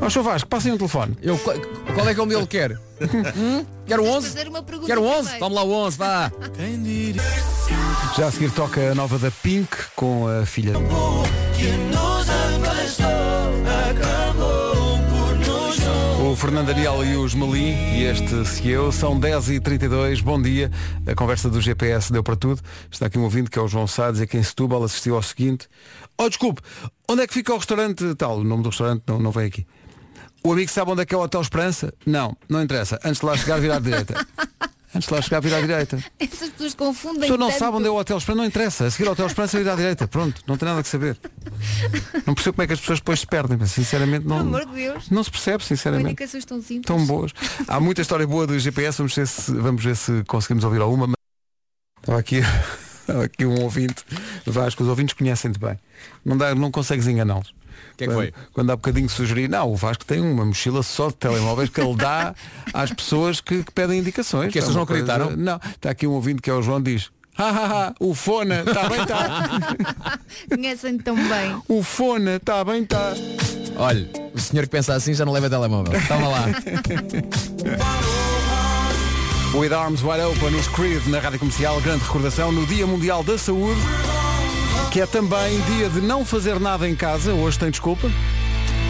Speaker 1: Ó, seu Vasco, passem o telefone.
Speaker 6: Eu, qual, qual é que é o modelo que quer? Hum? Quero o 11?
Speaker 4: Fazer uma pergunta
Speaker 6: Quero o 11?
Speaker 4: primeiro.
Speaker 6: Toma lá o 11, vá.
Speaker 1: Já a seguir toca a nova da Pink com a filha.
Speaker 5: Que nos afastou, acabou por nos juntar.
Speaker 1: O Fernando Daniel e os Melim e este se eu são 10h32, bom dia. A conversa do GPS deu para tudo. Está aqui um ouvinte que é o João Sades, é quem em Setúbal assistiu ao seguinte. Oh, desculpe, onde é que fica o restaurante tal? O nome do restaurante não, não vem aqui. O amigo sabe onde é que é o Hotel Esperança? Não, não interessa. Antes de lá chegar, virar à direita. Antes de lá chegar, virar à direita.
Speaker 4: Essas pessoas
Speaker 1: A
Speaker 4: confundem.
Speaker 1: pessoa não
Speaker 4: tanto.
Speaker 1: sabe onde é o Hotel Esperança, não interessa. A seguir ao Hotel Esperança, virar à direita. Pronto, não tem nada que saber. Não percebo como é que as pessoas depois se perdem, mas sinceramente
Speaker 4: Pelo
Speaker 1: não,
Speaker 4: amor de Deus.
Speaker 1: não se percebe, sinceramente.
Speaker 4: Comunicações tão simples.
Speaker 1: Tão boas. Há muita história boa do GPS, vamos ver se, vamos ver se conseguimos ouvir alguma. mas- Estava aqui, estava aqui um ouvinte, Vasco, os ouvintes conhecem-te bem. Não, dá, não consegues enganá-los.
Speaker 6: Que é que
Speaker 1: quando,
Speaker 6: foi?
Speaker 1: quando há bocadinho sugeri, não, o Vasco tem uma mochila só de telemóveis que ele dá às pessoas que, que pedem indicações.
Speaker 6: Que essas
Speaker 1: É uma
Speaker 6: não acreditaram?
Speaker 1: coisa- Não, está aqui um ouvinte que é o João diz. Ha, ha, ha, o Fona, está bem, está.
Speaker 4: Conhecem tão bem.
Speaker 1: O Fona, está bem, tá." está.
Speaker 6: Olha, o senhor que pensa assim já não leva telemóvel. Toma lá.
Speaker 1: With Arms Wide Open, os Creed na Rádio Comercial, grande recordação no Dia Mundial da Saúde, que é também dia de não fazer nada em casa, hoje tem desculpa,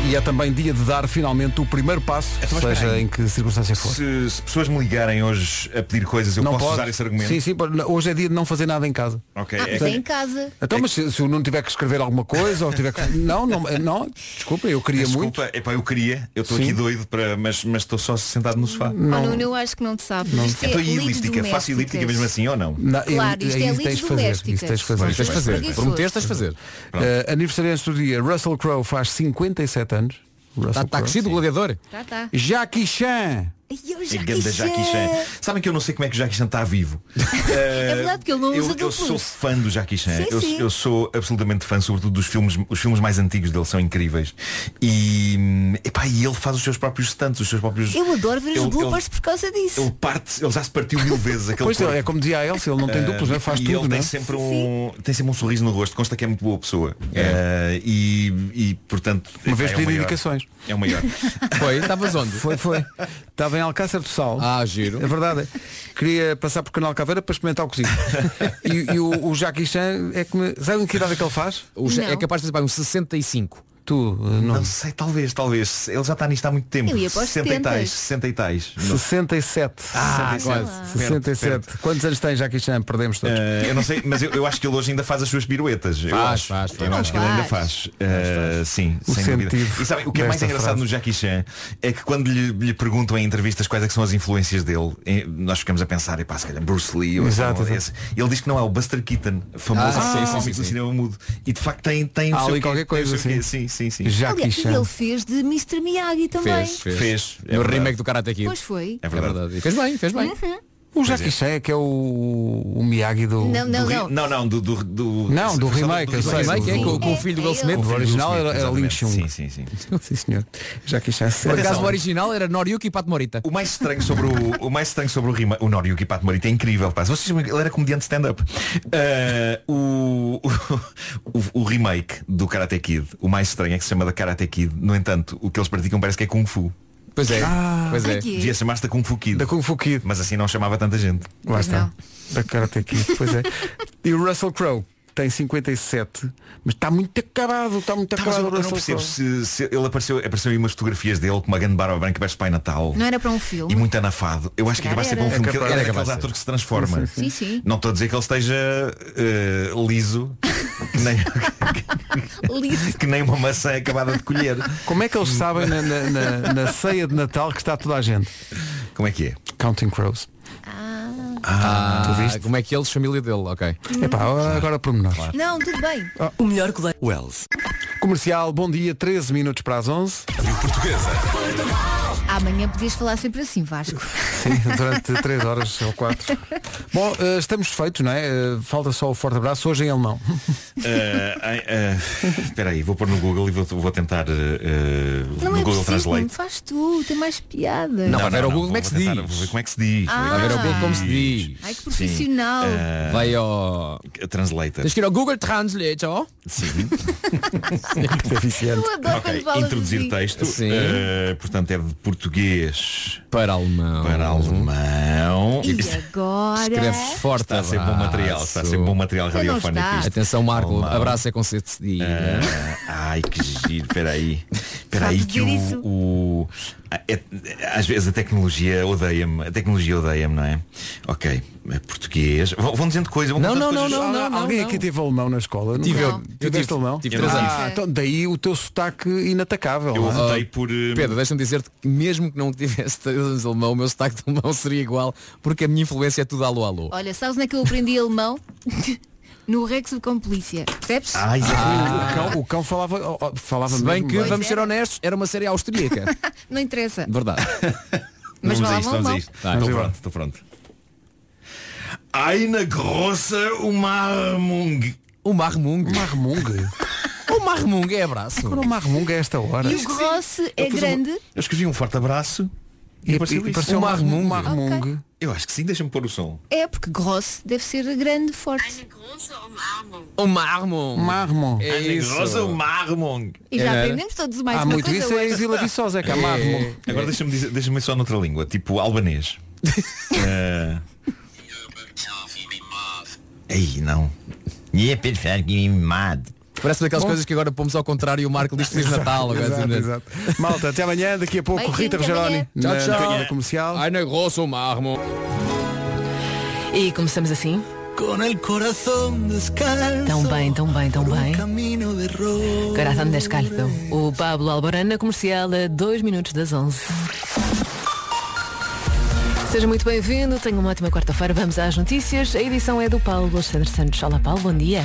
Speaker 1: e é também dia de dar finalmente o primeiro passo,
Speaker 14: Então, mas espera
Speaker 1: seja
Speaker 14: aí.
Speaker 1: em que circunstância for.
Speaker 14: Se, se pessoas me ligarem hoje a pedir coisas, eu
Speaker 1: não
Speaker 14: posso
Speaker 1: pode.
Speaker 14: usar esse argumento.
Speaker 1: Sim, sim, pode. hoje é dia de não fazer nada em casa.
Speaker 14: Ok.
Speaker 4: Ah,
Speaker 14: é
Speaker 4: mas é em casa.
Speaker 1: Então, mas se, se o Nuno tiver que escrever alguma coisa ou tiver que. Não, não, não, desculpa, eu queria muito.
Speaker 14: Desculpa, epá, eu queria, eu estou
Speaker 1: Sim. Hum.
Speaker 14: aqui doido, para, mas mas estou só sentado no sofá.
Speaker 4: Oh, Nuno, eu acho que não te sabes. Isto é
Speaker 14: Estou
Speaker 4: lides
Speaker 14: elíptica, faço elíptica
Speaker 4: domésticas.
Speaker 14: mesmo assim ou não?
Speaker 1: Não,
Speaker 4: Claro,
Speaker 1: e-
Speaker 4: isto
Speaker 1: e
Speaker 4: é
Speaker 1: isso
Speaker 4: leis
Speaker 1: tens de fazer, isso tens de fazer.
Speaker 4: domésticas.
Speaker 1: Tens de
Speaker 4: Pois,
Speaker 1: fazer.
Speaker 4: pois, pois.
Speaker 6: Prometeste,
Speaker 14: Uhum.
Speaker 6: tens de fazer.
Speaker 1: Eh, aniversariante do dia, Russell Crowe faz 57 anos.
Speaker 6: Está tá crescido o gladiador?
Speaker 4: Tá, tá.
Speaker 1: Jackie Chan.
Speaker 4: Ai, eu
Speaker 14: É
Speaker 4: já
Speaker 14: grande
Speaker 4: quis-
Speaker 14: Jackie Chan. Sabem que eu não sei como é que o Jackie Chan está vivo.
Speaker 4: É verdade que ele não usa
Speaker 14: Eh, eu, eu
Speaker 4: duplos.
Speaker 14: sou fã do Jackie Chan.
Speaker 4: Sim,
Speaker 14: eu,
Speaker 4: sim.
Speaker 14: eu sou absolutamente fã, sobretudo dos filmes. Os filmes mais antigos dele são incríveis. E, hum, epá, e ele faz os seus próprios stunts, os seus próprios.
Speaker 4: Eu adoro ver os
Speaker 14: Ele-
Speaker 4: bloopers
Speaker 14: ele-
Speaker 4: por causa disso.
Speaker 14: Ele parte, ele já se partiu mil vezes aquele
Speaker 1: Pois
Speaker 14: corpo.
Speaker 1: é, é como dizia a Elsa, ele não tem
Speaker 14: Ah,
Speaker 1: duplos, não é? faz
Speaker 14: e
Speaker 1: tudo,
Speaker 14: ele
Speaker 1: não
Speaker 14: tem
Speaker 1: é?
Speaker 14: sempre, um, tem sempre um sorriso no rosto, consta que é muito boa pessoa. Ah, e, e, portanto.
Speaker 1: Uma
Speaker 14: epá,
Speaker 1: vez
Speaker 14: é o
Speaker 1: pedi
Speaker 14: maior.
Speaker 1: indicações.
Speaker 14: É o maior.
Speaker 6: Foi? Estavas onde?
Speaker 1: Foi, foi. Estava em Alcácer do Sal.
Speaker 6: Ah, giro.
Speaker 1: É verdade. Queria passar por Canal Caveira para experimentar o cozido. E, e o, o Jackie Chan é que me... Sabe em que idade é que ele faz?
Speaker 6: O Chan é
Speaker 4: Não.
Speaker 6: capaz de fazer pá, um 65.
Speaker 1: Tu, eh, não.
Speaker 14: Não sei, talvez, talvez. Ele já está nisto há muito tempo.
Speaker 4: Eu ia para os
Speaker 14: 60 e
Speaker 4: 70s.
Speaker 14: tais, 60 e tais. Não.
Speaker 1: 67.
Speaker 14: Ah,
Speaker 1: 67.
Speaker 14: quase.
Speaker 1: 67.
Speaker 14: Perto,
Speaker 1: Quantos anos tem Jackie Chan? Perdemos todos.
Speaker 14: Eh, eu não sei, mas eu, eu acho que ele hoje ainda faz as suas piruetas. eu
Speaker 6: Faz,
Speaker 14: acho.
Speaker 6: faz, faz.
Speaker 14: Eu acho que ele ainda faz. Eh, sim,
Speaker 1: O
Speaker 14: sem dúvida.
Speaker 1: sentido
Speaker 14: E sabem, o que é mais
Speaker 1: desta
Speaker 14: engraçado
Speaker 1: frase.
Speaker 14: no Jackie Chan é que quando lhe, lhe perguntam em entrevistas quais é que são as influências dele, eh, nós ficamos a pensar, e pá, se calhar Bruce Lee ou
Speaker 1: Exato,
Speaker 14: então,
Speaker 1: exato.
Speaker 14: esse. Ele diz que não é o Buster Keaton, famoso
Speaker 6: Ah, sim,
Speaker 14: ah,
Speaker 6: sim, sim,
Speaker 14: do
Speaker 6: sim.
Speaker 14: cinema mudo. E de facto tem, tem o
Speaker 1: Há
Speaker 14: seu
Speaker 1: ali
Speaker 14: quê,
Speaker 1: qualquer
Speaker 14: tem o
Speaker 1: coisa,
Speaker 14: seu quê.
Speaker 1: sim.
Speaker 14: Sim, sim, sim.
Speaker 1: Jackie
Speaker 4: Aliás, e
Speaker 1: Chan.
Speaker 4: ele fez de Mr. Miyagi também.
Speaker 6: Fez, fez.
Speaker 14: Fez, é
Speaker 6: no
Speaker 14: verdade.
Speaker 6: remake do Karate Kid.
Speaker 4: Pois foi.
Speaker 14: É verdade.
Speaker 6: E fez bem, fez bem.
Speaker 4: Uhum.
Speaker 1: O Jackie Chan é que é o, É o Miyagi do...
Speaker 4: Não, não,
Speaker 14: Do ri-
Speaker 4: não.
Speaker 14: não, não, do, do, do-
Speaker 1: Não, do
Speaker 14: foi só
Speaker 1: remake, eu
Speaker 6: O
Speaker 1: sei,
Speaker 6: remake é
Speaker 1: o-
Speaker 6: com, com o
Speaker 4: é-
Speaker 6: filho do
Speaker 4: é
Speaker 6: Will
Speaker 4: ele.
Speaker 6: Smith.
Speaker 1: O original
Speaker 14: Smith,
Speaker 1: era, era Ling
Speaker 14: exatamente.
Speaker 1: Chung.
Speaker 14: Sim, sim, sim.
Speaker 1: Sim, senhor. Jackie Chan. é
Speaker 6: Por
Speaker 1: 67.
Speaker 6: acaso o original era Noriyuki Pat Morita.
Speaker 14: O mais estranho sobre o, o mais estranho sobre o rima, o Noriyuki Pato Morita é incrível, pá. Vocês sabem que ele era comediante stand-up. Ah, o, o, o remake do Karate Kid, o mais estranho é que se chama da Karate Kid. No entanto, o que eles praticam parece que é Kung Fu.
Speaker 6: Pois é, pois é.
Speaker 4: Ai, que-
Speaker 14: Devia chamar-se da Kung Fu Kid.
Speaker 1: Da Kung Fu Kid.
Speaker 14: Mas assim não chamava tanta gente.
Speaker 1: Lá
Speaker 4: Pois
Speaker 1: está.
Speaker 4: não.
Speaker 1: Da Karate Kid, pois é. E o Russell Crowe tem 57, mas está muito acabado, está muito
Speaker 14: Tá, mas
Speaker 1: acabado
Speaker 14: eu,
Speaker 1: o
Speaker 14: eu não
Speaker 1: Russell
Speaker 14: percebo
Speaker 1: Crowe.
Speaker 14: se, se ele apareceu, apareceu aí umas fotografias dele com uma grande barba branca parece Pai Natal.
Speaker 4: Não era para um filme.
Speaker 14: E muito anafado. Eu acho que
Speaker 4: calhar
Speaker 14: acabaste de ser um
Speaker 4: era.
Speaker 14: filme
Speaker 1: É
Speaker 14: que ele
Speaker 1: capaz.
Speaker 14: era
Speaker 1: Era
Speaker 14: daqueles
Speaker 6: capaz.
Speaker 14: atores que se transforma.
Speaker 4: Sim, sim.
Speaker 14: Não estou a dizer que ele esteja eh, liso, que nem,
Speaker 4: Liso.
Speaker 14: que nem uma maçã acabada de colher.
Speaker 1: Como é que eles sabem na, na- na- na ceia de Natal que está toda a gente?
Speaker 14: Como é que é?
Speaker 1: Counting Crows.
Speaker 6: Ah,
Speaker 1: Tu viste?
Speaker 6: como é que eles, família dele, ok.
Speaker 4: Hum.
Speaker 1: Epá, agora pormenores.
Speaker 4: Não, tudo bem.
Speaker 15: O melhor colega Wells.
Speaker 1: Comercial, bom dia, 13 minutos para as 11.
Speaker 4: Portuguesa. Amanhã podias falar sempre assim, Vasco.
Speaker 1: Sim, durante 3 horas ou 4. Bom, eh, estamos feitos, não é? Eh, Falta só o forte abraço, hoje em alemão.
Speaker 14: Eh, ai, eh, Espera aí, vou pôr no Google e vou, vou tentar eh, eh,
Speaker 4: Não
Speaker 14: no
Speaker 4: é preciso,
Speaker 14: Google Translate.
Speaker 4: não faz tu, tem mais piada.
Speaker 14: Não, não, não, vou tentar- Vou ver como é que se diz.
Speaker 4: Ah.
Speaker 14: Vou ver
Speaker 4: Vai ver ao Google como se
Speaker 14: diz.
Speaker 4: Ai, que profissional.
Speaker 14: Sim. Eh,
Speaker 6: Vai ao...
Speaker 14: Translator.
Speaker 6: Tens que ir ao Google Translate, ó.
Speaker 14: Sim.
Speaker 1: Deficiente.
Speaker 4: Eu adoro
Speaker 14: Ok,
Speaker 4: quando falas
Speaker 14: introduzir
Speaker 4: assim.
Speaker 14: texto.
Speaker 6: Sim.
Speaker 14: Eh, portanto, é de português
Speaker 6: para alemão.
Speaker 14: Para alemão.
Speaker 4: E agora?
Speaker 6: Escreve forte.
Speaker 14: Está a ser bom material, está a ser bom material
Speaker 4: Ainda não
Speaker 14: radiofónico.
Speaker 4: está.
Speaker 14: isto.
Speaker 6: Atenção, Marco,
Speaker 14: Alemão.
Speaker 6: abraço é com C decidido.
Speaker 14: Ah, ai, que giro, peraí.
Speaker 6: Sabe
Speaker 14: Peraí que
Speaker 6: dizer isso?
Speaker 14: o. o- a- é- às vezes a tecnologia odeia-me. A tecnologia odeia-me, não é? Ok. é Português. Vão, vão dizendo coisa, vão contando coisas.
Speaker 1: Al- Alguém aqui teve alemão na escola?
Speaker 14: Tive eu.
Speaker 1: eu.
Speaker 14: Não.
Speaker 1: Eu
Speaker 14: Eu
Speaker 1: tive
Speaker 14: tive-
Speaker 1: alemão?
Speaker 14: tive três
Speaker 1: Ah,
Speaker 14: anos.
Speaker 1: então daí o teu sotaque inatacável.
Speaker 14: Eu
Speaker 1: não é?
Speaker 14: optei por. eh,
Speaker 6: Ah, Pedro, deixa-me dizer-te que mesmo que não tivesse três anos de alemão, o meu sotaque de alemão seria igual, porque a minha influência é tudo alô alô.
Speaker 4: Olha, sabes onde é que eu aprendi alemão? No Rex com polícia. Percebes?
Speaker 14: Ah.
Speaker 1: O, cão, o cão falava, ó, ó, falava
Speaker 6: Se bem
Speaker 1: mesmo
Speaker 6: que,
Speaker 1: bem.
Speaker 6: vamos ser
Speaker 14: é.
Speaker 6: honestos, era uma série austríaca.
Speaker 4: Não interessa.
Speaker 6: Verdade.
Speaker 4: Mas
Speaker 14: vamos
Speaker 4: vá
Speaker 14: a
Speaker 4: lá, vamos
Speaker 14: isto, vamos
Speaker 4: lá.
Speaker 14: a isto.
Speaker 6: Tá,
Speaker 14: estou
Speaker 6: então vá.
Speaker 14: pronto, estou pronto. Eine große Umarmung.
Speaker 6: Umarmung?
Speaker 1: Umarmung?
Speaker 6: Umarmung é abraço.
Speaker 1: Agora o marmunga é esta hora.
Speaker 4: E o grosso é
Speaker 14: Eu fiz um-
Speaker 4: grande.
Speaker 14: Eu escrevi um forte abraço e,
Speaker 1: E-
Speaker 14: apareceu
Speaker 1: e
Speaker 14: isso.
Speaker 1: apareceu um marmung. marmung.
Speaker 14: Eu acho que sim, deixa-me pôr o som.
Speaker 4: É porque grosso deve ser grande, forte.
Speaker 6: Umarmung.
Speaker 1: Marmung.
Speaker 6: É
Speaker 14: Eine
Speaker 6: isso.
Speaker 14: große Umarmung.
Speaker 4: E já aprendemos todos mais
Speaker 1: Há
Speaker 4: uma
Speaker 1: muito
Speaker 4: coisa
Speaker 1: isso é
Speaker 4: hoje.
Speaker 1: em Vila Viçosa, é que há marmung.
Speaker 14: Agora deixa-me dizer- deixa-me só noutra língua, tipo albanês. Eh, Ei, não. é
Speaker 6: Parece daquelas coisas que agora pomos ao contrário e o Marco diz Feliz Natal. agora,
Speaker 1: Exato,
Speaker 6: assim,
Speaker 1: exato. Malta, até amanhã, daqui a pouco,
Speaker 6: Beijinho,
Speaker 1: Rita
Speaker 6: até
Speaker 1: Rogeroni
Speaker 6: amanhã.
Speaker 1: na,
Speaker 6: Tchau, tchau.
Speaker 1: na Rádio comercial.
Speaker 6: Ai, na grosso marmo.
Speaker 19: E começamos assim? Tão bem, tão bem, tão bem. Coração descalço. O Pablo Alborán na comercial a 2 minutos das 11. Seja muito bem-vindo, tenha uma ótima quarta-feira. Vamos às notícias. A edição é do Paulo Alexandre Santos. Olá, Paulo, bom dia.